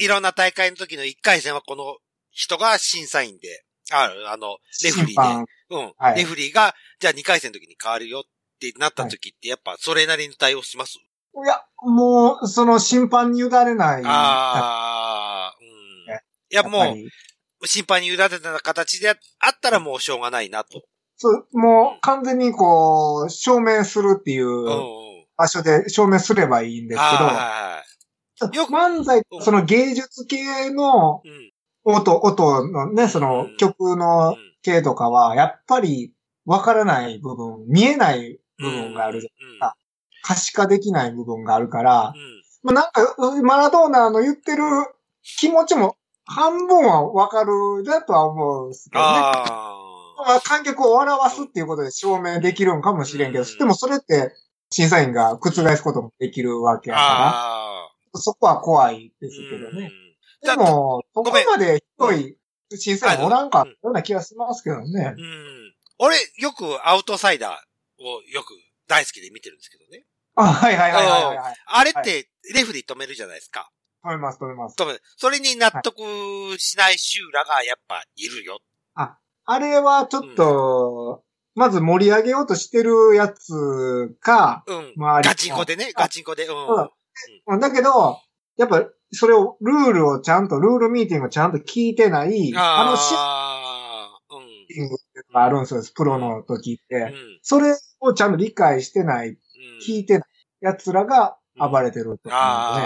S1: ーいろんな大会の時の1回戦はこの人が審査員で、あ、あの、レフリー
S4: 審
S1: で
S4: 判。
S1: うん。
S4: はい
S1: レフリーが、じゃあ2回戦の時に変わるよってなった時って、やっぱそれなりに対応します
S4: いや、もう、その審判に委ねない。
S1: ああ、うん。
S4: ね
S1: いや、
S4: やっぱ
S1: も
S4: り
S1: う、審判に委ねた形であったらもうしょうがないなと。。
S4: そう、もう完全にこう、証明するっていううん場所で証明すればいいんです
S1: は
S4: け
S1: い。よ
S4: ど、
S1: く、
S4: 漫才、その芸術系の
S1: うん。
S4: 音、音のね、その
S1: うん
S4: 曲
S1: う
S4: の
S1: ん
S4: 系とかは、やっぱりわからない部分、見えない部分があるじゃん。
S1: ゃ
S4: 可視化できない部分があるから
S1: う、ん。
S4: まあ、なんか、マラドーナの言ってる気持ちも半分はわかるだとは思うんですけどね。
S1: あ
S4: まあ、観客を笑わすっていうことで証明できるんかもしれんけ
S1: う
S4: ど、
S1: ん
S4: でもそれって審査員が覆すこともできるわけ
S1: ー。
S4: やか
S1: あ
S4: ら、そこは怖いですけ
S1: ー。
S4: どね。
S1: うん。だ
S4: でも、そ
S1: ご
S4: こ
S1: めん
S4: まで広い審査員おらんかったような気がしますけどね。
S1: うん。俺、よくアウトサイダーをよく大好きで見てるんですけどね。
S4: あ、はいはいはいはいはいはい。
S1: あれっ
S4: は
S1: て、レフリー止めるじゃないですか。
S4: 止めます止めます。
S1: 止める。それに納得しないシューラがやっぱいるよ。
S4: あれはちょっと、まず盛り上げようとしてるやつか、
S1: うん。
S4: まあ
S1: ガチンコでね、ガチンコで。うん。
S4: うんだけど、やっぱ、それを、ルールをちゃんと、ルールミーティングをちゃんと聞いてない、あのシ
S1: あーうん
S4: ミーティングっていうのがあるんですよ、プロの時って。
S1: うん。
S4: それをちゃんと理解してない、
S1: うん
S4: 聞いてない奴らが暴れてるってことだ
S1: あ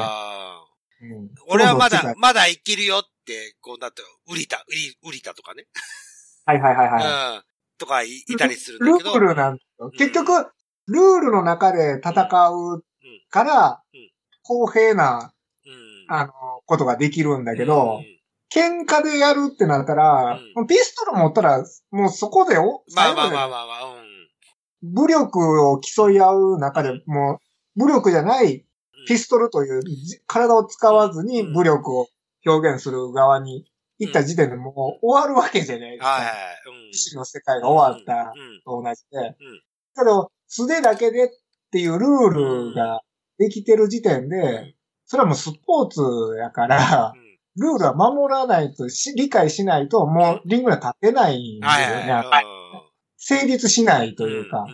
S1: あ。
S4: よね。うん
S1: 俺はま。
S4: その
S1: だ
S4: 世、
S1: まだ生きるよって、こうなって、ウリタ、ウリ、ウリタとかね。
S4: 界はいはいはいは
S1: うん。とかい、いたりする
S4: い。
S1: ん
S4: ル
S1: だけど。
S4: ールなんですよ。結局、ルールの中で戦うから
S1: うん、
S4: 公平な、
S1: うん。
S4: あの、ことができるんだけ
S1: う
S4: ど、
S1: ん
S4: 喧嘩でやるってなったら、
S1: うん
S4: ピストル持ったら、もうそこでお、
S1: まあ
S4: 最後
S1: まあ
S4: まで
S1: まあまあまあ、うん。
S4: 武力を競い合う中で、もう、武力じゃないピストルというじ体を使わずに
S1: うん
S4: 武力を表現する側に行った時点でもう終わるわけじゃないです
S1: はいは
S4: か。
S1: い。うん。
S4: 騎士の世界が終わった
S1: うん。
S4: と同じで
S1: うん。
S4: けど、素手だけでっていうルールができてる時点で、それはもうスポーツやから、
S1: う
S4: ルールは守らないとし、理解しないと、もうリングには立てないん
S1: ん。
S4: です
S1: は
S4: よ
S1: い
S4: ね。
S1: はい。
S4: 成立しない
S1: と
S4: というか。
S1: ん。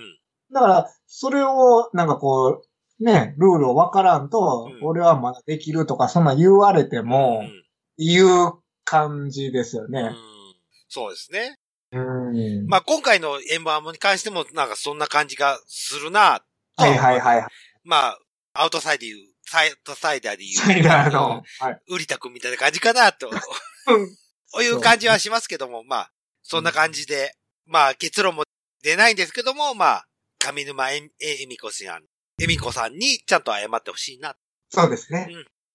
S4: だから、それを、なんかこう、ね、ルールを分からんと、
S1: うん
S4: 俺はまだできるとか、そんなん言われても
S1: う、ん
S4: 言う感じですよ
S1: う
S4: ね。
S1: んそうですね。
S4: うん。
S1: まあ今回のエンバームに関しても、なんかそんな感じがするな。。
S4: はいはいはいいはい。
S1: まあ、アウトサイダーで言う、サイトサイダーで言う。
S4: それがあの、はい。
S1: ウリタ君みたいな感じかな、と。という感じはしますけども、まあ、そんな感じで、まあ結論も出ないんですけども、まあ、上沼恵美子さん、恵美子さんにちゃんと謝ってほしいな、
S4: そうですね。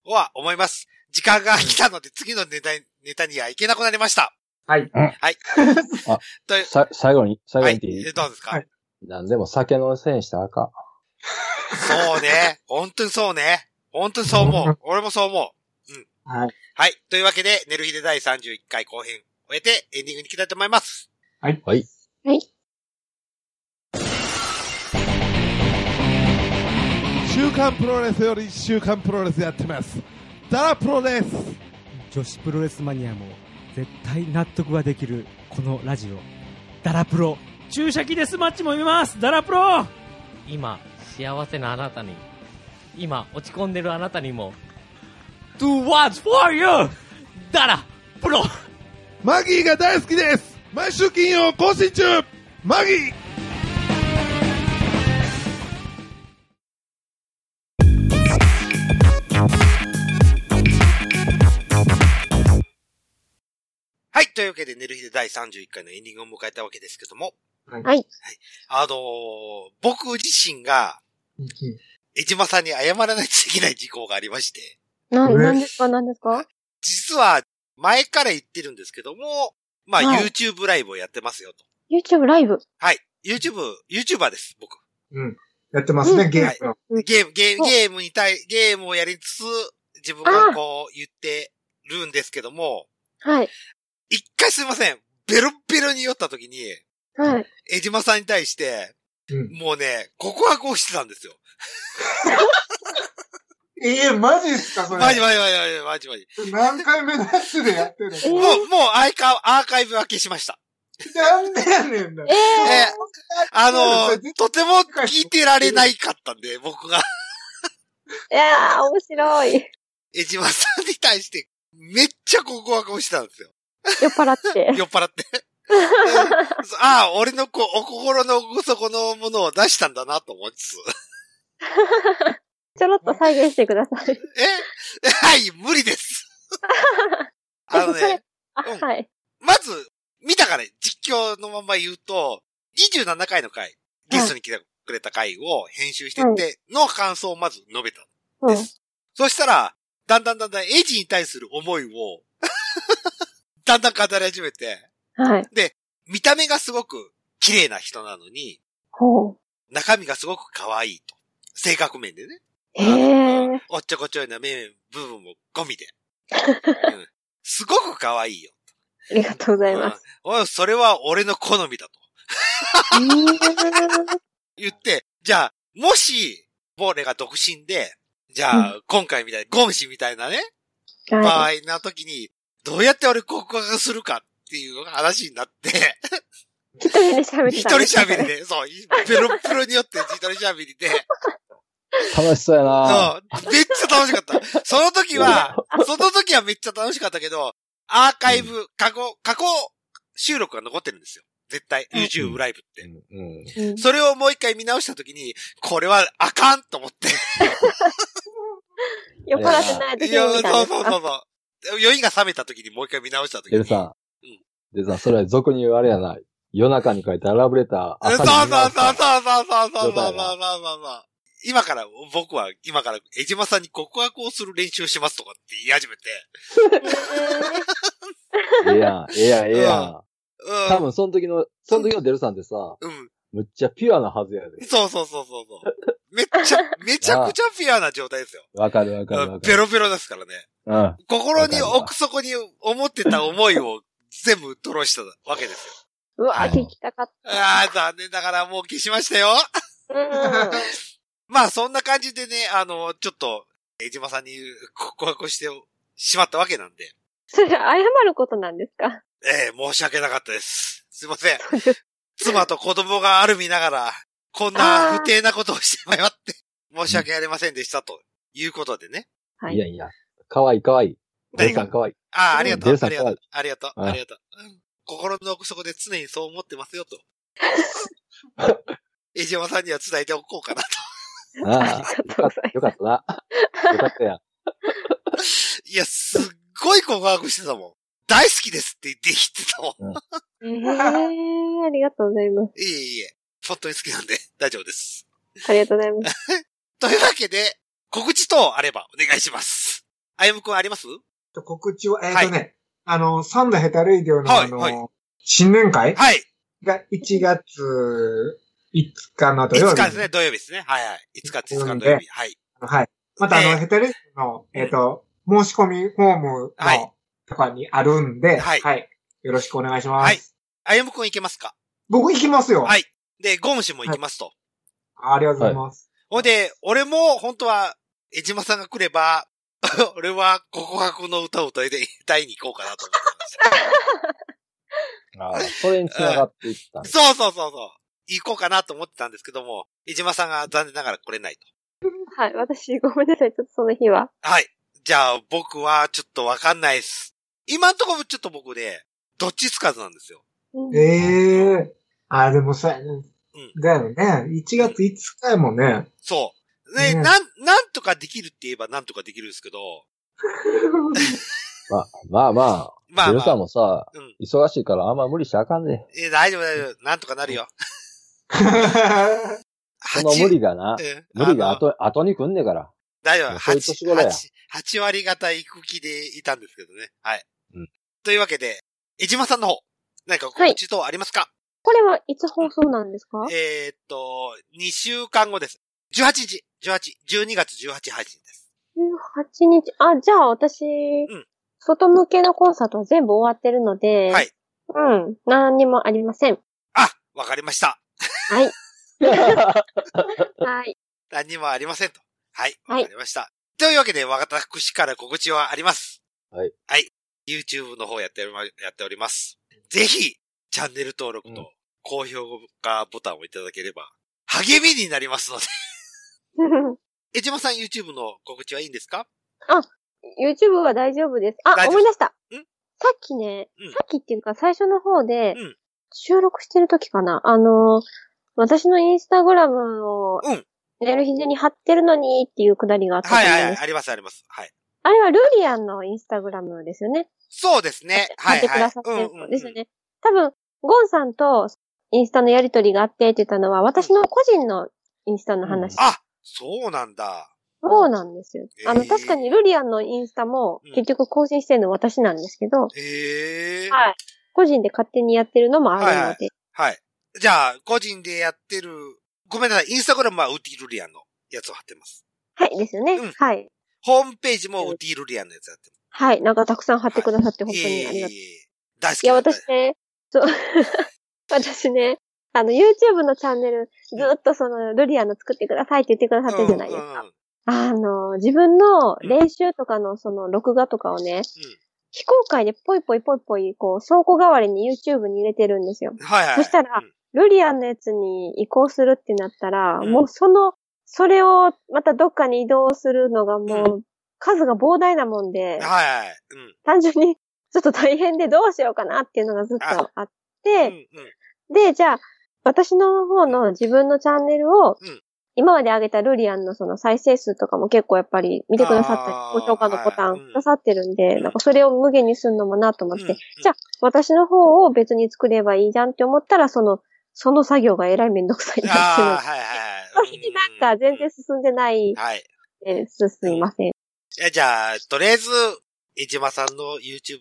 S1: とは思います。時間が来たので、次のネタに、ネタにはいけなくなりました。
S4: はい。
S1: という、
S2: さ、最後に、最後
S1: は
S2: に
S1: い、
S2: っていい、
S1: えどうですか、
S4: はい
S2: なんでも酒のせいにしたらあかん。
S1: そうね。本当にそうね。本当にそう思う。俺もそう思う。
S4: はい。
S1: はい。というわけで、寝る日で第31回後編を終えて、エンディングに行きたいと思います。
S2: はい。
S8: 週刊プロレスより週刊プロレスやってます。ダラプロです。
S9: 女子プロレスマニアも絶対納得ができるこのラジオダラプロ
S7: 注射器デスマッチも見ますダラプロ
S10: 今幸せなあなたに今落ち込んでるあなたにも
S8: Do what for you!
S10: ダラプロ
S8: マギーが大好きです毎週金曜更新中マギー
S1: はい。というわけで、寝る日で第31回のエンディングを迎えたわけですけども。
S4: はい
S3: はい
S1: あのー僕自身が、江島さんに謝らないといけない事項がありまして、
S3: な、
S4: え
S3: なんですかなんですか
S1: 実は、前から言ってるんですけども、まあ、
S3: はい
S1: YouTube ライブをやってますよと。
S3: ?YouTube ライブ。
S1: はい。YouTube、YouTuber です、僕。
S4: うん。やってます
S3: う
S4: ね、
S3: ん
S4: ゲームの。
S3: うん
S1: ゲーム、ゲーム、
S3: お
S1: ゲームに対、ゲームをやりつつ、自分がこう言ってるんですけども、
S3: はい。
S1: 一回すいません、ベロッベロに酔った時に、
S3: はい。
S1: 江島さんに対して、
S4: うん
S1: もうね、告白をしてたんですよ。
S4: ええ、マジっすか、それ。
S1: マジマジマジマジマジマジ。
S4: 何回目のやつでやってるの
S3: え
S1: もう、もうアイカアーカイブ分けしました。
S4: なんでやねんな。
S3: え
S1: え
S3: え
S1: あの ー、とても聞いてられないかったんで、僕が
S3: ー、いやー、面白い。
S1: 江島さんに対して、めっちゃ告白をしてたんですよ。
S3: 酔っ払って。
S1: 酔っ払って。でああ、俺のこお心の奥底のものを出したんだなと思いつつ。
S3: ちょろっと再現してください。
S1: え はい、無理です。あの
S3: え それ
S1: ね、
S3: あ、
S1: うん
S3: はい。
S1: まず、見たから実況のまま言うと、27回の回、ゲストに来てくれた回を編集してって、の感想をまず述べた。
S3: うん
S1: で。すそしたら、だんだんだんだんエイジに対する思いを、 だんだん語り始めて、
S3: はい。
S1: で、見た目がすごく綺麗な人なのに、
S3: ほう。
S1: 中身がすごく可愛いと。性格面でね。
S3: へえ。
S1: おっちょこちょいな面部分もゴミで。うんすごく可愛いよ。
S3: ありがとうございます。
S1: おいそれは俺の好みだと。言って、じゃあ、もし、ボーレが独身で、じゃあ、今回みたいに、ゴンシみたいなね、場合
S3: はい。
S1: な時に、どうやって俺告白するかっていう話になって、
S3: 一人で喋って
S1: 一
S3: た
S1: 人
S3: んですね
S1: 喋り。で、そう、ペロッペロによって一人喋りで、
S2: 楽しそうやな
S1: そうめっちゃ楽しかった。その時は、その時はめっちゃ楽しかったけど、アーカイブ、過去、過去収録が残ってるんですよ。絶対、YouTube ライブって。
S2: うん。
S1: それをもう一回見直した時に、これはあかんと思って。
S3: 酔っ払ってない
S1: い
S3: 時
S1: や、
S3: に
S1: そ
S3: 見
S1: う
S3: たん
S1: そう
S3: ですか
S1: そうそう。酔いが冷めた時にもう一回見直した時
S2: デル
S1: に。
S2: さん。デルさん、それは俗に言われやない。夜中に書いたラブレター、
S1: そうそ
S2: 朝
S1: うそう
S2: に見直した
S1: そうそうそうそうそうそうそう
S2: 状態
S1: まあまあまあまあ。今から、僕は、今から、江島さんに告白をする練習をしますとかって言い始めて。
S2: ええやん、ええやん、ええや
S1: うん。
S2: ん。多分、その時の、その時のデルさんってさ、
S1: うん。
S2: むっちゃピュアなはずやで。
S1: そうそうそうそうそう。めっちゃ、めちゃくちゃピュアな状態ですよ。
S2: わかる わかるわか
S1: ペ
S2: る。
S1: ロペロですからね。
S2: うん。
S1: 心に奥底に思ってた思いを全部吐露したわけですよ。
S3: うわ、聞きたかっ
S1: ああ、残念ながらもう消しましたよ。
S3: た。うん。
S1: まあそんな感じでね、あの、ちょっと、江島さんに告白をしてしまったわけなんで、
S3: それ、謝ることなんですか
S1: ええ申し訳なかったです。すいません。妻と子供がある見ながら、こんな不定なことをしてしまって、申し訳ありませんでした、ということでね。
S3: はい
S2: いやいや、かわいいかわいい。デルさんかわいい。
S1: ああ、ありがと
S2: デ
S1: う
S2: ル、さ
S1: あ
S2: ん
S1: り
S2: か
S1: がと
S2: わいうい、。
S1: ありがとう、
S2: うん
S1: ありがとう。うん心の奥底で常にそう思ってますよ、と。江島さんには伝えておこうかなと。
S2: ああ、よかったな。よかったやん。
S1: いや、すっごい告白してたもん。大好きですって言って言ってたもん。
S3: ええ、ありがとうございます。
S1: いえいえ、本当に好きなんで 大丈夫です。
S3: ありがとうございます。
S1: というわけで、告知等あればお願いします。あやむくんあります
S4: と告知は、えっ、とね、あの、サンダヘタレイディオの、
S1: はい
S4: あの、
S1: はい
S4: 新年会
S1: はい。
S4: が1月5日の土曜
S1: 5
S4: 日。
S1: 日ですね、土曜日ですね。はいはい。5日、5日土曜日。はい。
S4: はい。また、あの、
S1: えー
S4: ヘタレイディオの、えっ、と、申し込みフォーム
S1: はい
S4: の、とかにあるんで、
S1: はい
S4: よろしくお願いします。
S1: はいあやむくんいけますか
S4: 僕行きますよ。
S1: はい。で、ゴムシも行きますと。
S4: ありがとうございます。
S1: ほんで、俺も本当は、江島さんが来れば、 俺は告白の歌を歌いで歌いに行こうかなと思ってます。
S2: ああ、それに繋がっていったんで す。
S1: そうそうそうそう。行こうかなと思ってたんですけども、江島さんが残念ながら来れないと。
S3: はい、私、ごめんなさい。ちょっとその日は。
S1: はい。じゃあ、僕はちょっとわかんないっす。今んところちょっと僕ね、どっちつかずなんですよ。
S3: うん
S4: ええー。あ、でもそうやね。だよね。1月5日やもんね。
S1: そう。ね、
S4: ね
S1: なん、なんとかできるって言えばなんとかできるんですけど、
S2: まあまあま
S1: まあまあ
S2: あ、デルさんもさ
S1: うん、
S2: 忙しいからあんま無理しちゃあかんね。
S1: え大丈夫大丈夫、なんとかなるよ。
S2: その無理が
S1: う
S2: な
S1: ん、
S2: 無理が
S1: あの
S2: 後、後に来んねえから。
S1: 大丈夫、
S2: もうそういう
S1: 八
S2: 年頃や
S1: 八八割方行く気でいたんですけどね。はい。
S2: うん
S1: というわけで、江島さんの方、何か告知等ありますか、
S3: これはいつ放送なんですか
S1: えーっと、2週間後です。18日、18、12月18日配信です。
S3: ?18 日。あ、じゃあ私、
S1: ん
S3: 外向けのコンサートは全部終わってるので、
S1: はい。
S3: うん、何にもありません。
S1: あ、わかりました。
S3: はい。はい。
S1: 何にもありませんと。はい、
S3: は
S1: わ
S3: い
S1: かりました。というわけで、私から告知はあります。
S2: はい。
S1: はい。YouTube の方やっておりまやっております。ぜひ、チャンネル登録
S2: うん
S1: と高評価ボタンをいただければ、励みになりますので。 江島さん YouTube の告知はいいんですか
S3: YouTube は大丈夫です。あ、
S1: 大丈夫
S3: 思い出した。
S1: ん
S3: さっきね、
S1: うん
S3: さっきっていうか最初の方で
S1: うん、
S3: 収録してる時かな。あのー、私のインスタグラムを
S1: うん、
S3: 寝る日に貼ってるのにっていうくだりがあったと
S1: は
S3: 思うん
S1: い
S3: ですけ
S1: は
S3: ど、
S1: い、ありますあります。はい。
S3: あれはルリアンのインスタグラムですよね。
S1: そうですね。はい
S3: 貼ってく
S1: はい。
S3: ださって
S1: う
S3: る
S1: ん
S3: 方です
S1: う
S3: よ
S1: んうん
S3: ね。多分、ゴンさんとインスタのやりとりがあってって言ったのは、私の個人のインスタの話。
S1: あ、そうなんだ。
S3: そうなんですよ。あの、確かにルリアンのインスタも、結局更新してるの私なんですけど、
S1: ええ
S3: はい。個人で勝手にやってるのもあるので、
S1: はい。じゃあ、個人でやってる、ごめんなさい、インスタグラムはウティルリアンのやつを貼ってます。
S3: はい、ですよね。はい。
S1: ホームページもウティルリアンのやつやって
S3: はい。なんかたくさん貼ってくださって、本
S1: ます。
S3: 当にありがとう。い
S1: ええ大好き
S3: や、私ね、そう、 私ね、あの、YouTube のチャンネル、ずっとその、ルリアンの作ってくださいって言ってくださってるじゃないですか。あの、自分の練習とかのその、録画とかをね、非公開でポイポイポイポイ、こう、倉庫代わりに YouTube に入れてるんですよ。
S1: はいはい
S3: そしたら、ルリアンのやつに移行するってなったら、もうその、それをまたどっかに移動するのがもう、数が膨大なもんで、
S1: はいはい。うん。
S3: 単純に ちょっと大変でどうしようかなっていうのがずっとあって、で、じゃあ、私の方の自分のチャンネルを、今まで上げたルリアンのその再生数とかも結構やっぱり見てくださったり、高評価のボタンくださってるんで、なんかそれを無限にするのもなと思って、じゃあ私の方を別に作ればいいじゃんって思ったら、その、その作業がえらいめんどくさいなっていうの
S1: ああ、
S3: が
S1: はいはい。
S3: なんか全然進んでない、
S1: はい。
S3: ですすいません。
S1: えじゃあ、とりあえず、江島さんの YouTube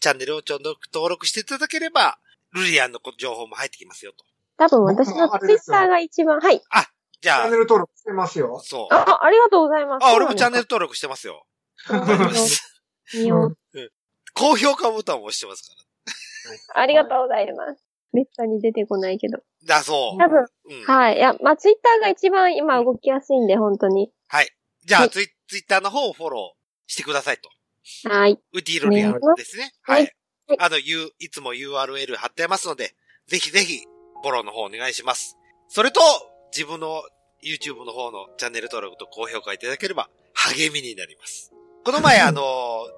S1: チャンネルをちょっと登録していただければ、ルリアンの情報も入ってきますよと。
S3: 多分私のツイッターが一番、はい。
S1: あ、じゃあ。チャンネル
S4: 登録してますよ。
S1: そう。
S3: あ、ありがとうございます。
S1: あ、俺もチャンネル登録してますよ。
S3: 見よう
S1: うん高評価ボタンを押してますか
S3: ありがとうございます。めったに出てこないけど。
S1: ら。だそう。
S3: 多分、はい。いや、まあ、ツイッターが一番今動きやすいんで、本当に。
S1: はい。じゃあ、ツイツイッターの方をフォローしてくださいと。
S3: はい。
S1: ウティルリアンですね。。
S3: はい
S1: あの、ゆう、いつも URL 貼ってますので、ぜひぜひ、フォローの方お願いします。それと、自分の YouTube の方のチャンネル登録と高評価いただければ、励みになります。この前、あの、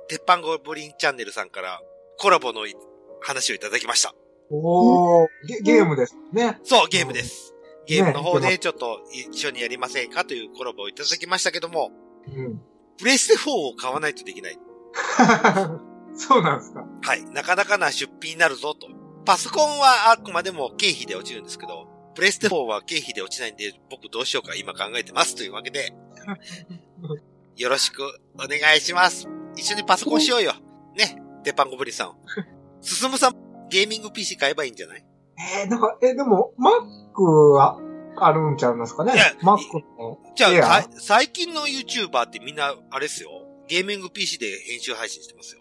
S1: 鉄板ゴブリンチャンネルさんから、コラボのい話をいただきました。
S4: おー、ゲゲームですね。
S1: そう、ゲームです。ゲームの方
S4: ね
S1: で、ちょっと一緒にやりませんかというコラボをいただきましたけども、
S4: うん。
S1: プレステ4を買わないとできない。
S4: そうなんですか。
S1: はい。なかなかな出費になるぞと。パソコンはあくまでも経費で落ちるんですけど、プレステ4は経費で落ちないんで、僕どうしようか今考えてますというわけ で、よろしくお願いします。一緒にパソコンしようよ。ね。デパンゴブリンさん。進むさん、ゲーミング PC 買えばいいんじゃない
S4: えー、なんか、え、でも、Mac はあるんちゃいますかね。Mac の。
S1: じゃあ、
S4: いや
S1: さ最近の YouTuber ってみんな、あれですよ。ゲーミング PC で編集配信してますよ。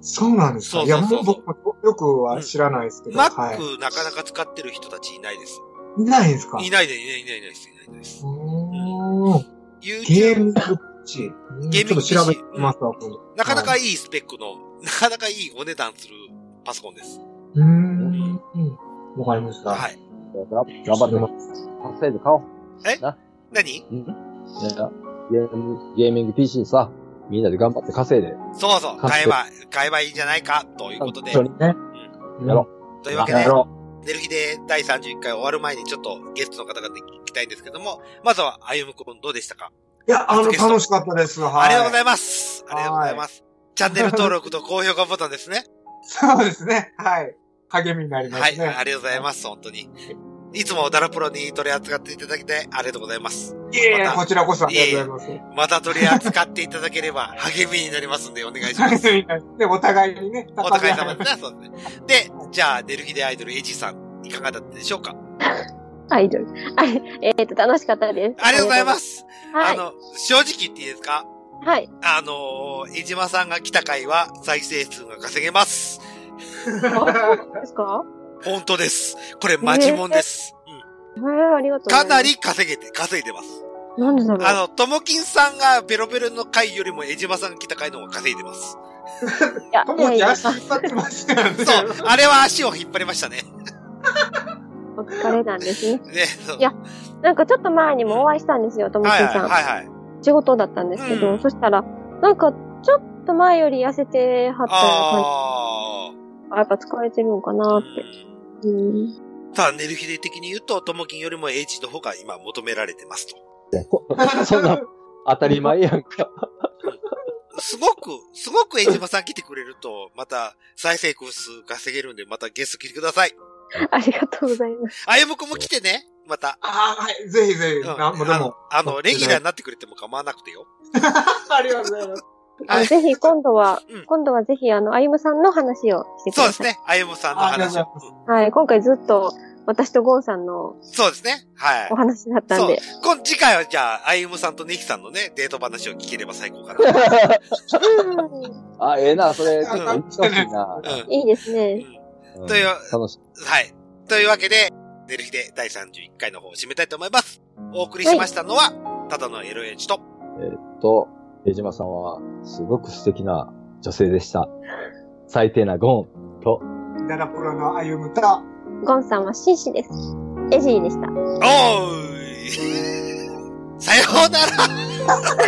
S4: そうなんですか。
S1: そう
S4: い
S1: そう
S4: や、
S1: そう
S4: もう僕もよくは知らないですけど。
S1: Mac、
S4: はい。
S1: なかなか使ってる人たちいないです。
S4: いないんですか
S1: いないで、いないいないいないです。いないです。
S4: うーんゲーム口。うん
S1: ゲーミング PC
S4: ちょっと調べてみますわ、今度
S1: なかなかいいスペックの、なかなかいいお値段するパソコンです。
S4: うーん。わかりました。
S1: はい。
S2: 頑張ってます。稼いで買おう。
S1: え何
S2: いやいやゲーム、ゲーミング PC さ、みんなで頑張って稼いで。
S1: そうそう、買えば、買えばいいんじゃないか、ということで。
S2: 一緒にね。やろう。
S1: というわけで
S2: やろ、
S1: 寝る日で第31回終わる前にちょっとゲストの方々に聞きたいんですけども、まずは、あゆむくんどうでしたか
S4: いや、あの、楽しかったです。はい。
S1: ありがとうござい
S4: す。
S1: ます。ありがとうございます。チャンネル登録と高評価ボタンですね。
S4: そうですね。はい。励みになりま
S1: は
S4: す
S1: い、
S4: ね。
S1: ありがとうございます、本当に。いつもダラプロに取り扱っていただきてありがとうございます。
S4: いえいえ
S1: また
S4: こちらこそありがとうございます
S1: ええまた取り扱っていただければ励みになりますんでお願いします。
S4: 励みになりますで、お互いにね。
S1: お互い様ですね、そうですね。で、じゃあ、寝る日でアイドルエイジさん、いかがだったでしょうか
S3: アイドル。 あえっと、楽しかったです。
S1: ありがとうございます。
S3: は
S1: あ
S3: い。
S1: の、正直言っていいですか
S3: はい。
S1: あのー、江島さんが来た回は再生数が稼げます。
S3: ですか
S1: 本当です。これマジモンです。
S3: えー、ありがとうござ
S1: か
S3: います。
S1: なり稼げて、稼いでます。
S3: なんでだろう。
S1: あの、ともきんさんがベロベロの回よりも江島さんが来た回の方が稼いで ます。
S3: いや、
S4: とも
S3: い
S4: き
S3: やいや
S4: 足引っ張ってましたよね。
S1: そう、あれは足を引っ張りましたね。
S3: お疲れなんですね。
S1: ね、そう
S3: いや、なんかちょっと前にもお会いしたんですよ、ともき
S1: はい
S3: さん。
S1: はいはいはい。
S3: 仕事だったんですけど、そしたら、なんかちょっと前より痩せてはった感じ。あやっぱ疲れてるのかなって。うん。
S1: ただ、寝る日で的に言うと、ともきんよりもエイジの方が今求められてますと。
S2: そんな、当たり前やんか。
S1: すごく、すごく江島さん来てくれると、 また再生数稼げるんで、またゲスト来てください。
S3: ありがとうございます。
S1: あゆむくんも来てね。また。
S4: ああ、はい、ぜひぜひ、なんもで
S1: あの
S4: も。、
S1: あの、レギュラーになってくれても構わなくてよ。
S4: ありがとうございます。
S1: は
S3: あ
S1: い
S3: ぜひ今度は、今度はぜひあの、あゆむさんの話をしてく
S1: そう
S3: だ
S1: で
S3: さ
S1: す
S3: い。
S1: ね。あゆむさんの話を。
S3: はい、今回ずっと私とゴンさんの
S1: そうですね。はい。
S3: お話だったんで。
S1: そう。今次回はじゃあ、あゆむさんとネヒさんのね、デート話を聞ければ最高かな。
S2: あ、ええな、それ、ちょっと言ってほしいな。
S1: うん
S3: いいですね。
S1: という、
S2: 楽し
S1: はい。というわけで、寝る日で第31回の方を締めたいと思います。お送りしましたのは、ただのエロエチと、
S2: えーっと、江島さんは、すごく素敵な女性でした。最低なゴンと、
S4: ダラプロの歩むと、
S3: ゴンさんは紳士です。エジーでした。
S1: おーいさようなら